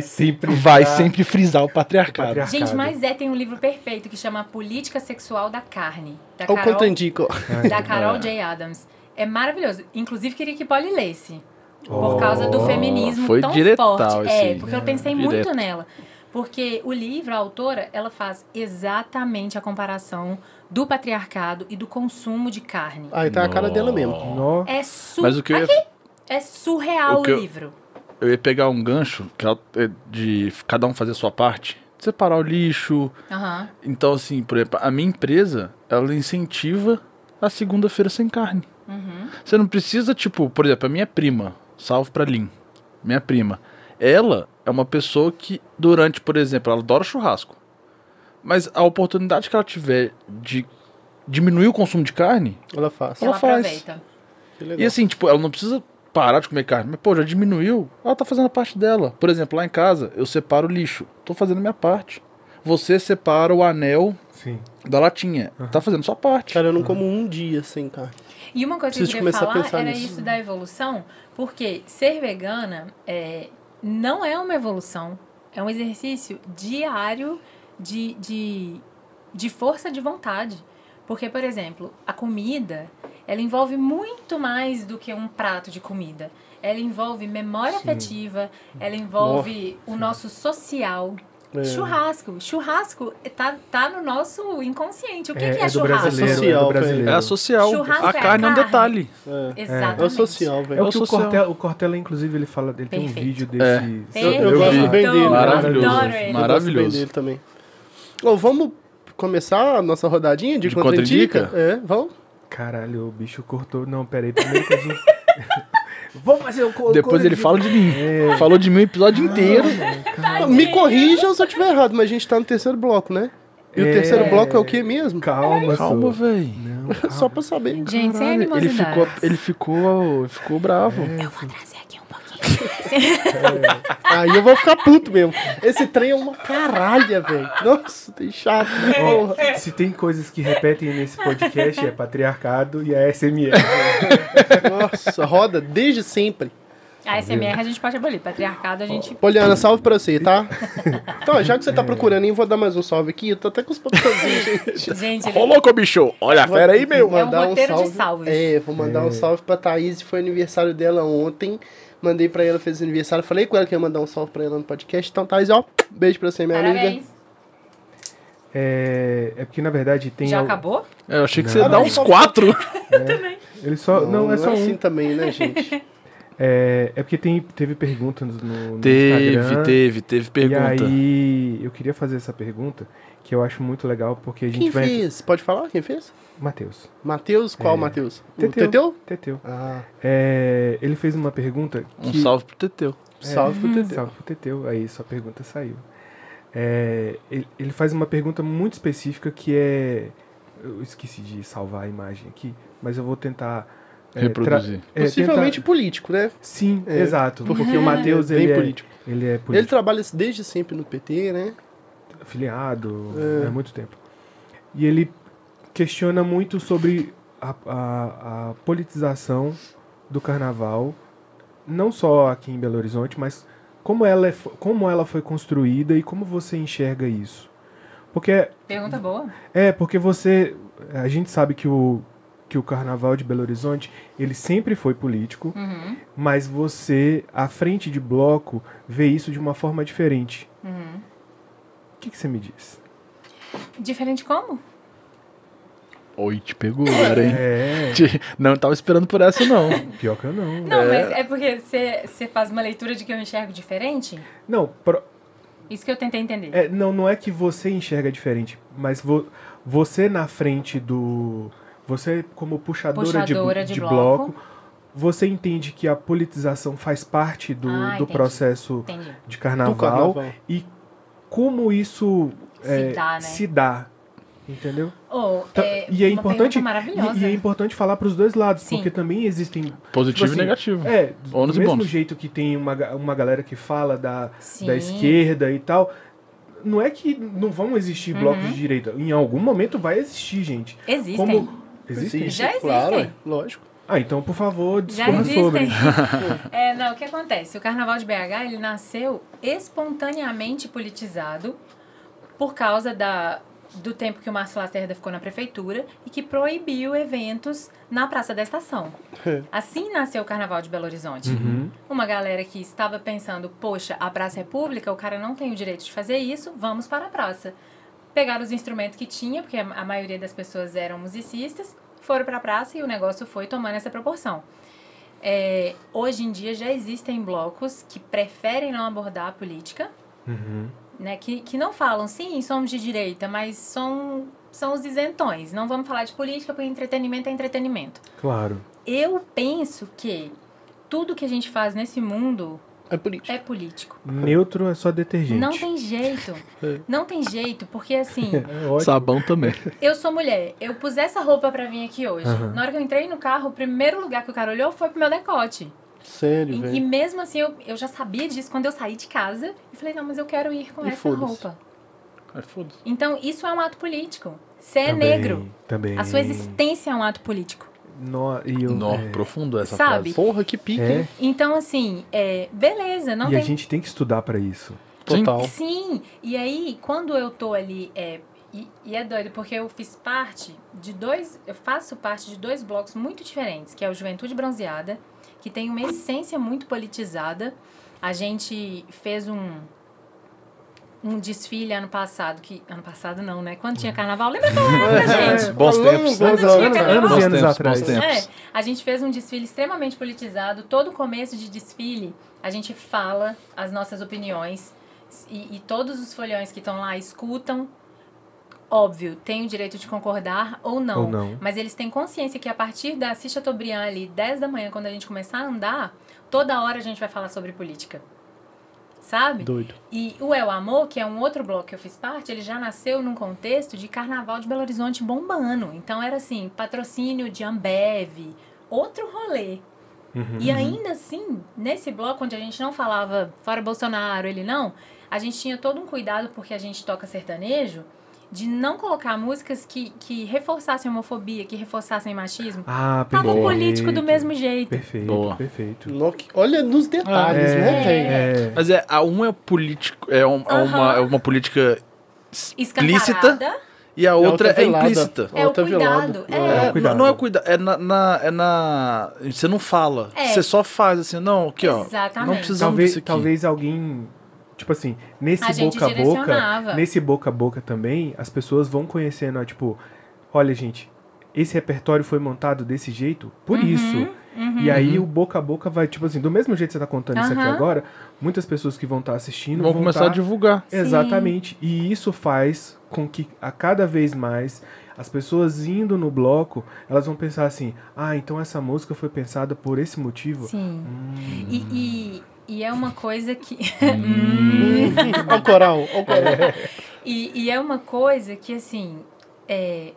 A: sempre.
D: Vai
A: dar
D: sempre frisar o patriarcado.
A: patriarcado.
B: Gente, mas é, tem um livro perfeito que chama Política Sexual da Carne,
D: É
B: da
C: Olha o quanto eu
B: Carol,
C: indico.
B: da Carol J. Adams. É maravilhoso. Inclusive, queria que Polly lesse, por
A: Oh.
B: causa do feminismo
D: foi
B: tão
D: diretal
B: forte.
D: esse-
B: é, porque eu pensei
D: direto.
B: muito nela. Porque o livro, a autora, ela faz exatamente a comparação do patriarcado e do consumo de carne.
C: Aí tá a cara dela mesmo.
A: Nó.
B: É, su
D: Ah, Mas o que eu ia,
B: é surreal
D: o
B: o,
D: que eu-
B: livro.
D: eu ia pegar um gancho que é de cada um fazer a sua parte, separar o lixo.
B: Aham.
D: Então, assim, por exemplo, a minha empresa, ela incentiva a segunda-feira sem carne.
B: Uhum.
D: Você não precisa, tipo, por exemplo, a minha prima, salve pra Lin, minha prima. Ela é uma pessoa que, durante, por exemplo, ela adora churrasco. Mas a oportunidade que ela tiver de diminuir o consumo de carne,
C: Ela faz.
D: Ela
B: Ela
D: faz.
B: aproveita.
C: Que legal.
D: e assim, tipo, ela não precisa parar de comer carne, mas pô, já diminuiu, ela tá fazendo a parte dela. Por exemplo, lá em casa, eu separo o lixo, tô fazendo a minha parte. Você separa o anel
A: Sim.
D: da latinha, tá fazendo a sua parte.
C: Cara, eu não como um dia sem carne.
B: E uma coisa
C: Preciso
B: que eu
C: começar a
B: queria
C: pensar
B: falar era
C: nisso.
B: isso da evolução, porque ser vegana é, não é uma evolução, é um exercício diário de, de, de força de vontade. Porque, por exemplo, a comida, ela envolve muito mais do que um prato de comida. Ela envolve memória
A: Sim.
B: afetiva, ela envolve o nosso social.
C: É.
B: Churrasco. Churrasco tá, tá no nosso inconsciente. O que que é,
A: é do
B: churrasco?
A: brasileiro. É
C: Social,
A: do
C: velho.
A: brasileiro.
D: É a social.
B: Churrasco
D: a
B: é
D: carne é um
B: carne.
D: detalhe.
C: É,
B: Exatamente.
C: é o social,
A: É
C: velho.
A: o
D: Eu
A: que
D: sou É.
A: o
D: seu.
A: Cortella, o Cortella, inclusive, ele fala. Ele tem um
B: Perfeito.
A: vídeo desse.
C: Eu- eu
B: Perfeito.
C: gosto bem dele,
D: Maravilhoso.
B: Então, Adoro ele.
D: É Maravilhoso.
C: Eu gosto bem dele também. Ô, vamos começar a nossa rodadinha de,
D: De
C: contraindica?
D: contraindica?
C: É, vamos.
A: Caralho, o bicho cortou. Não, peraí. Primeiro que a gente. Vamos fazer o co- um
D: Depois ele
A: corrigi-
D: fala de mim. Falou de mim o episódio inteiro.
C: Me corrijam se eu tiver errado, mas a gente tá no terceiro bloco, né? E o
A: É.
C: terceiro bloco é o que mesmo?
D: Calma,
A: Calma, Calma
D: véi.
A: Não,
C: Só
A: calma.
C: pra saber.
B: Gente, sem
D: Ele
B: animosidade.
D: ficou, ele ficou, ele ficou bravo.
B: Eu vou trazer aqui um pouquinho.
C: Aí eu vou ficar puto mesmo. Esse trem é uma caralha, velho. Nossa, tem chato. né? Porra.
A: Ó, se tem coisas que repetem nesse podcast, é patriarcado e é a SMR.
C: Nossa, roda desde sempre.
B: A SMR a gente pode abolir. Patriarcado a gente.
C: Poliana, salve pra você, tá? Então, já que você tá procurando, eu vou dar mais um salve aqui. Eu tô até com os papelzinhos, gente.
B: Gente, né?
D: Ô, louco, bicho. Olha
A: Ah,
D: a fera aí, meu.
C: Vou mandar
B: É um roteiro de salves.
C: É, vou mandar um salve pra Thaís. Foi aniversário dela ontem. Mandei pra ela, fez aniversário. Falei com ela que ia mandar um salve pra ela no podcast. Então, Thaís, ó, beijo pra você, minha amiga.
B: parabéns.
A: É, é porque, na verdade, tem.
B: Já
A: al-
B: acabou?
D: É, Eu achei que você ia
C: Não.
D: dar uns quatro.
A: Ele só. Não, é só um.
C: assim também, né, gente?
A: É, é porque tem, teve perguntas no, no
D: Teve,
A: Instagram.
D: teve, teve pergunta.
A: E aí, eu queria fazer essa pergunta, que eu acho muito legal, porque a gente
C: Quem
A: vai.
C: fez? Pode falar quem fez?
A: Matheus.
C: Matheus? Qual Matheus? O
A: Teteu.
C: Teteu?
A: Teteu.
C: Ah,
A: É, ele fez uma pergunta.
D: Um
A: que-
D: salve pro Teteu.
C: salve pro Teteu.
A: Salve pro Teteu. Aí sua pergunta saiu. É, ele, ele faz uma pergunta muito específica que é. Eu esqueci de salvar a imagem aqui, mas eu vou tentar. é,
D: Reproduzir.
A: tra- é,
C: Possivelmente
A: tentar-
C: político, né?
A: Sim,
C: É,
A: exato. Porque o Matheus,
C: bem
A: ele, é,
C: político.
A: ele é
C: Ele
A: político
C: trabalha desde sempre no PT, né?
A: afiliado né, há muito tempo. E ele questiona muito sobre a, a- a politização do carnaval, não só aqui em Belo Horizonte, mas como ela, é fo- como ela foi construída e como você enxerga isso. Porque
B: Pergunta boa.
A: é, porque você. A gente sabe que o, que o carnaval de Belo Horizonte, ele sempre foi político,
B: Uhum,
A: mas você, à frente de bloco, vê isso de uma forma diferente.
B: uhum.
A: O que, que você me diz?
B: Diferente como?
D: Oi, te pegou, galera, hein?
A: É,
D: Te- Não tava esperando por essa, não.
A: pior que eu não. né?
B: Não, mas é porque você você faz uma leitura de que eu enxergo diferente?
A: Não, pro-
B: Isso que eu tentei entender.
A: É, não, não é que você enxerga diferente, mas vo- você na frente do. Você, como puxadora,
B: Puxadora
A: de,
B: de
A: de
B: bloco.
A: bloco. você entende que a politização faz parte do,
B: Ah,
A: do
B: entendi.
A: processo
B: Entendi.
A: de
C: Do
A: carnaval,
C: carnaval.
A: e como isso é,
B: Se dá, né?
A: se dá, Entendeu?
B: Ou,
A: Tá,
B: é,
A: e é
B: uma pergunta
A: importante. E,
B: maravilhosa.
A: e é importante falar para os dois lados,
B: Sim.
A: porque também existem.
D: Positivo
A: Tipo
D: e
A: assim,
C: Hum.
D: negativo.
A: É, do
D: Ônus e
A: mesmo
D: bônus.
A: jeito que tem uma, ga- uma galera que fala da,
B: Sim.
A: da esquerda e tal. Não é que não vão existir
B: Uhum.
A: blocos de direita. Em algum momento vai existir, gente.
B: Existem.
A: Como... Existem?
B: Já existem.
C: Claro, é, lógico.
A: Ah, então, por favor,
B: Já
A: discorra sobre.
B: existem. é, não, o que acontece? O Carnaval de BH ele nasceu espontaneamente politizado por causa da, do tempo que o Márcio Lacerda ficou na prefeitura e que proibiu eventos na Praça da Estação. Assim nasceu o Carnaval de Belo Horizonte.
A: Uhum.
B: Uma galera que estava pensando, poxa, a praça é pública, o cara não tem o direito de fazer isso, vamos para a praça. Pegaram os instrumentos que tinha, porque a a maioria das pessoas eram musicistas, foram para a praça e o negócio foi tomando essa proporção. É, hoje em dia já existem blocos que preferem não abordar a política,
A: Uhum.
B: né, que, que não falam, sim, somos de direita, mas são, são os isentões. Não vamos falar de política porque entretenimento é entretenimento.
A: Claro.
B: Eu penso que tudo que a gente faz nesse mundo
C: É político.
B: é político.
A: Neutro é só detergente.
B: Não tem jeito. Não tem jeito, porque assim,
A: É ótimo.
D: Sabão também.
B: eu sou mulher, eu pus essa roupa pra vir aqui hoje.
A: Aham.
B: Na hora que eu entrei no carro, o primeiro lugar que o cara olhou foi pro meu decote.
C: Sério,
B: E, e
C: velho.
B: mesmo assim, eu, eu já sabia disso quando eu saí de casa e falei, não, mas eu quero ir com
C: E
B: essa
C: foda-se.
B: roupa.
D: Ai, foda-se.
B: Então, isso é um ato político. Você
D: Tá
B: é
A: Também,
B: negro.
A: Também.
B: A sua existência é um ato político.
A: No, e eu,
D: Nó,
A: é.
D: profundo essa
B: Sabe?
D: frase.
C: Porra, que pique,
A: É.
C: hein?
B: Então, assim, é, beleza, não
A: e
B: tem
A: a gente tem que estudar pra isso.
D: Sim.
C: Total.
B: Sim, e aí quando eu tô ali, é, e, e é doido, porque eu fiz parte de dois, eu faço parte de dois blocos muito diferentes, que é o Juventude Bronzeada, que tem uma essência muito politizada. A gente fez um um desfile ano passado, que ano passado não, né? Quando tinha carnaval, lembra aquela época, gente?
D: Bons tempos, né?
B: Quando
A: Anos,
B: tinha
A: anos,
B: carnaval.
A: anos e
D: Bons
A: anos
D: tempos,
A: atrás.
D: bons
B: É,
D: tempos.
B: a gente fez um desfile extremamente politizado. Todo começo de desfile, a gente fala as nossas opiniões. E, e todos os folhões que estão lá escutam. Óbvio, tem o direito de concordar ou não.
A: Ou não.
B: Mas eles têm consciência que a partir da Assis Chateaubriand ali, 10 da manhã, quando a gente começar a andar, toda hora a gente vai falar sobre política. Sabe?
C: Doido.
B: E o El Amor, que é um outro bloco que eu fiz parte, ele já nasceu num contexto de carnaval de Belo Horizonte bombando. Então era assim, patrocínio de Ambev, outro rolê.
A: Uhum.
B: E ainda assim, nesse bloco onde a gente não falava fora Bolsonaro, ele não, a gente tinha todo um cuidado, porque a gente toca sertanejo, de não colocar músicas que, que reforçassem homofobia, que reforçassem machismo.
A: Ah,
B: Tava
A: perfeito.
B: político do mesmo jeito.
A: Perfeito,
D: Boa.
A: perfeito.
C: No- Olha nos detalhes,
A: É,
C: né, velho?
A: é.
D: Mas é, a uma é político, é, um- é uma,
B: Aham.
D: é uma política
B: Escancarada.
D: explícita e a outra é implícita.
B: É o
C: Outra
B: cuidado.
C: velada.
B: É.
A: É o cuidado.
D: Não é cuidado, é na, na- é na- Você não fala.
B: É.
D: Você só faz assim, não, aqui, ó.
B: Exatamente.
D: Não precisamos
A: Talvez,
D: disso aqui.
A: talvez alguém. Tipo assim, nesse
B: A gente
A: boca a boca.
B: direcionava.
A: Nesse boca a boca também, as pessoas vão conhecendo, ó, tipo, olha, gente, esse repertório foi montado desse jeito por
B: Uhum,
A: isso. E aí o boca a boca vai, tipo assim, do mesmo jeito que você tá contando isso aqui
B: Aham.
A: agora, muitas pessoas que vão estar assistindo
D: Vão começar
A: tá-
D: a divulgar.
B: Sim.
A: Exatamente. E isso faz com que a cada vez mais as pessoas indo no bloco, elas vão pensar assim: "Ah, então essa música foi pensada por esse motivo".
B: Sim.
A: Hum.
B: E, e, e é uma coisa que.
C: Olha o coral, olha o coral.
B: e, e é uma coisa que, assim. é,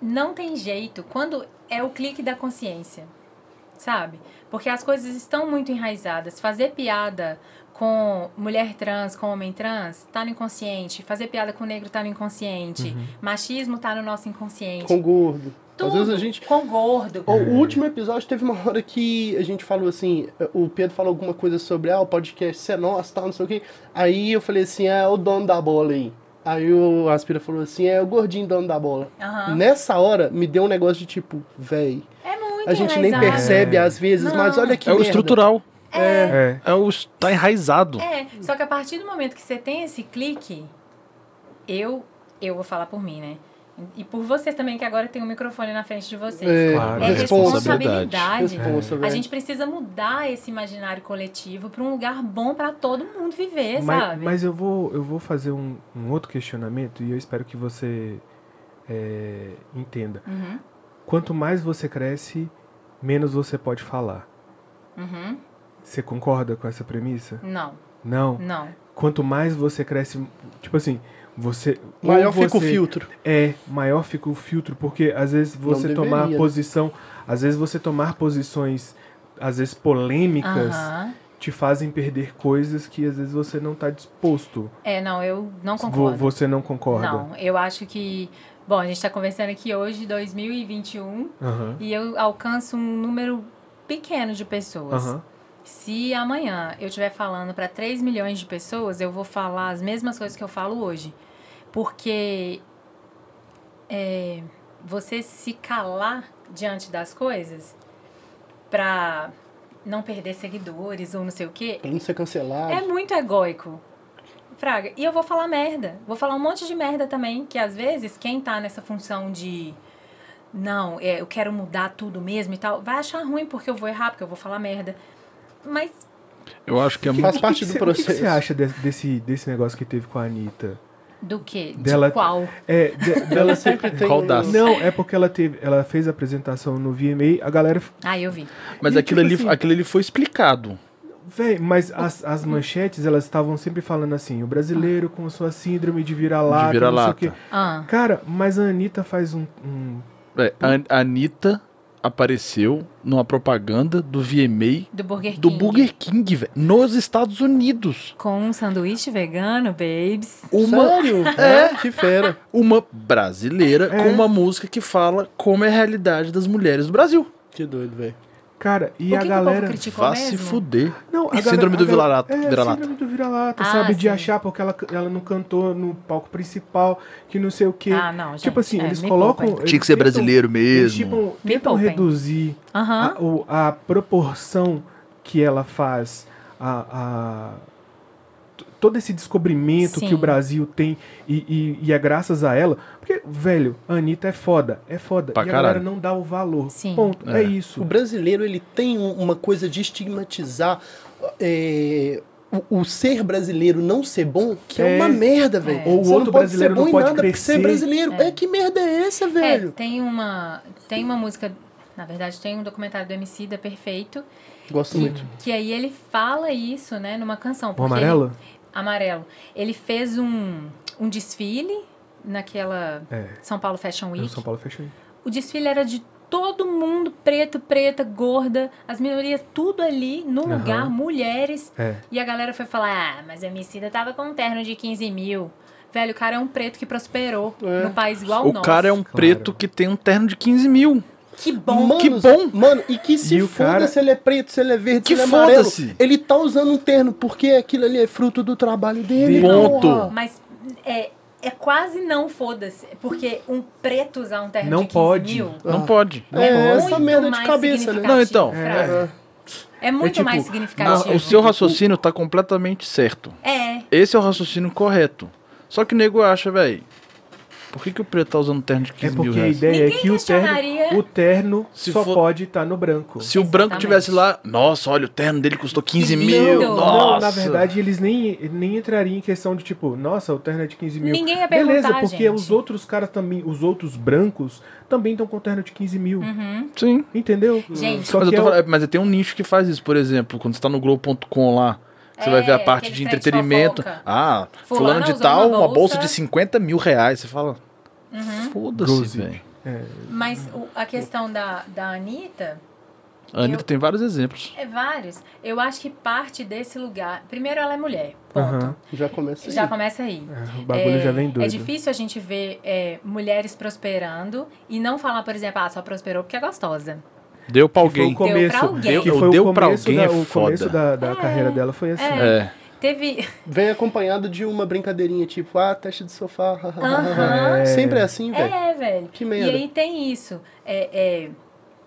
B: não tem jeito quando é o clique da consciência, sabe? Porque as coisas estão muito enraizadas. Fazer piada com mulher trans, com homem trans, tá no inconsciente. Fazer piada com negro tá no inconsciente. Machismo tá no nosso inconsciente.
C: Uhum. Com gordo.
B: Tudo.
C: Às vezes a gente.
B: Com gordo.
C: O último episódio teve uma hora que a gente falou assim, o Pedro falou alguma coisa sobre, ah, o podcast é nosso, tal, não sei o quê. Aí eu falei assim, ah, é o dono da bola aí. Aí o Aspira falou assim: é o gordinho dono da bola.
B: Aham.
C: Nessa hora, me deu um negócio de tipo, véi.
B: É muito
C: A gente nem
B: enraizado.
C: percebe às vezes,
B: Não.
C: mas olha que.
D: É o
C: merda.
D: estrutural.
A: É.
D: É o. Tá enraizado.
B: É, só que a partir do momento que você tem esse clique, eu eu vou falar por mim, né? E por vocês também, que agora tem um microfone na frente de vocês.
C: É,
A: Claro.
B: É
D: responsabilidade.
B: responsabilidade.
C: Responsa,
B: A
C: velho.
B: gente precisa mudar esse imaginário coletivo pra um lugar bom pra todo mundo viver,
A: Mas,
B: sabe?
A: mas eu, vou, eu vou fazer um, um outro questionamento e eu espero que você é, entenda.
B: Uhum,
A: Quanto mais você cresce, menos você pode falar.
B: uhum.
A: Você concorda com essa premissa?
B: Não,
A: Não.
B: não.
A: Quanto mais você cresce, tipo assim, você. ou
C: Maior fica o
A: você-
C: filtro.
A: É, maior fica o filtro, porque às vezes você
C: deveria,
A: tomar
C: né?
A: posição, às vezes você tomar posições, às vezes polêmicas,
B: Aham.
A: te fazem perder coisas que às vezes você não tá disposto.
B: É, não, eu não
A: Vo-
B: concordo.
A: Você não concorda.
B: Não, eu acho que. Bom, a gente tá conversando aqui hoje, 2021,
A: Aham.
B: e eu alcanço um número pequeno de pessoas.
A: Aham.
B: Se amanhã eu estiver falando para 3 milhões de pessoas, eu vou falar as mesmas coisas que eu falo hoje. Porque é, você se calar diante das coisas pra não perder seguidores ou não sei o quê,
C: Pra não ser cancelado.
B: é muito egóico. Fraga, e eu vou falar merda. Vou falar um monte de merda também, que às vezes quem tá nessa função de não, é, eu quero mudar tudo mesmo e tal, vai achar ruim porque eu vou errar, porque eu vou falar merda. Mas
D: Eu acho que é muito.
C: Faz parte
B: Tipo
A: O que
C: do
A: que cê- O que que
C: processo.
A: você acha de- desse, desse negócio que teve com a Anitta?
B: do que?
A: Dela-
B: De qual?
A: É, de-
C: Ela sempre tem.
D: Qual
C: um-
D: das?
A: não, é porque ela teve, ela fez a apresentação no VMA, a galera,
B: Ah, eu vi.
D: Mas
A: E,
D: aquilo
A: tipo
D: ali,
A: assim-
D: aquilo ali foi explicado.
A: Véi, mas as, as manchetes, elas estavam sempre falando assim, o brasileiro com sua síndrome de vira-lata,
D: De vira-lata.
A: não sei o quê.
B: Ah,
A: Cara, mas a Anitta faz um... um-
D: É, a a Anitta apareceu numa propaganda do VMA
B: do Burger King.
D: do Burger King, velho. Nos Estados Unidos.
B: Com um sanduíche vegano, babes.
D: Uma,
C: Sério? É. Que fera.
D: uma brasileira
A: É.
D: com uma música que fala como é a realidade das mulheres do Brasil.
C: Que doido, velho.
A: Cara, e
B: Por
A: a
B: que que o povo
A: galera...
B: criticou
D: Vá
B: mesmo?
D: se fuder.
A: não, a
D: Síndrome do
A: a
D: vira-lata-
A: É,
D: vira-lata.
A: síndrome do vira-lata,
B: Ah,
A: sabe?
B: sim.
A: De achar porque ela, ela não cantou no palco principal, que não sei o quê.
B: Ah, não, gente.
A: tipo assim,
B: é,
A: eles
B: me
A: colocam...
B: poupem.
A: eles tentam- Eles tipo,
B: Me
A: tentam
B: poupem.
A: reduzir
B: então. Aham.
A: a, o- a proporção que ela faz a, a- t- todo esse descobrimento
B: Sim.
A: que o Brasil tem e, e- e é graças a ela porque velho a Anitta é foda é foda
D: Pra
A: e a galera
D: caralho.
A: não dá o valor
B: Sim.
A: ponto é,
D: É.
C: O
A: isso
C: brasileiro, ele tem um- uma coisa de estigmatizar é, o, o ser brasileiro não ser bom, que é,
A: É.
C: uma merda, velho.
B: É.
A: Ou o
C: Você
A: outro brasileiro não
C: em
A: pode
C: nada porque
A: crescer.
C: você é brasileiro. É. que merda é essa,
B: É,
C: velho?
B: tem uma, tem uma música, na verdade, tem um documentário do MC da Perfeito,
C: Gosto muito.
B: que aí ele fala isso, né, numa canção.
A: o
B: porque
A: amarelo
B: Ele, amarelo. Ele fez um, um desfile naquela
A: é
B: São Paulo Fashion
A: o
B: Week.
A: São Paulo fechou
B: O desfile era de todo mundo, preto, preta, gorda, as minorias, tudo ali no
A: Aham.
B: lugar, mulheres.
A: é
B: E a galera foi falar, ah, mas a Emicida tava com um terno de 15 mil. Velho, o cara é um preto que prosperou
C: É.
B: no país igual
D: O
B: nosso.
D: cara é um
A: Claro.
D: preto que tem um terno de 15 mil.
B: Que bom.
C: Mano,
D: que bom.
C: Mano, e que se
A: E o
C: foda
A: cara-
C: se ele é preto, se ele é verde,
D: Que
C: se ele é amarelo.
D: foda-se.
C: Ele tá usando um terno porque aquilo ali é fruto do trabalho dele.
D: Ponto.
C: porra.
B: Mas é, é quase não foda-se. Porque um preto usar um terno
A: Não
B: de 15
A: pode.
B: mil...
D: Não
C: Ah.
D: pode.
C: É, essa
B: muito
C: merda de
B: mais
C: cabeça, né?
B: significativo,
D: Não, então.
B: Fraga. É, muito
A: É tipo,
B: mais
A: na-
B: significativo.
D: Ah, o seu raciocínio tá completamente certo.
B: É,
D: Esse é o raciocínio correto. Só que o nego acha, velho. Por que, que o preto tá usando terno de
A: é
D: 15 mil
A: porque a
D: reais?
A: ideia
B: Ninguém
A: é que o
B: questionaria.
A: terno o terno
D: Se
A: só
D: for-
A: pode estar no branco
D: Se o branco
B: Exatamente.
D: tivesse lá, nossa, olha, o terno dele custou 15
B: Não,
D: mil.
B: não,
D: nossa.
A: Não, na verdade, eles nem, nem entrariam em questão de tipo, nossa, o terno é de 15 mil.
B: Ninguém ia
A: Beleza,
B: perguntar,
A: porque
B: gente.
A: os outros caras também, os outros brancos, também estão com terno de 15 mil.
D: Sim.
A: Entendeu?
B: Uhum. Gente.
A: Só
D: mas, eu
A: que
D: tô
A: é o-
D: falando- mas tem um nicho que faz isso, por exemplo, quando você tá no Globo.com lá. Você
B: É,
D: vai ver a parte de
B: aquele trem de
D: entretenimento.
B: fofoca.
D: ah, fulano,
B: Fulano
D: de
B: usou
D: tal,
B: uma
D: uma bolsa
B: bolsa. Uhum.
D: de 50 mil reais. Você fala, foda-se,
A: Gossip.
D: velho.
B: mas o- a questão da, da Anitta...
D: A Anitta tem vários exemplos.
B: É vários. Eu acho que parte desse lugar. Primeiro, ela é mulher. Ponto.
A: Aham.
C: Já começa aí.
B: Já começa aí.
A: É, o bagulho
B: é,
A: já vem doido.
B: É difícil a gente ver é, mulheres prosperando e não falar, por exemplo, ah, só prosperou porque é gostosa.
D: Deu pra
A: Que foi o
D: alguém.
A: começo,
B: Deu pra alguém.
A: que
D: Deu-
A: foi
D: deu
A: o
D: pra
A: começo,
D: alguém é
A: da, o começo
D: foda.
A: da, da carreira dela foi assim.
D: É.
B: Teve.
C: Vem acompanhado de uma brincadeirinha tipo, ah, teste de sofá.
B: Aham.
A: É.
C: Sempre é assim, velho.
B: É, velho.
C: Que
B: E
C: merda.
B: aí tem isso. É, é,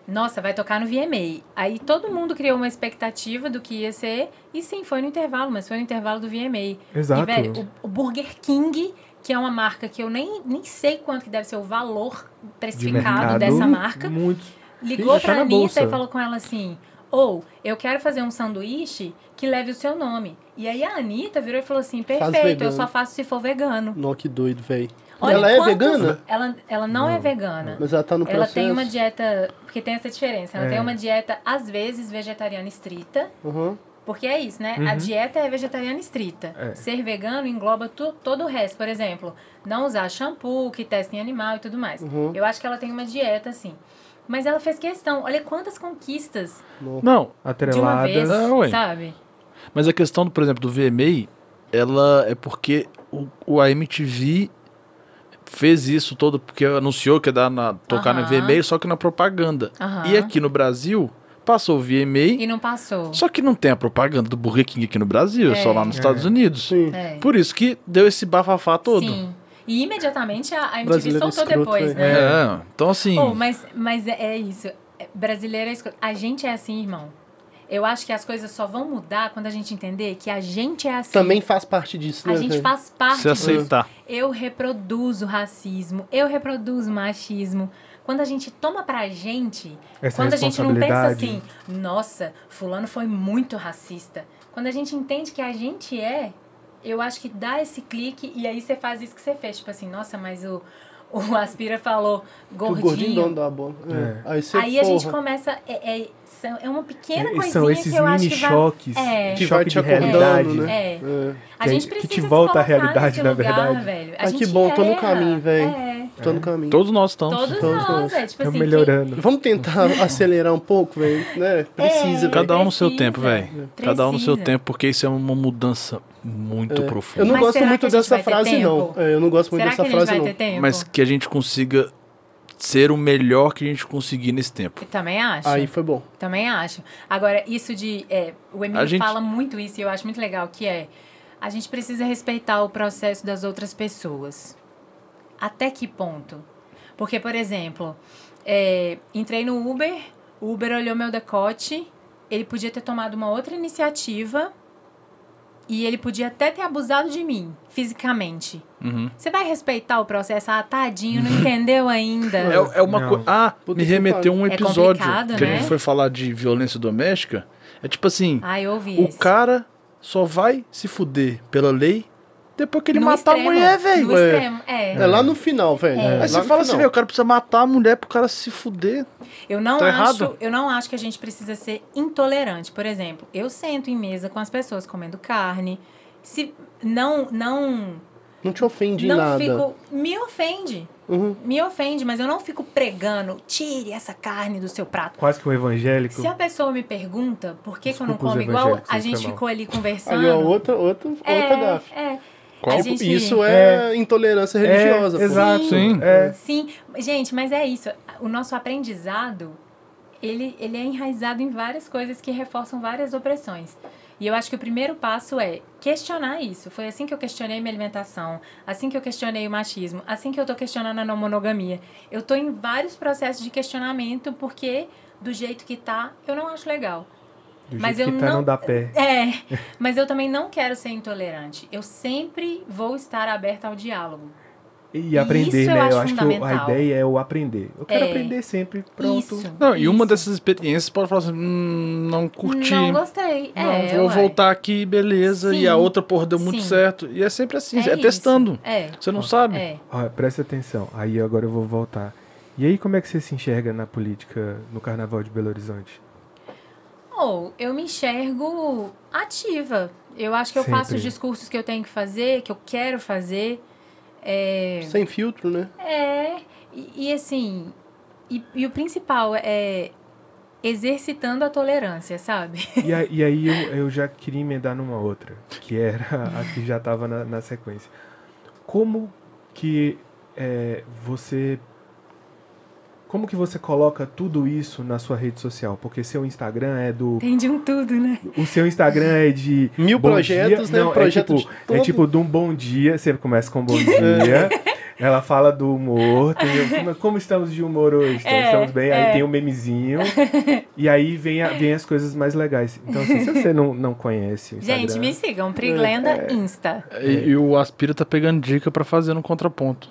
B: Nossa, vai tocar no VMA. Aí todo mundo criou uma expectativa do que ia ser. E sim, foi no intervalo, mas foi no intervalo do VMA. E,
A: Exato.
B: velho, o- o Burger King, que é uma marca que eu nem, nem sei quanto que deve ser o valor
A: De
B: precificado
A: mercado,
B: dessa marca,
A: Muito.
B: ligou
A: Ixi, tá
B: pra
A: na
B: Anitta
A: bolsa.
B: e falou com ela assim: Ou, eu quero fazer um sanduíche que leve o seu nome. E aí a Anitta virou e falou assim: Perfeito, eu
C: vegano."
B: só faço se for vegano.
C: Nó, que doido, velho.
B: Olha
C: Ela é
B: quantos-
C: vegana?
B: Ela, ela não, é vegana.
C: Mas ela tá no
B: Ela
C: processo.
B: tem uma dieta. Porque tem essa diferença. Ela
A: É.
B: tem uma dieta, às vezes, vegetariana estrita.
C: Aham.
B: Porque é isso, né? A
A: Uhum.
B: dieta é vegetariana estrita.
A: É.
B: Ser vegano engloba tu- todo o resto. Por exemplo, não usar shampoo, que testa em animal e tudo mais.
C: Uhum.
B: Eu acho que ela tem uma dieta, assim. Mas ela fez questão. Olha quantas conquistas
C: Nó.
D: Não,
B: de uma vez,
A: Atrelada.
D: Ah, ué.
B: sabe?
D: mas a questão, do, por exemplo, do VMA, ela é porque o, o a MTV fez isso todo, porque anunciou que ia dar na, tocar no
B: Aham.
D: VMA, só que na propaganda.
B: Aham.
D: E aqui no Brasil, passou o VMA,
B: E não passou.
D: só que não tem a propaganda do Burger King aqui no Brasil, é só lá nos
A: É.
D: Estados Unidos.
C: Sim.
B: É.
D: Por isso que deu esse bafafá todo.
B: Sim. E imediatamente a a MTV
C: Brasileiro
B: soltou
C: escroto,
B: depois,
C: velho.
B: né?
D: É, então assim.
B: Oh, mas, mas é é isso. É, Brasileiro é escro- A gente é assim, irmão. Eu acho que as coisas só vão mudar quando a gente entender que a gente é assim.
C: Também faz parte disso, né?
B: a
A: Uhum.
B: gente
C: velho?
B: faz parte
D: se aceitar.
B: disso. Eu reproduzo racismo, eu reproduzo machismo. Quando a gente toma pra gente,
A: Essa
B: quando a gente não pensa
A: responsabilidade.
B: assim, nossa, fulano foi muito racista. Quando a gente entende que a gente é, eu acho que dá esse clique e aí você faz isso que você fez. Tipo assim, nossa, mas o, o Aspira falou
C: Que O
B: gordinho.
C: gordinho dono da bola. É. Aí você
B: Aí a gente
C: porra,
B: começa. É, é, são- é uma pequena
A: E
B: coisinha
A: São esses
B: que eu acho
A: mini
B: que vai.
A: choques.
B: É.
A: de
C: Que vai
A: Choque
C: te
A: de
C: acordando,
A: realidade.
C: né?
B: É.
C: É.
B: A
A: Que-
B: gente
A: que
B: precisa
A: te
B: se
A: volta à
B: colocar
A: realidade,
B: nesse
A: na
B: lugar,
A: verdade.
B: Velho. A
C: Mas
B: gente
C: que bom, tô no
B: erra.
C: caminho, velho.
B: É.
C: Tô no caminho.
D: Todos nós estamos.
B: Todos
C: todos
B: nós,
C: nós.
B: é tipo
A: Estamos
B: assim.
A: melhorando.
C: Vamos tentar acelerar um pouco, velho, né? Precisa,
B: É.
C: velho.
D: Cada um no seu
B: Precisa.
D: tempo, velho. Cada um no seu
B: Precisa.
D: tempo, porque isso é uma mudança muito
C: É, Eu
D: profunda.
C: não
B: Mas
C: gosto
B: será que
C: muito
B: a gente
C: dessa
B: vai ter
C: frase, não.
B: tempo?
C: É, eu não gosto
B: Quem...
C: muito
B: Será que
C: dessa
B: a
C: frase,
B: gente vai ter
C: não.
B: tempo?
D: Mas que a gente consiga ser o melhor que a gente conseguir nesse tempo.
B: Eu Também acho.
C: Aí foi bom.
B: Também acho. Agora, isso de. é, o
D: A
B: Emílio
D: gente-
B: fala muito isso e eu acho muito legal, que é a gente precisa respeitar o processo das outras pessoas. Até que ponto? Porque, por exemplo, é, entrei no Uber, o Uber olhou meu decote, ele podia ter tomado uma outra iniciativa e ele podia até ter abusado de mim, fisicamente.
D: Uhum.
B: Você vai respeitar o processo? Ah, tadinho, não entendeu ainda.
D: É, é uma
A: Não.
D: coisa. Ah,
C: Puta
D: me
C: que
D: remeteu um
B: pariu. É
D: episódio
B: complicado,
D: que a
B: né?
D: gente foi falar de violência doméstica. É tipo assim:
B: Ah, eu ouvi
D: o
B: esse.
D: cara só vai se fuder pela lei depois que ele
B: No
D: matar
B: extremo,
D: a mulher,
B: No
D: velho.
B: extremo, é.
C: É lá no final, velho.
B: É.
C: É.
D: Aí você fala assim, velho, o cara precisa matar a mulher pro cara se fuder.
B: Eu não,
D: Tô
B: acho,
D: errado?
B: eu não acho que a gente precisa ser intolerante. Por exemplo, eu sento em mesa com as pessoas comendo carne. Se não não
C: Não te ofende em
B: não
C: nada.
B: fico, me ofende.
C: Uhum.
B: Me ofende, mas eu não fico pregando, tire essa carne do seu prato.
A: Quase que um evangélico.
B: Se é a pessoa me pergunta por que, que eu não
A: Desculpa os
B: como igual,
A: evangélicos,
B: a
A: foi
B: gente
A: mal.
B: ficou ali conversando.
C: Aí, ó, outra, outra, outra gafe.
B: é, é.
D: Qual-
B: A gente-
C: Isso é, intolerância religiosa,
A: é,
C: pô.
A: Exato.
D: Sim.
A: É.
B: Sim, gente, mas é isso. O nosso aprendizado, ele, ele é enraizado em várias coisas que reforçam várias opressões. E eu acho que o primeiro passo é questionar isso. Foi assim que eu questionei minha alimentação, assim que eu questionei o machismo, assim que eu tô questionando a não monogamia. Eu tô em vários processos de questionamento porque do jeito que tá, eu não acho legal.
A: Do
B: Mas
A: jeito
B: eu
A: que tá,
B: não-
A: não dá pé.
B: É, mas eu também não quero ser intolerante. Eu sempre vou estar aberta ao diálogo.
A: E aprender,
B: isso eu
A: né?
B: acho
A: que o- a
B: fundamental.
A: ideia é o aprender. Eu quero
B: É.
A: aprender sempre. Pronto.
B: Isso.
D: Não, e uma
B: isso.
D: dessas experiências pode falar assim, hum, não curti.
B: Não gostei.
D: Não,
B: é,
D: vou
B: ué.
D: voltar aqui, beleza. E a
B: Sim.
D: outra, porra, deu muito
B: Sim.
D: certo. E é sempre assim, é,
B: isso.
D: testando.
B: É,
D: Você não sabe.
B: é.
A: Ó, presta atenção. Aí agora eu vou voltar. E aí, como é que você se enxerga na política no Carnaval de Belo Horizonte?
B: Ou eu me enxergo ativa. Eu acho que eu faço
A: Sempre.
B: os discursos que eu tenho que fazer, que eu quero fazer. É.
C: Sem filtro, né?
B: é, e, e assim. E, e o principal é exercitando a tolerância, sabe?
A: E, a- e aí eu, eu já queria emendar numa outra, que era a que já estava na, na sequência. Como que é, você Como que você coloca tudo isso na sua rede social? Porque seu Instagram é do.
F: Tem de um tudo, né?
A: O seu Instagram é de.
C: Mil
A: bom
C: projetos,
A: dia.
C: né?
A: Não,
C: Projeto
A: é
C: de
A: tipo, é
C: todo.
A: tipo de um bom dia. Você começa com um bom dia. Ela fala do humor, tem, "Mas como estamos de humor hoje? Então,
F: É,
A: estamos bem, aí
F: é.
A: tem o memezinho. e aí vem, a- vem as coisas mais legais. Então, assim, se você não, não conhece o Instagram... É.
F: Gente, me sigam. Priglenda Insta.
D: E, e o Aspira tá pegando dica pra fazer um contraponto.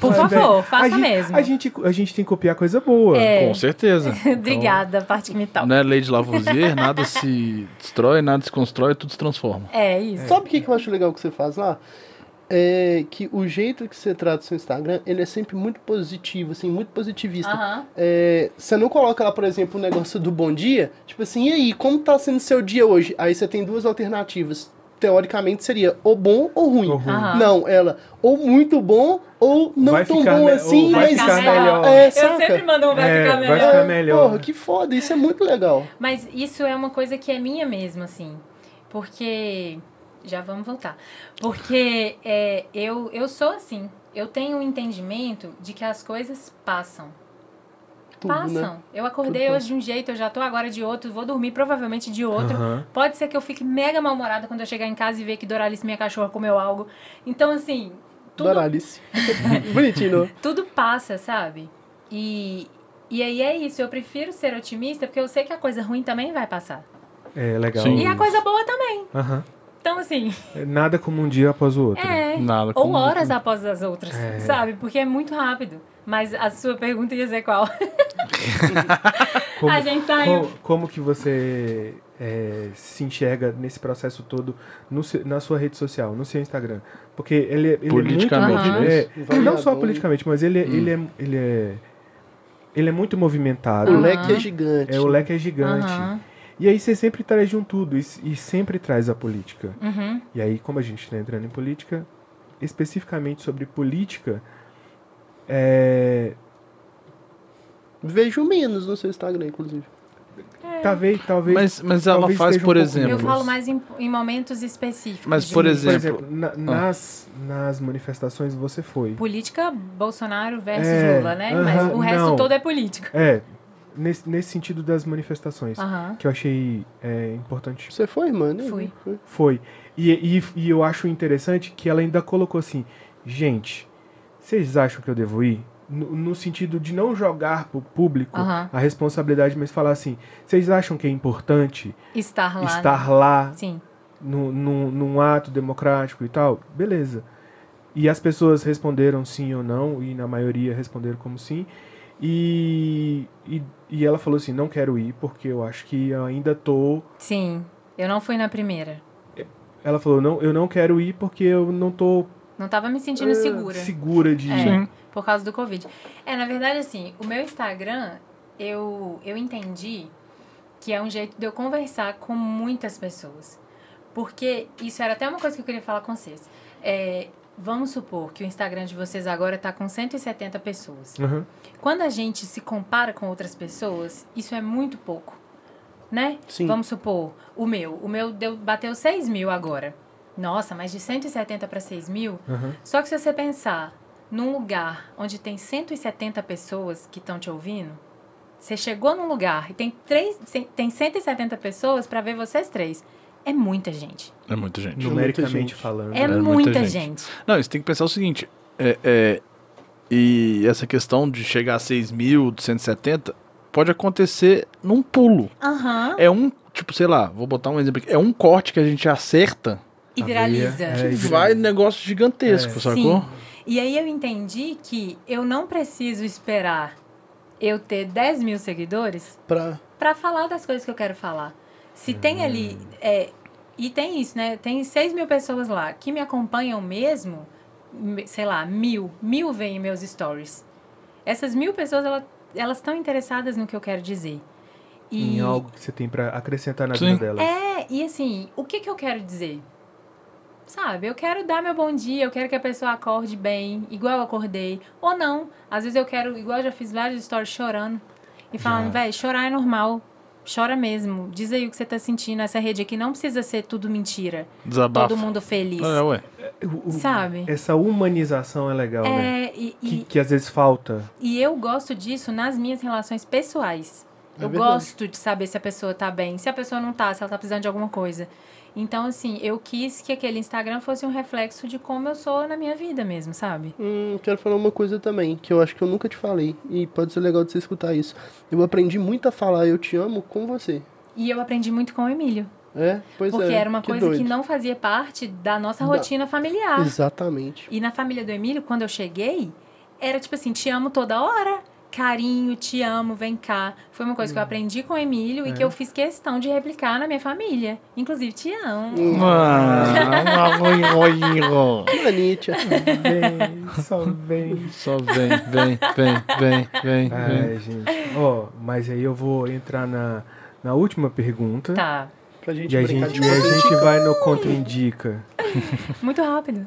F: Por
A: Mas,
F: favor,
A: velho,
F: faça
A: a gente,
F: mesmo.
A: A gente, a gente tem que copiar coisa boa.
F: É.
D: Com certeza.
F: Obrigada, parte que me toca.
D: Né, Lady Lavoisier, nada se destrói, nada se constrói, tudo se transforma.
F: É isso.
C: Sabe o que, que eu acho legal que você faz lá? É que o jeito que você trata o seu Instagram, ele é sempre muito positivo, assim, muito positivista.
B: Aham.
C: É, você não coloca lá, por exemplo, o negócio do bom dia, tipo assim, e aí, como tá sendo seu dia hoje? Aí você tem duas alternativas. Teoricamente seria ou bom ou ruim.
A: Ou ruim.
B: Aham.
C: Não, ela, ou muito bom, ou não
A: Vai
C: tão
A: ficar
C: bom
A: me-
C: assim,
A: ou vai
C: mas
A: ficar
C: está.
A: melhor.
C: É,
B: Eu sempre
C: saca?
B: mando um vai
A: É,
B: ficar
A: vai
B: melhor.
A: ficar
C: É,
A: melhor.
C: Porra, que foda, isso é muito legal.
B: Mas isso é uma coisa que é minha mesmo, assim. Porque. Já vamos voltar. Porque é, eu, eu sou assim. Eu tenho um entendimento de que as coisas passam.
C: Tudo, né?
B: passam. Eu acordei
C: Tudo
B: hoje de um jeito, eu já tô agora de outro, vou dormir provavelmente de outro.
A: Aham.
B: Pode ser que eu fique mega mal-humorada quando eu chegar em casa e ver que Doralice, minha cachorra, comeu algo. Então, assim, tudo
C: Doralice. Bonitinho.
B: tudo passa, sabe? E, e aí é isso, eu prefiro ser otimista porque eu sei que a coisa ruim também vai passar.
A: É legal.
D: Sim.
C: Uhum.
B: E a coisa boa também.
A: Aham.
B: Então, assim,
A: Nada como um dia após o outro.
B: é.
D: Nada.
B: Ou
D: como-
B: horas após as outras,
A: É.
B: sabe? Porque é muito rápido. Mas a sua pergunta ia ser qual?
A: Como,
B: a gente tá saiu.
A: como, como que você é, se enxerga nesse processo todo no se- na sua rede social, no seu Instagram? Porque ele, é- ele
D: Politicamente,
A: é muito...
D: né?
A: é- não só
C: Variador.
A: politicamente, mas
D: Hum.
A: ele, é- ele, é, ele, é, ele é muito movimentado. né?
C: O leque é gigante.
A: É, o leque é gigante.
B: Aham.
A: E aí você sempre traz de um tudo, e, s- e sempre traz a política.
B: Uhum.
A: E aí, como a gente está entrando em política, especificamente sobre política, é,
C: Vejo menos no seu Instagram, inclusive.
A: talvez, talvez...
D: Mas, mas ela
A: Talvez
D: faz,
A: esteja um
D: por
A: pouco
D: exemplo.
B: É. Eu falo mais em, em momentos específicos.
D: Mas,
B: de
D: por
B: mim.
A: Por
D: exemplo, ah.
A: exemplo, na- nas, nas manifestações você foi.
B: Política Bolsonaro versus
A: É,
B: Lula, né? Mas
A: aham,
B: o resto
A: não.
B: todo é político.
A: É, nesse, nesse sentido das manifestações,
B: Aham.
A: que eu achei é, importante.
C: Você foi, mano? Hum,
B: Fui.
A: Foi. E, e, e eu acho interessante que ela ainda colocou assim: gente, vocês acham que eu devo ir? No, no sentido de não jogar pro público
B: Aham.
A: a responsabilidade, mas falar assim: vocês acham que é importante
B: Estar lá. né?
A: estar lá
B: Sim.
A: num, num, num ato democrático e tal, beleza. E as pessoas responderam sim ou não, e na maioria responderam como sim. E, e, e ela falou assim: não quero ir, porque eu acho que eu ainda tô.
B: Sim. Eu não fui na primeira.
A: Ela falou: não, eu não quero ir porque eu não tô
B: Não tava me
A: É.
B: sentindo segura.
A: segura de.
B: É, por causa do Covid. É, na verdade, assim, o meu Instagram, eu, eu entendi que é um jeito de eu conversar com muitas pessoas. Porque isso era até uma coisa que eu queria falar com vocês. É, vamos supor que o Instagram de vocês agora tá com 170 pessoas.
A: Aham.
B: Quando a gente se compara com outras pessoas, isso é muito pouco, né?
C: Sim.
B: Vamos supor, o meu. O meu deu, bateu 6 mil agora. Nossa, mas de 170 para 6 mil,
A: Aham.
B: só que se você pensar num lugar onde tem 170 pessoas que estão te ouvindo, você chegou num lugar e tem, três, tem 170 pessoas para ver vocês três. É muita gente.
D: É muita gente.
A: Numericamente
C: gente.
A: falando.
B: É,
D: muita
B: muita,
D: gente.
B: gente.
D: Não, você tem que pensar o seguinte: é, é, e essa questão de chegar a 6 mil, 170, pode acontecer num pulo.
B: Aham.
D: É um, tipo, sei lá, vou botar um exemplo aqui: é um corte que a gente acerta,
B: E viraliza.
A: É, e
D: vai negócio gigantesco,
A: É.
D: sacou?
B: Sim. E aí eu entendi que eu não preciso esperar eu ter 10 mil seguidores
C: Pra...
B: para falar das coisas que eu quero falar. Se
A: Hum.
B: tem ali. é, e tem isso, né? Tem 6 mil pessoas lá que me acompanham mesmo, me- sei lá, mil. Mil veem meus stories. Essas mil pessoas, ela- elas estão interessadas no que eu quero dizer. E,
A: Em algo que você tem pra acrescentar na
D: Sim.
A: vida dela.
B: é, e assim, o que, que eu quero dizer? Sabe, eu quero dar meu bom dia, eu quero que a pessoa acorde bem, igual eu acordei. Ou não. Às vezes eu quero, igual eu já fiz vários stories chorando. E falando, véi, chorar é normal. Chora mesmo. Diz aí o que você tá sentindo. Essa rede aqui não precisa ser tudo mentira.
D: Desabafa.
B: Todo mundo feliz.
D: É, ué.
A: o- o-
B: Sabe?
A: Essa humanização é legal, né?
B: É, e,
A: Que,
B: e,
A: que às vezes falta.
B: e eu gosto disso nas minhas relações pessoais.
C: É
B: eu
C: verdade.
B: gosto de saber se a pessoa tá bem, se a pessoa não tá, se ela tá precisando de alguma coisa. Então, assim, eu quis que aquele Instagram fosse um reflexo de como eu sou na minha vida mesmo, sabe?
C: Hum, quero falar uma coisa também, que eu acho que eu nunca te falei, e pode ser legal de você escutar isso. Eu aprendi muito a falar eu te amo com você.
B: E eu aprendi muito com o Emílio.
C: É? Pois é.
B: porque era uma coisa
C: doido.
B: que não fazia parte da nossa
C: Da-
B: rotina familiar.
C: Exatamente.
B: E na família do Emílio, quando eu cheguei, era tipo assim, te amo toda hora. Carinho, te amo, vem cá. Foi uma
C: Hum.
B: coisa que eu aprendi com o Emílio
C: É.
B: e que eu fiz questão de replicar na minha família. Inclusive, te amo.
D: Ah,
C: Uma Nietzsche.
A: Vem, só vem.
D: Só vem, vem, vem, vem, vem, vem.
A: Ai, gente. Ó, mas aí eu vou entrar na, na última pergunta.
B: Tá.
C: Pra gente
A: E a
C: brincar
A: gente,
C: de
A: e a gente vai no contraindica.
B: Muito rápido.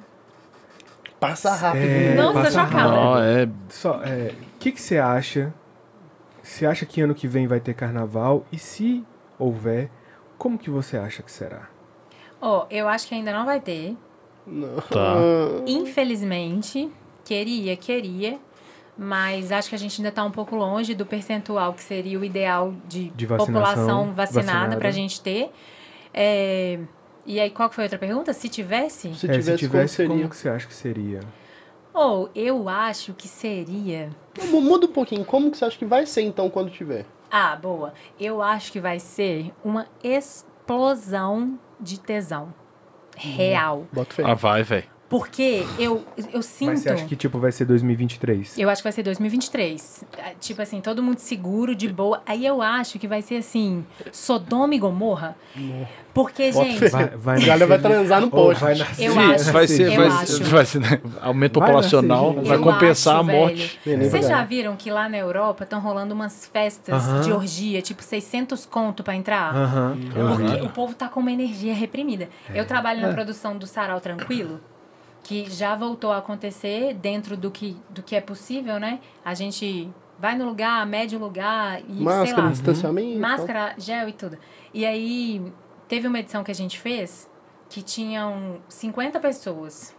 C: Passa
B: Tá.
C: rápido.
A: É,
C: né?
B: Nossa,
A: passa
B: chocada.
A: rápido.
D: Não, é.
A: Só, é, o que que você acha? Você acha que ano que vem vai ter carnaval? E se houver, como que você acha que será?
B: Ó, eu acho que ainda não vai ter.
C: Não.
D: Tá.
C: Ah,
B: Infelizmente, queria, queria. Mas acho que a gente ainda tá um pouco longe do percentual que seria o ideal de,
A: De vacinação,
B: população vacinada
A: vacinada.
B: pra gente ter. É, E aí, qual que foi a outra pergunta? Se tivesse?
C: Se
A: É,
C: tivesse,
A: se tivesse
C: como
A: como,
C: seria?
A: que você acha que seria?
B: Ou eu acho que seria.
C: Mu- Muda um pouquinho. Como que você acha que vai ser, então, quando tiver?
B: Ah, boa. Eu acho que vai ser uma explosão de tesão.
A: Hum.
B: Real.
C: Bota fé.
D: Ah, vai, velho.
B: Porque eu, eu sinto.
A: Mas você acha que tipo vai ser 2023?
B: Eu acho que vai ser 2023. Ah, Tipo assim, todo mundo seguro, de boa. Aí eu acho que vai ser assim, Sodoma e Gomorra. Porque,
C: Bota
B: gente,
C: fé.
A: Vai, vai
C: O galera vai
A: nascer-
C: transar no
A: ou
C: poste.
A: vai nascer-
B: Eu
A: vai
B: acho.
A: nascer
D: Vai ser,
A: gente.
D: vai,
B: Eu
D: ser-
B: acho.
D: vai ser, né? Aumento
A: Vai nascer
D: populacional,
A: gente.
D: vai
B: Eu
D: compensar
B: acho,
D: a morte.
C: Neném
B: vocês
C: vai
B: já
C: dar.
B: viram que lá na Europa estão rolando umas festas
A: Aham.
B: de orgia, tipo 600 conto pra entrar?
A: Aham. eu
D: Uhum.
A: vi.
B: Porque o povo tá com uma energia reprimida. Eu trabalho na produção do Sarau Tranquilo, que já voltou a acontecer dentro do que, do que é possível, né? A gente vai no lugar, mede o lugar e sei
C: Máscara,
B: lá. Uhum.
C: distanciamento. e tal.
B: Máscara, gel e tudo. E aí, teve uma edição que a gente fez que tinham 50 pessoas.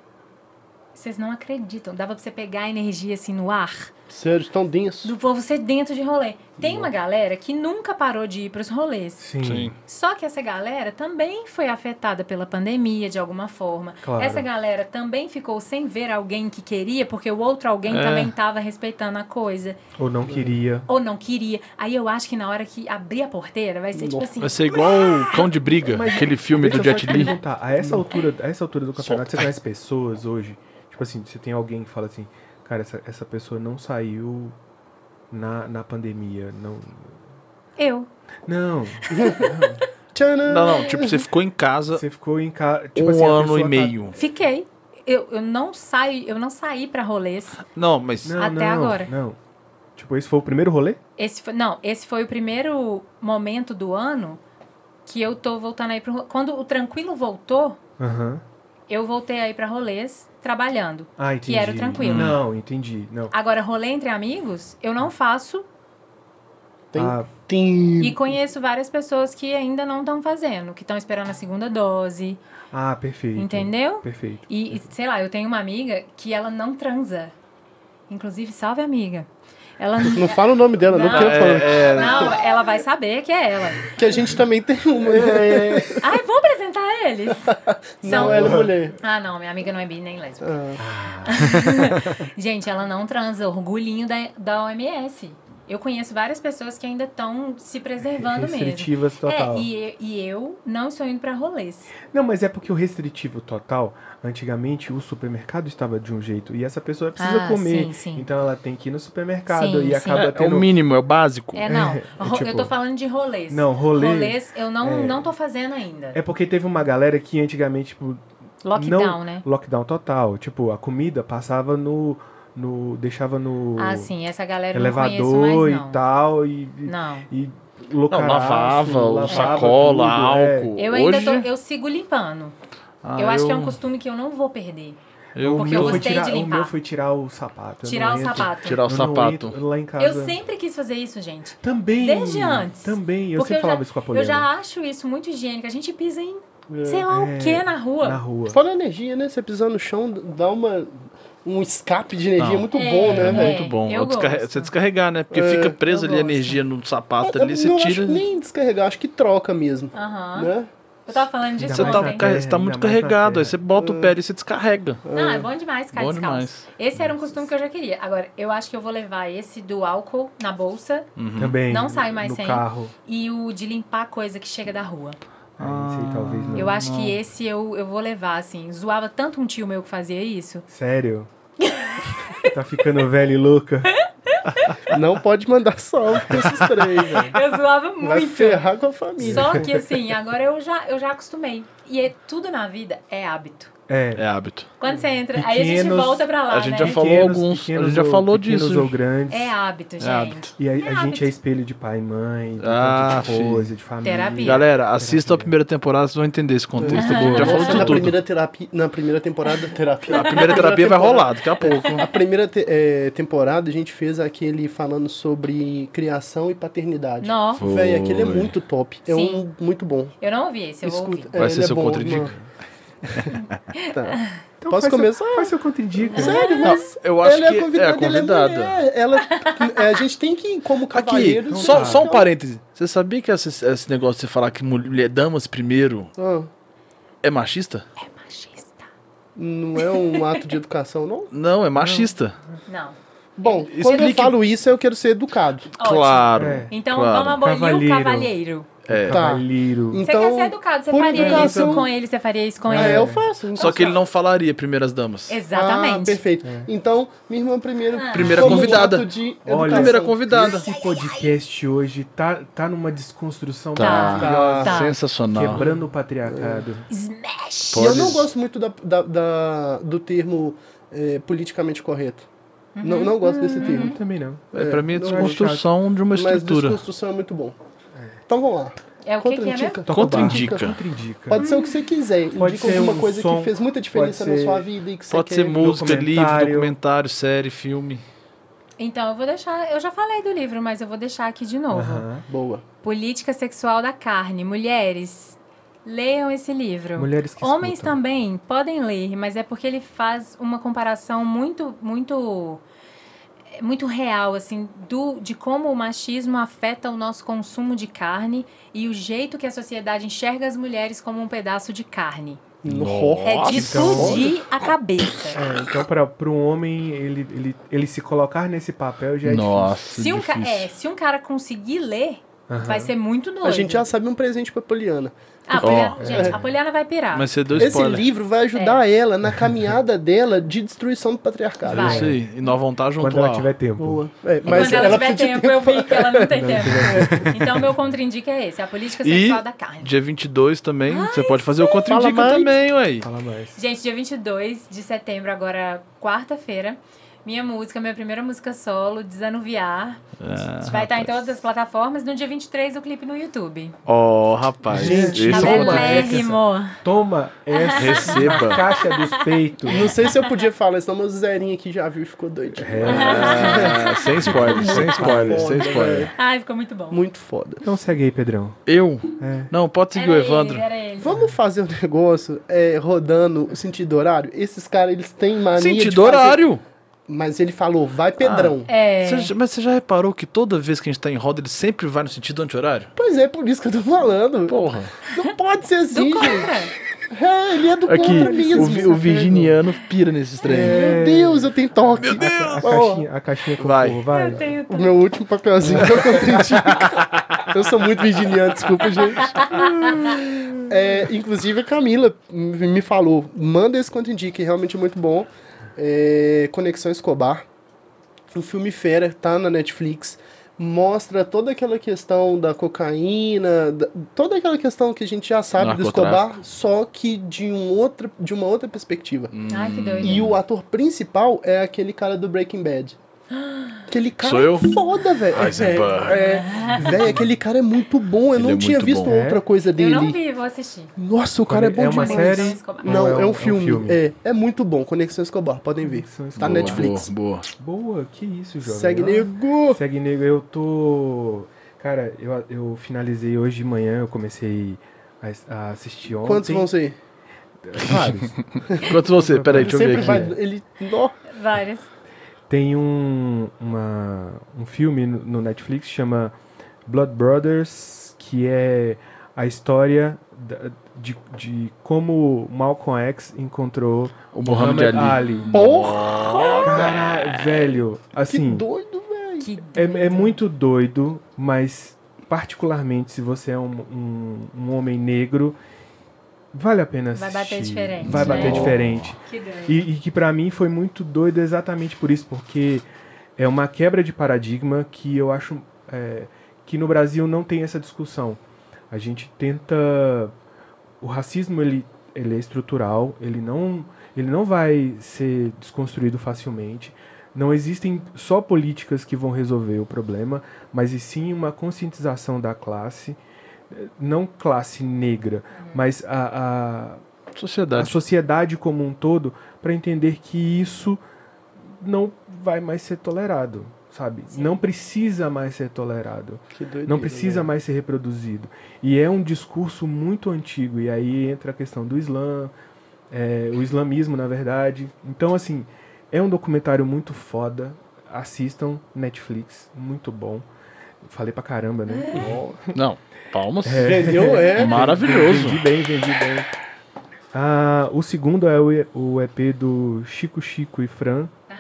B: Vocês não acreditam. Dava pra você pegar a energia assim no ar.
C: Sério, tão denso.
B: Do povo ser dentro de rolê. Tem uma galera que nunca parou de ir pros rolês.
A: Sim.
D: Sim.
B: Só que essa galera também foi afetada pela pandemia de alguma forma.
A: Claro.
B: Essa galera também ficou sem ver alguém que queria, porque o outro alguém
D: É.
B: também estava respeitando a coisa.
A: Ou não queria.
B: Ou não queria. Aí eu acho que na hora que abrir a porteira vai ser tipo assim.
D: Vai ser igual o Cão de Briga, aquele filme do
A: Deixa eu só
D: Jet
A: te
D: Li. Hum.
A: perguntar, a essa altura, a essa altura do campeonato, você conhece pessoas hoje? Tipo assim, você tem alguém que fala assim, cara, essa, essa pessoa não saiu na, na pandemia, não...
B: Eu.
A: Não,
C: Tcharam!
D: Não, não, tipo, você ficou em casa
A: você ficou em tipo assim, casa...
D: um ano
A: tá-
D: e meio.
B: Fiquei. Eu, eu não saio, eu não saí pra rolês.
D: Não, mas.
A: Não,
B: Até
A: não,
B: agora.
A: Não. Tipo, esse foi o primeiro rolê?
B: Esse foi, não, esse foi o primeiro momento do ano que eu tô voltando aí pro ro- quando o tranquilo voltou,
A: Aham.
B: eu voltei aí pra rolês trabalhando.
A: Ah, entendi.
B: era o tranquilo.
A: Não, entendi. Não.
B: Agora rolê entre amigos, eu não faço
C: Tem-
A: Ah,
C: Tem...
B: e conheço várias pessoas que ainda não estão fazendo, que estão esperando a segunda dose,
A: ah, perfeito.
B: entendeu?
A: Perfeito.
B: E, e, sei lá, eu tenho uma amiga que ela não transa. Inclusive, salve amiga. Ela
C: Não fala o nome dela, não,
B: Não.
C: quero falar.
D: É, é,
B: Não, ela vai saber que é ela.
C: Que a gente também tem uma.
D: É,
C: né?
B: Ai, vou apresentar eles.
C: Não, ela é mulher.
B: Ah, não, minha amiga não é bi nem lésbica.
C: Ah,
B: Gente, ela não transa, orgulhinho da, da OMS. Eu conheço várias pessoas que ainda estão se preservando mesmo.
A: Restritivas tipo total.
B: É, e, e eu não estou indo pra rolês.
A: Não, mas é porque o restritivo total, antigamente o supermercado estava de um jeito e essa pessoa precisa
B: Ah,
A: comer.
B: sim, sim.
A: Então ela tem que ir no supermercado
B: Sim,
A: e
B: sim.
A: acaba
D: é
A: tá tendo.
D: o mínimo, é o básico.
B: É, não. Ro-
A: tipo-
B: eu tô falando de rolês.
A: Não, rolê.
B: Rolês eu não, não tô fazendo ainda.
A: É porque teve uma galera que antigamente, tipo,
B: Hum. Lockdown,
A: não-
B: né?
A: lockdown total. Tipo, a comida passava no. no deixava no
B: Ah, sim, essa galera eu não
A: elevador
B: conheço mais, não.
A: e tal. E, e-
B: Não.
A: e
D: Não,
A: loucaraço,
D: lavava, o
A: lavava
D: sacola,
A: tudo, é.
D: álcool.
B: Eu ainda
D: Hoje,
B: tô, eu sigo limpando.
D: ah,
B: eu acho que é um costume que eu não vou perder.
D: eu-
A: O
B: porque
A: meu
B: eu
A: foi
B: gostei
A: tirar,
B: de
A: O
B: limpar.
A: meu foi tirar o sapato. eu
B: Tirar
A: não
B: o
A: entro-
B: sapato.
D: Tirar o
A: eu não
D: sapato.
A: entro lá em casa.
B: Eu sempre quis fazer isso, gente.
A: Também.
B: Desde antes.
A: Também. Eu
B: Porque
A: sempre
B: eu já-
A: falava isso com a
B: Eu
A: Poliana.
B: já acho isso muito higiênico. A gente pisa em
F: sei lá
A: É,
F: o que na rua.
A: Na rua.
C: Fora a energia, né? Você pisar no chão, dá uma, um escape de energia
D: Não.
C: muito
B: É,
C: bom, né,
D: É
C: velho?
D: muito bom.
B: eu
D: É descarre-
B: gosto.
D: Você descarregar, né? Porque
C: É,
D: fica presa
B: eu
D: ali a
B: gosto.
D: energia no sapato
C: Eu
D: ali, você
C: não
D: tira.
C: acho nem descarregar, acho que troca mesmo,
B: Aham.
C: né?
B: Eu tava falando disso
D: Você
A: Ainda mais
D: tá,
A: na
B: ontem.
D: ca-
A: terra,
D: você tá
A: ainda
D: muito
A: mais na
D: carregado, aí
A: terra.
D: você bota o pé ali e você descarrega.
B: Não, é bom demais ficar
D: Bom
B: descalço.
D: demais.
B: Esse era um costume que eu já queria. Agora, eu acho que eu vou levar esse do álcool na bolsa
D: Uhum.
A: Também.
B: Não sai mais
A: no
B: sem.
A: carro.
B: e o de limpar coisa que chega da rua.
A: Ah, não sei, talvez não.
B: eu acho que esse eu, eu vou levar, assim. Zoava tanto um tio meu que fazia isso.
A: Sério? tá ficando velho e louca?
C: Não pode mandar salve com esses três, velho.
B: Eu zoava
C: Vai
B: muito.
C: ferrar com a família.
B: Só que, assim, agora eu já, eu já acostumei. E é- tudo na vida é hábito.
A: É.
D: É hábito.
B: Quando você entra, aí a gente
A: Pequenos-
B: volta pra lá,
D: a gente
B: né?
D: já falou alguns, a gente já
A: ou-
D: falou
A: pequenos
D: disso.
A: ou grandes.
B: É hábito, gente.
D: hábito.
A: E a,
B: É
A: a gente
B: hábito.
A: é espelho de pai e mãe, de
D: Ah,
A: ah, de coisa, de família.
B: Terapia.
D: Galera, assista a primeira temporada, vocês vão entender esse contexto.
B: Uhum.
D: A gente já falou
C: Nossa,
B: é
C: na
D: de tudo.
C: primeira terapia, na primeira temporada, terapia.
D: A primeira terapia vai rolar daqui a pouco.
C: A primeira te- eh, temporada a gente fez aquele falando sobre criação e paternidade.
B: Nó.
C: Véi, aquele é
D: Foi.
C: muito top. É
B: Sim.
C: um muito bom.
B: Eu não ouvi esse, eu vou ouvir.
C: Escuta, é,
D: Vai ser
C: ele é
D: seu
C: bom,
D: contradica?
C: mano. Tá.
A: Então
C: Posso
A: faz seu-
C: começar?
A: faz seu contradica.
C: Sério,
D: Não,
C: mas
D: eu acho
C: ela
D: que
C: é convidada,
D: é convidada.
C: ela é mulher. Ela, é, a gente tem que, como
D: Aqui,
C: cavalheiro...
D: só,
A: tá.
C: Então-
D: só um parêntese. Você sabia que esse, esse negócio de você falar que mulher damas primeiro
C: Ah,
D: é machista?
B: Machista.
C: não é um ato de educação, não?
D: Não, é machista.
B: Não.
C: Bom, quando eu
D: Explique.
C: falo isso, eu quero ser educado.
B: Ótimo.
D: Claro.
A: É.
B: Então
D: claro.
B: vamos abolir
A: Cavalheiro.
B: o cavalheiro.
D: É.
C: Tá.
B: Você
A: Cavalheiro.
B: quer
C: Então,
B: ser educado, você
C: por
B: faria
C: educação-
B: isso com ele, você faria isso com
C: Ah,
B: ele.
C: eu faço. então.
D: Só que ele não falaria primeiras damas.
C: Ah,
B: Exatamente. Ah.
C: perfeito. Então, minha irmã primeiro...
D: Primeira
C: como um
D: convidada.
C: ato de
A: Olha,
C: educação.
D: Primeira convidada.
A: Esse podcast hoje tá, tá numa desconstrução
D: Tá.
A: maravilhosa,
B: Tá.
D: Sensacional.
A: quebrando o patriarcado.
B: Smash!
C: E eu não
D: Pode-
C: gosto muito da, da- da- do termo eh, politicamente correto. Não, não gosto
B: Uhum.
C: desse termo.
A: Também não.
D: É, pra mim é
C: não
A: é
D: desconstrução de uma
C: Mas
D: estrutura.
C: desconstrução é muito bom. Então vamos lá.
B: É o que, que é mesmo?
D: Então,
C: Contraindica.
D: Contraindica.
A: barra, Contraindica.
C: Pode ser o que você quiser.
A: Pode
C: Indica
A: ser
C: alguma
A: um
C: coisa
A: som,
C: que fez muita diferença
A: pode
C: na
A: ser-
C: sua vida e que
D: Pode
C: você
D: ser
C: quer...
D: música,
A: documentário.
D: livro, documentário, série, filme.
B: Então, eu vou deixar. Eu já falei do livro, mas eu vou deixar aqui de novo.
A: Aham.
C: Boa.
B: Política Sexual da Carne. Mulheres, leiam esse livro.
A: Mulheres que
B: Homens
A: escutam.
B: também podem ler, mas é porque ele faz uma comparação muito, muito, é, muito real, assim, do, de como o machismo afeta o nosso consumo de carne e o jeito que a sociedade enxerga as mulheres como um pedaço de carne.
C: Nossa. então,
B: é de explodir a cabeça.
A: É, então, pra, pra um homem, ele, ele, ele se colocar nesse papel já é
D: Nossa,
B: Se um, ca- é, se um cara conseguir ler,
A: difícil. Aham.
B: vai ser muito doido.
C: A gente já sabe um presente pra Poliana.
B: Ah, a
D: Ó.
B: Poliana, gente, a Poliana vai pirar.
D: Mas você deu
C: Esse
D: spoiler.
C: livro vai ajudar
B: É.
C: ela na caminhada dela de destruição do patriarcado.
B: Vai.
D: Isso aí. E nós vamos estar junto
A: Quando ela
D: lá. ó.
A: tiver tempo.
C: Boa. É,
B: E
C: mas
B: quando ela,
C: ela
B: tiver
C: precisa
B: tempo,
C: de
B: eu vi que ela não tem tempo. Então, meu contraindica é esse, a política
D: E-
B: sexual da carne.
D: Dia 22 também. você pode fazer o
C: Fala
D: contraindica
C: mais.
D: também, ué.
A: Fala mais.
B: Gente, dia 22 de setembro, agora quarta-feira, minha música, minha primeira música solo, Desanuviar,
A: Ah,
B: vai estar em todas as plataformas. No dia 23, o clipe no YouTube.
D: Ó, rapaz.
A: Gente,
D: esse
B: Tá
A: Isso
D: é
A: é
D: o
A: uma
B: belérrimo.
A: Toma essa
D: Receba.
A: na caixa dos peitos.
C: Não sei se eu podia falar, senão meu zerinho aqui já viu e ficou doido.
D: Ah, sem spoiler, sem spoiler, sem
C: Foda,
D: spoiler.
C: velho.
B: Ai, ficou muito bom.
C: Muito foda.
A: Então segue aí, Pedrão.
D: Eu?
A: É.
D: Não, pode seguir
B: Era
D: o
B: ele,
D: Evandro.
B: era ele.
C: Vamos fazer um negócio é, rodando o sentido horário? Esses caras, eles têm mania de
D: Sentido
C: fazer-
D: horário.
C: Mas ele falou, vai Pedrão.
B: É,
D: Você já- mas você já reparou que toda vez que a gente tá em roda, ele sempre vai no sentido anti-horário?
C: Pois é, por isso que eu tô falando.
D: Porra.
C: Não pode ser
B: do
C: assim, gente.
B: contra.
C: É, ele é do contra mesmo. sabe?
D: pira nesses trem.
C: Meu Deus, eu tenho toque. Meu
A: A caixinha, a caixinha que eu
D: Vai.
A: corro, vai.
B: Eu tenho
C: O meu último papelzinho que eu contraindico. Eu sou muito virginiano, desculpa, gente. É, inclusive, a Camila m- me falou, manda esse contraindique, realmente é muito bom. É, Conexão Escobar. O filme Fera tá na Netflix. Mostra toda aquela questão da cocaína, da- toda aquela questão que a gente já sabe do Escobar, só que de, um outra, de uma outra perspectiva.
B: Ai, que doido.
C: E o ator principal é aquele cara do Breaking Bad. Aquele cara é
D: Sou eu?
C: foda, velho.
D: Heisenberg.
C: É, é, Véi, aquele cara é muito bom. Eu
D: Ele
C: não
D: é
C: tinha
D: muito
C: visto
D: bom.
C: outra coisa
B: Eu
C: dele.
B: não vi, vou assistir.
C: Nossa, o cara é bom
A: É uma
C: demais.
A: série?
C: Não,
A: Ou
C: é um, filme. É, é muito bom. Conexão Escobar, podem ver.
A: Conexão
C: Tá
A: Escobar.
C: na Netflix.
D: Boa, boa.
A: Boa, que isso, jovem.
C: Segue
A: Ó.
C: nego.
A: Segue nego, eu tô. Cara, eu, eu finalizei hoje de manhã, eu comecei a, a assistir ontem.
C: Quantos vão ser?
A: Vários.
D: Quantos você? Peraí, deixa eu ver
C: sempre
D: aqui.
C: vai. Ele. Nó.
B: Várias.
A: Tem um, uma, um filme no no Netflix chama Blood Brothers, que é a história da- de, de como Malcolm X encontrou
D: O Muhammad Ali.
C: Porra!
A: Caralho, velho, assim,
C: Que doido, velho.
B: Que
A: é, é muito doido, mas particularmente se você é um, um, um homem negro, vale a pena
B: Vai
A: assistir.
B: bater diferente,
A: Vai bater
B: né?
A: diferente.
B: Que doido.
A: E, e que pra mim foi muito doido exatamente por isso, porque é uma quebra de paradigma que eu acho é, que no Brasil não tem essa discussão. A gente tenta o racismo ele, ele é estrutural, ele não ele não vai ser desconstruído facilmente. Não existem só políticas que vão resolver o problema, mas e sim uma conscientização da classe, eh, não classe negra, mas a- a, a
D: Sociedade.
A: sociedade como um todo para entender que isso não vai mais ser tolerado, sabe? Não precisa mais ser tolerado.
C: Que doido.
A: Não precisa mais ser reproduzido. E é um discurso muito antigo. E aí entra a questão do Islã, é, o islamismo, na verdade. Então, assim, é um documentário muito foda. Assistam, Netflix, muito bom. Falei pra caramba, né?
D: Não, palmas.
C: Entendeu? É.
D: Maravilhoso.
A: Vendi bem, vendi bem. Ah, o segundo é o E- o EP do Chico Chico e Fran,
B: Ai,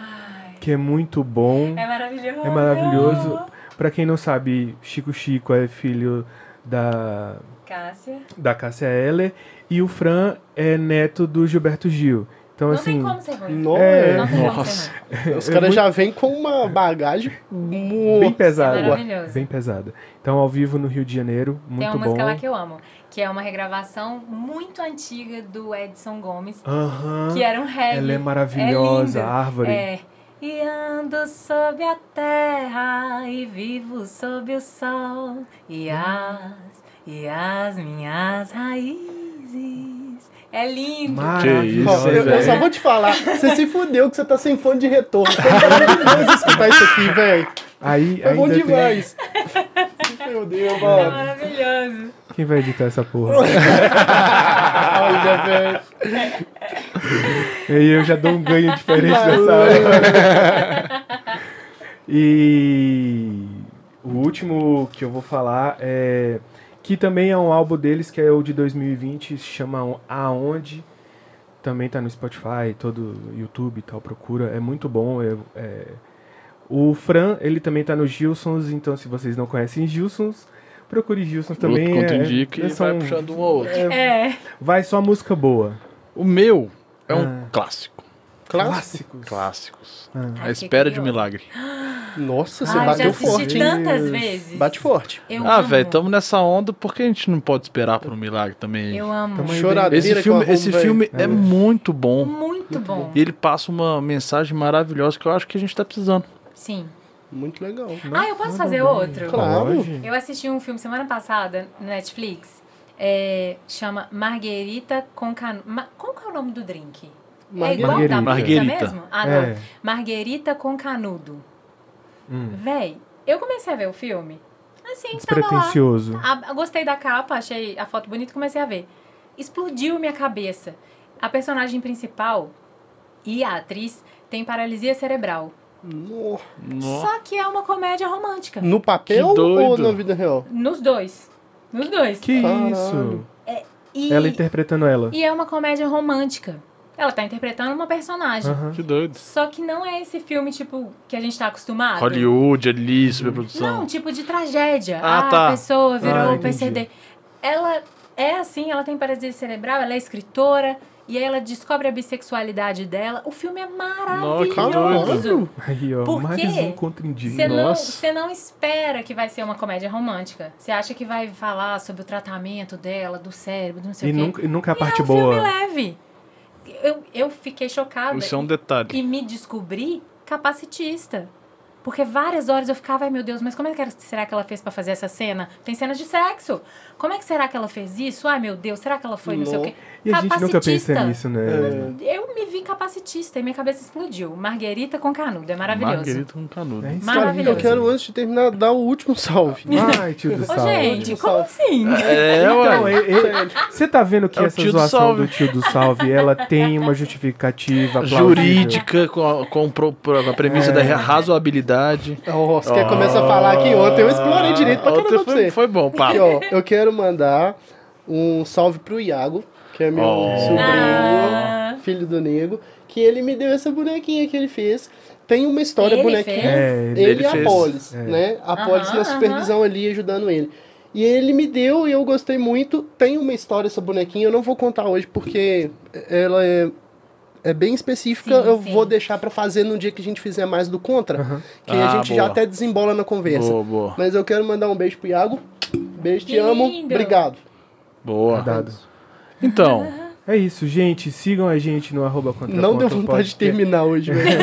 A: que é muito bom.
B: é maravilhoso.
A: É maravilhoso. Pra quem não sabe, Chico Chico é filho da,
B: Cássia.
A: da Cássia Eller e o Fran é neto do Gilberto Gil. Então,
B: Não
A: assim.
B: tem como ser ruim.
C: Nó,
A: É.
B: Não tem como
D: Nossa.
B: ser ruim.
C: Os caras já vêm com uma bagagem
A: Bem
C: muito.
A: pesada.
B: É maravilhoso.
A: Bem pesada. Então, ao vivo no Rio de Janeiro,
B: Tem
A: muito
B: uma
A: bom.
B: música lá que eu amo, que é uma regravação muito antiga do Edson Gomes,
A: Aham.
B: que era um reggae.
A: Ah, Ela é maravilhosa,
B: É
A: a
B: lindo.
A: árvore.
B: É. E ando sob a terra e vivo sob o sol e as e as minhas raízes. É lindo.
A: Maravilhosa.
D: isso,
C: Ó, eu, eu
D: velho.
C: só vou te falar, você se fudeu que você tá sem fone de retorno. Foi bom demais escutar isso aqui, velho.
A: Aí,
C: Foi bom
A: ainda tem-
C: demais. Meu Deus,
B: É
C: mano.
B: maravilhoso.
A: Quem vai editar essa porra?
C: Olha, velho.
A: E aí eu já dou um ganho diferente nessa
C: Valeu.
A: hora. E o último que eu vou falar é que também é um álbum deles que é o de 2020, se chama Aonde. Também tá no Spotify, todo YouTube e tal, procura. É muito bom. eu- é. O Fran, ele também tá no Gilsons, então se vocês não conhecem Gilsons, procure Gilsons também.
D: Outro
A: é-
D: contraindica e vai
A: são-
D: puxando um ao outro.
B: É.
A: vai só música boa.
D: O meu é um clássico.
A: Clássicos.
D: Clássicos.
B: Ai,
D: A
B: Ah, que
D: espera de um
B: curioso.
D: milagre.
C: Nossa, você
B: Ai, Ah, já
C: bateu
B: assisti
C: forte, hein?
B: tantas vezes.
C: Bate forte.
B: Eu
D: ah,
B: amo.
D: velho, tamo nessa onda, por que a gente não pode esperar por um milagre também?
B: Eu amo.
A: Tamo aí,
C: Choradeira
D: Esse
C: que eu
D: filme,
C: arrumo,
D: esse
C: velho.
D: filme é muito bom.
B: Muito bom.
D: E ele passa uma mensagem maravilhosa que eu acho que a gente tá precisando.
B: Sim.
C: Muito legal.
B: Ah, eu posso fazer outro?
C: Claro.
A: Pode.
B: Eu assisti um filme semana passada no Netflix. é, chama Marguerita com Canu... Ma- Como que é o nome do drink? É igual da
D: Marguerita.
B: pizza mesmo? Ah, não.
A: É.
B: Marguerita com Canudo.
A: Hum.
B: Véi, eu comecei a ver o filme. Assim, tava lá.
A: Despretensioso.
B: A- gostei da capa, achei a foto bonita e comecei a ver. Explodiu minha cabeça. A personagem principal e a atriz têm paralisia cerebral.
C: No,
D: Nossa.
B: Só que é uma comédia romântica.
C: no papel
D: Que doido.
C: ou na vida real?
B: Nos dois. Nos dois.
A: Que
C: Caralho.
A: isso?
B: E,
A: Ela interpretando ela.
B: e é uma comédia romântica. Ela tá interpretando uma personagem.
A: Aham.
D: Que doido.
B: Só que não é esse filme, tipo, que a gente tá acostumado.
D: Hollywood ali, superprodução.
B: Não, tipo de tragédia.
D: Ah,
B: Ah,
D: tá.
B: A pessoa virou
A: Ah,
B: PCD. Ela é assim, ela tem paralisia cerebral, ela é escritora. E aí ela descobre a bissexualidade dela. O filme é maravilhoso.
A: Aí, ó,
B: Por
A: mais
B: quê?
A: um contraindica.
B: Você não,
D: Nossa.
B: você não espera que vai ser uma comédia romântica. Você acha que vai falar sobre o tratamento dela, do cérebro, do não sei
A: E
B: o quê.
A: nunca, e nunca a parte
B: é um
A: boa.
B: filme leve. Eu, eu fiquei chocada.
D: Isso é um
B: e-
D: detalhe.
B: e me descobri capacitista. Porque várias horas eu ficava, ai meu Deus, mas como é que será que ela fez pra fazer essa cena? Tem cenas de sexo. Como é que será que ela fez isso? Ai meu Deus, será que ela foi não, sei o quê?
A: E a gente nunca pensa
B: Capacitista.
A: nisso,
D: É.
A: né?
B: Eu me vi capacitista e minha cabeça explodiu. Marguerita com canudo, é maravilhoso.
D: Marguerita com canudo.
A: É isso aí.
C: Eu
B: Maravilhoso.
C: quero, antes de terminar, dar o último salve.
A: Ai, tio do
B: Ô,
A: salve.
B: gente,
C: Último
B: como
C: salve.
B: assim?
D: É,
A: Então,
D: ué.
A: e- e- você tá vendo que
D: É o
A: essa
D: tio do
A: zoação
D: salve.
A: do tio do salve, ela tem uma
C: então,
A: justificativa plausível.
D: Jurídica, com a, com pro- pro- a premissa da razoabilidade. Ah,
C: Nossa, quer começar a falar É. aqui ontem? Eu explorei direito pra
D: Ontem
C: caramba pra
D: foi,
C: você.
D: foi bom,
C: Aqui,
D: papo.
C: ó, eu quero mandar um salve pro Iago, que é meu
D: Oh.
B: Ah.
C: sobrinho, filho do Nego, que ele me deu essa bonequinha que ele fez. Tem uma história
B: Ele
C: bonequinha.
B: fez?
A: É,
C: Ele,
D: Ele
C: e a
D: fez.
C: Polis,
A: É.
C: né? A Polis
B: Aham,
C: na supervisão ali ajudando ele. E ele me deu e eu gostei muito. Tem uma história essa bonequinha, eu não vou contar hoje porque ela é, é bem específica.
B: Sim,
C: eu
B: sim.
C: vou deixar pra fazer no dia que a gente fizer mais do contra, que a
D: Ah,
C: gente já
D: boa.
C: até desembola na conversa.
D: Boa, boa.
C: Mas eu quero mandar um beijo pro Iago. Beijo, te
B: Que
C: amo.
B: lindo.
C: Obrigado.
D: Boa.
A: Dado.
D: Então,
A: É isso, gente. Sigam a gente no arroba contra
C: Não deu
A: ponto
C: vontade de
A: podcast.
C: terminar hoje, velho.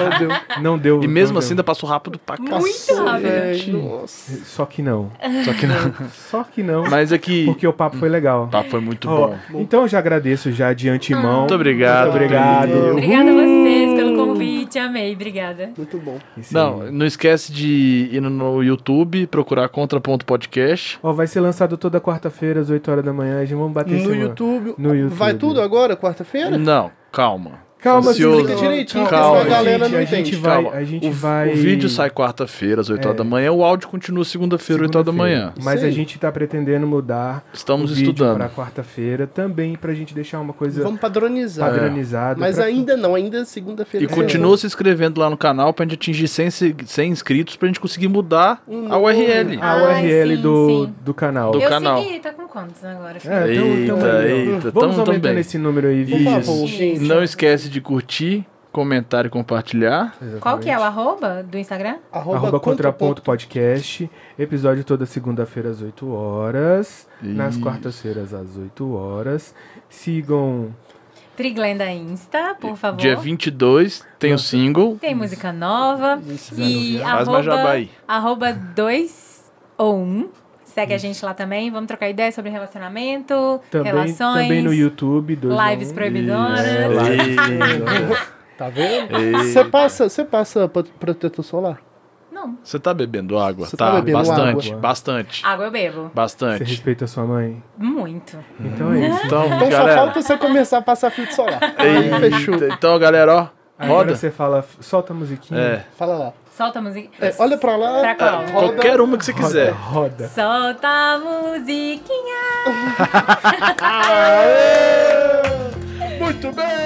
C: não deu.
A: Não deu.
D: e
A: não
D: mesmo
A: deu.
D: assim ainda passou rápido pra
B: Muito
D: cacete.
B: rápido.
C: Velho, Nossa.
A: Só que não.
D: Só que não.
A: Só que não.
D: Mas é que.
A: Porque o papo foi legal.
D: O papo foi muito
A: Ó,
D: bom.
A: Então eu já agradeço já de antemão.
D: Muito obrigado.
A: Muito obrigado.
D: Danilo.
B: Obrigada a vocês pelo convite, amei, obrigada.
C: Muito bom.
A: Isso
D: Não,
A: aí.
D: não esquece de ir no YouTube, procurar Contraponto Podcast.
A: Ó, vai ser lançado toda quarta-feira às 8 horas da manhã. Já vamos bater
C: No
A: esse-
C: YouTube.
A: No YouTube.
C: Vai tudo agora, quarta-feira?
D: Não, calma.
A: Calma,
D: Ansioso.
A: senhor.
D: Clica
C: direitinho,
A: Calma,
D: que senão a
A: gente,
C: galera não
A: a gente
C: entende.
A: vai,
D: Calma.
A: a gente
D: o,
A: vai. É.
D: o vídeo sai quarta-feira, às 8 horas da manhã, o áudio continua segunda-feira, 8 horas da manhã.
A: Mas
C: Sim.
A: a gente tá pretendendo mudar
D: Estamos
A: o vídeo
D: estudando.
A: pra quarta-feira também pra gente deixar uma coisa
C: Vamos padronizar.
A: padronizada.
C: Mas
A: pra-
C: ainda não, ainda segunda-feira.
D: E
C: tem
A: É.
D: continua se inscrevendo lá no canal pra gente atingir 100, se- 100 inscritos pra gente conseguir mudar
C: Um
D: a
C: novo-
D: URL.
A: a
B: Ah,
A: URL
B: sim,
A: do,
B: sim.
A: do canal.
D: Do
B: eu
D: canal.
B: segui, tá com quantos agora?
A: É, tamo- tamo
D: Eita,
A: aí, ó.
D: eita, tamo-
A: Vamos
D: tamo
A: aumentando
D: bem.
A: esse número aí,
C: Por
A: Vivi.
C: favor, gente.
D: Não esquece de curtir, comentar e compartilhar.
B: Qual que é o arroba do Instagram?
C: Arroba,
A: Arroba
C: contraponto.
A: Contraponto Podcast. Episódio toda segunda-feira às 8 horas. Nas
D: Isso.
A: quartas-feiras às 8 horas. Sigam.
B: Triglenda Insta, por favor.
D: Dia 22 tem o single.
B: Tem música nova. E
D: Faz mais jabá
B: arroba,
D: aí.
B: arroba 2 ou 1. Segue a gente lá também. Vamos trocar ideias sobre relacionamento,
A: Também,
B: relações.
A: também no YouTube. dois a
B: lives
A: um.
B: proibidoras.
A: É, lives proibidoras.
C: Tá vendo? Você
D: Ei,
C: passa, você passa pro- protetor solar?
B: Não,
D: Você tá bebendo água?
C: Você
D: tá,
C: tá bebendo
D: bastante,
A: água?
D: bastante,
B: água eu bebo.
A: Você
D: bastante.
A: respeita a sua mãe?
B: Muito.
A: Então é isso.
D: Então,
C: Então só
D: galera.
C: falta você começar a passar filtro solar. Aí
D: Eita,
C: fechou.
D: Então, galera, ó,
A: Agora
D: roda.
A: você fala, solta a musiquinha.
D: É,
C: Fala lá.
B: Solta a música.
C: É, olha pra lá.
B: Pra qual?
C: roda.
D: qualquer uma que você
A: roda,
D: quiser.
A: roda.
B: Solta a musiquinha.
D: Muito bem!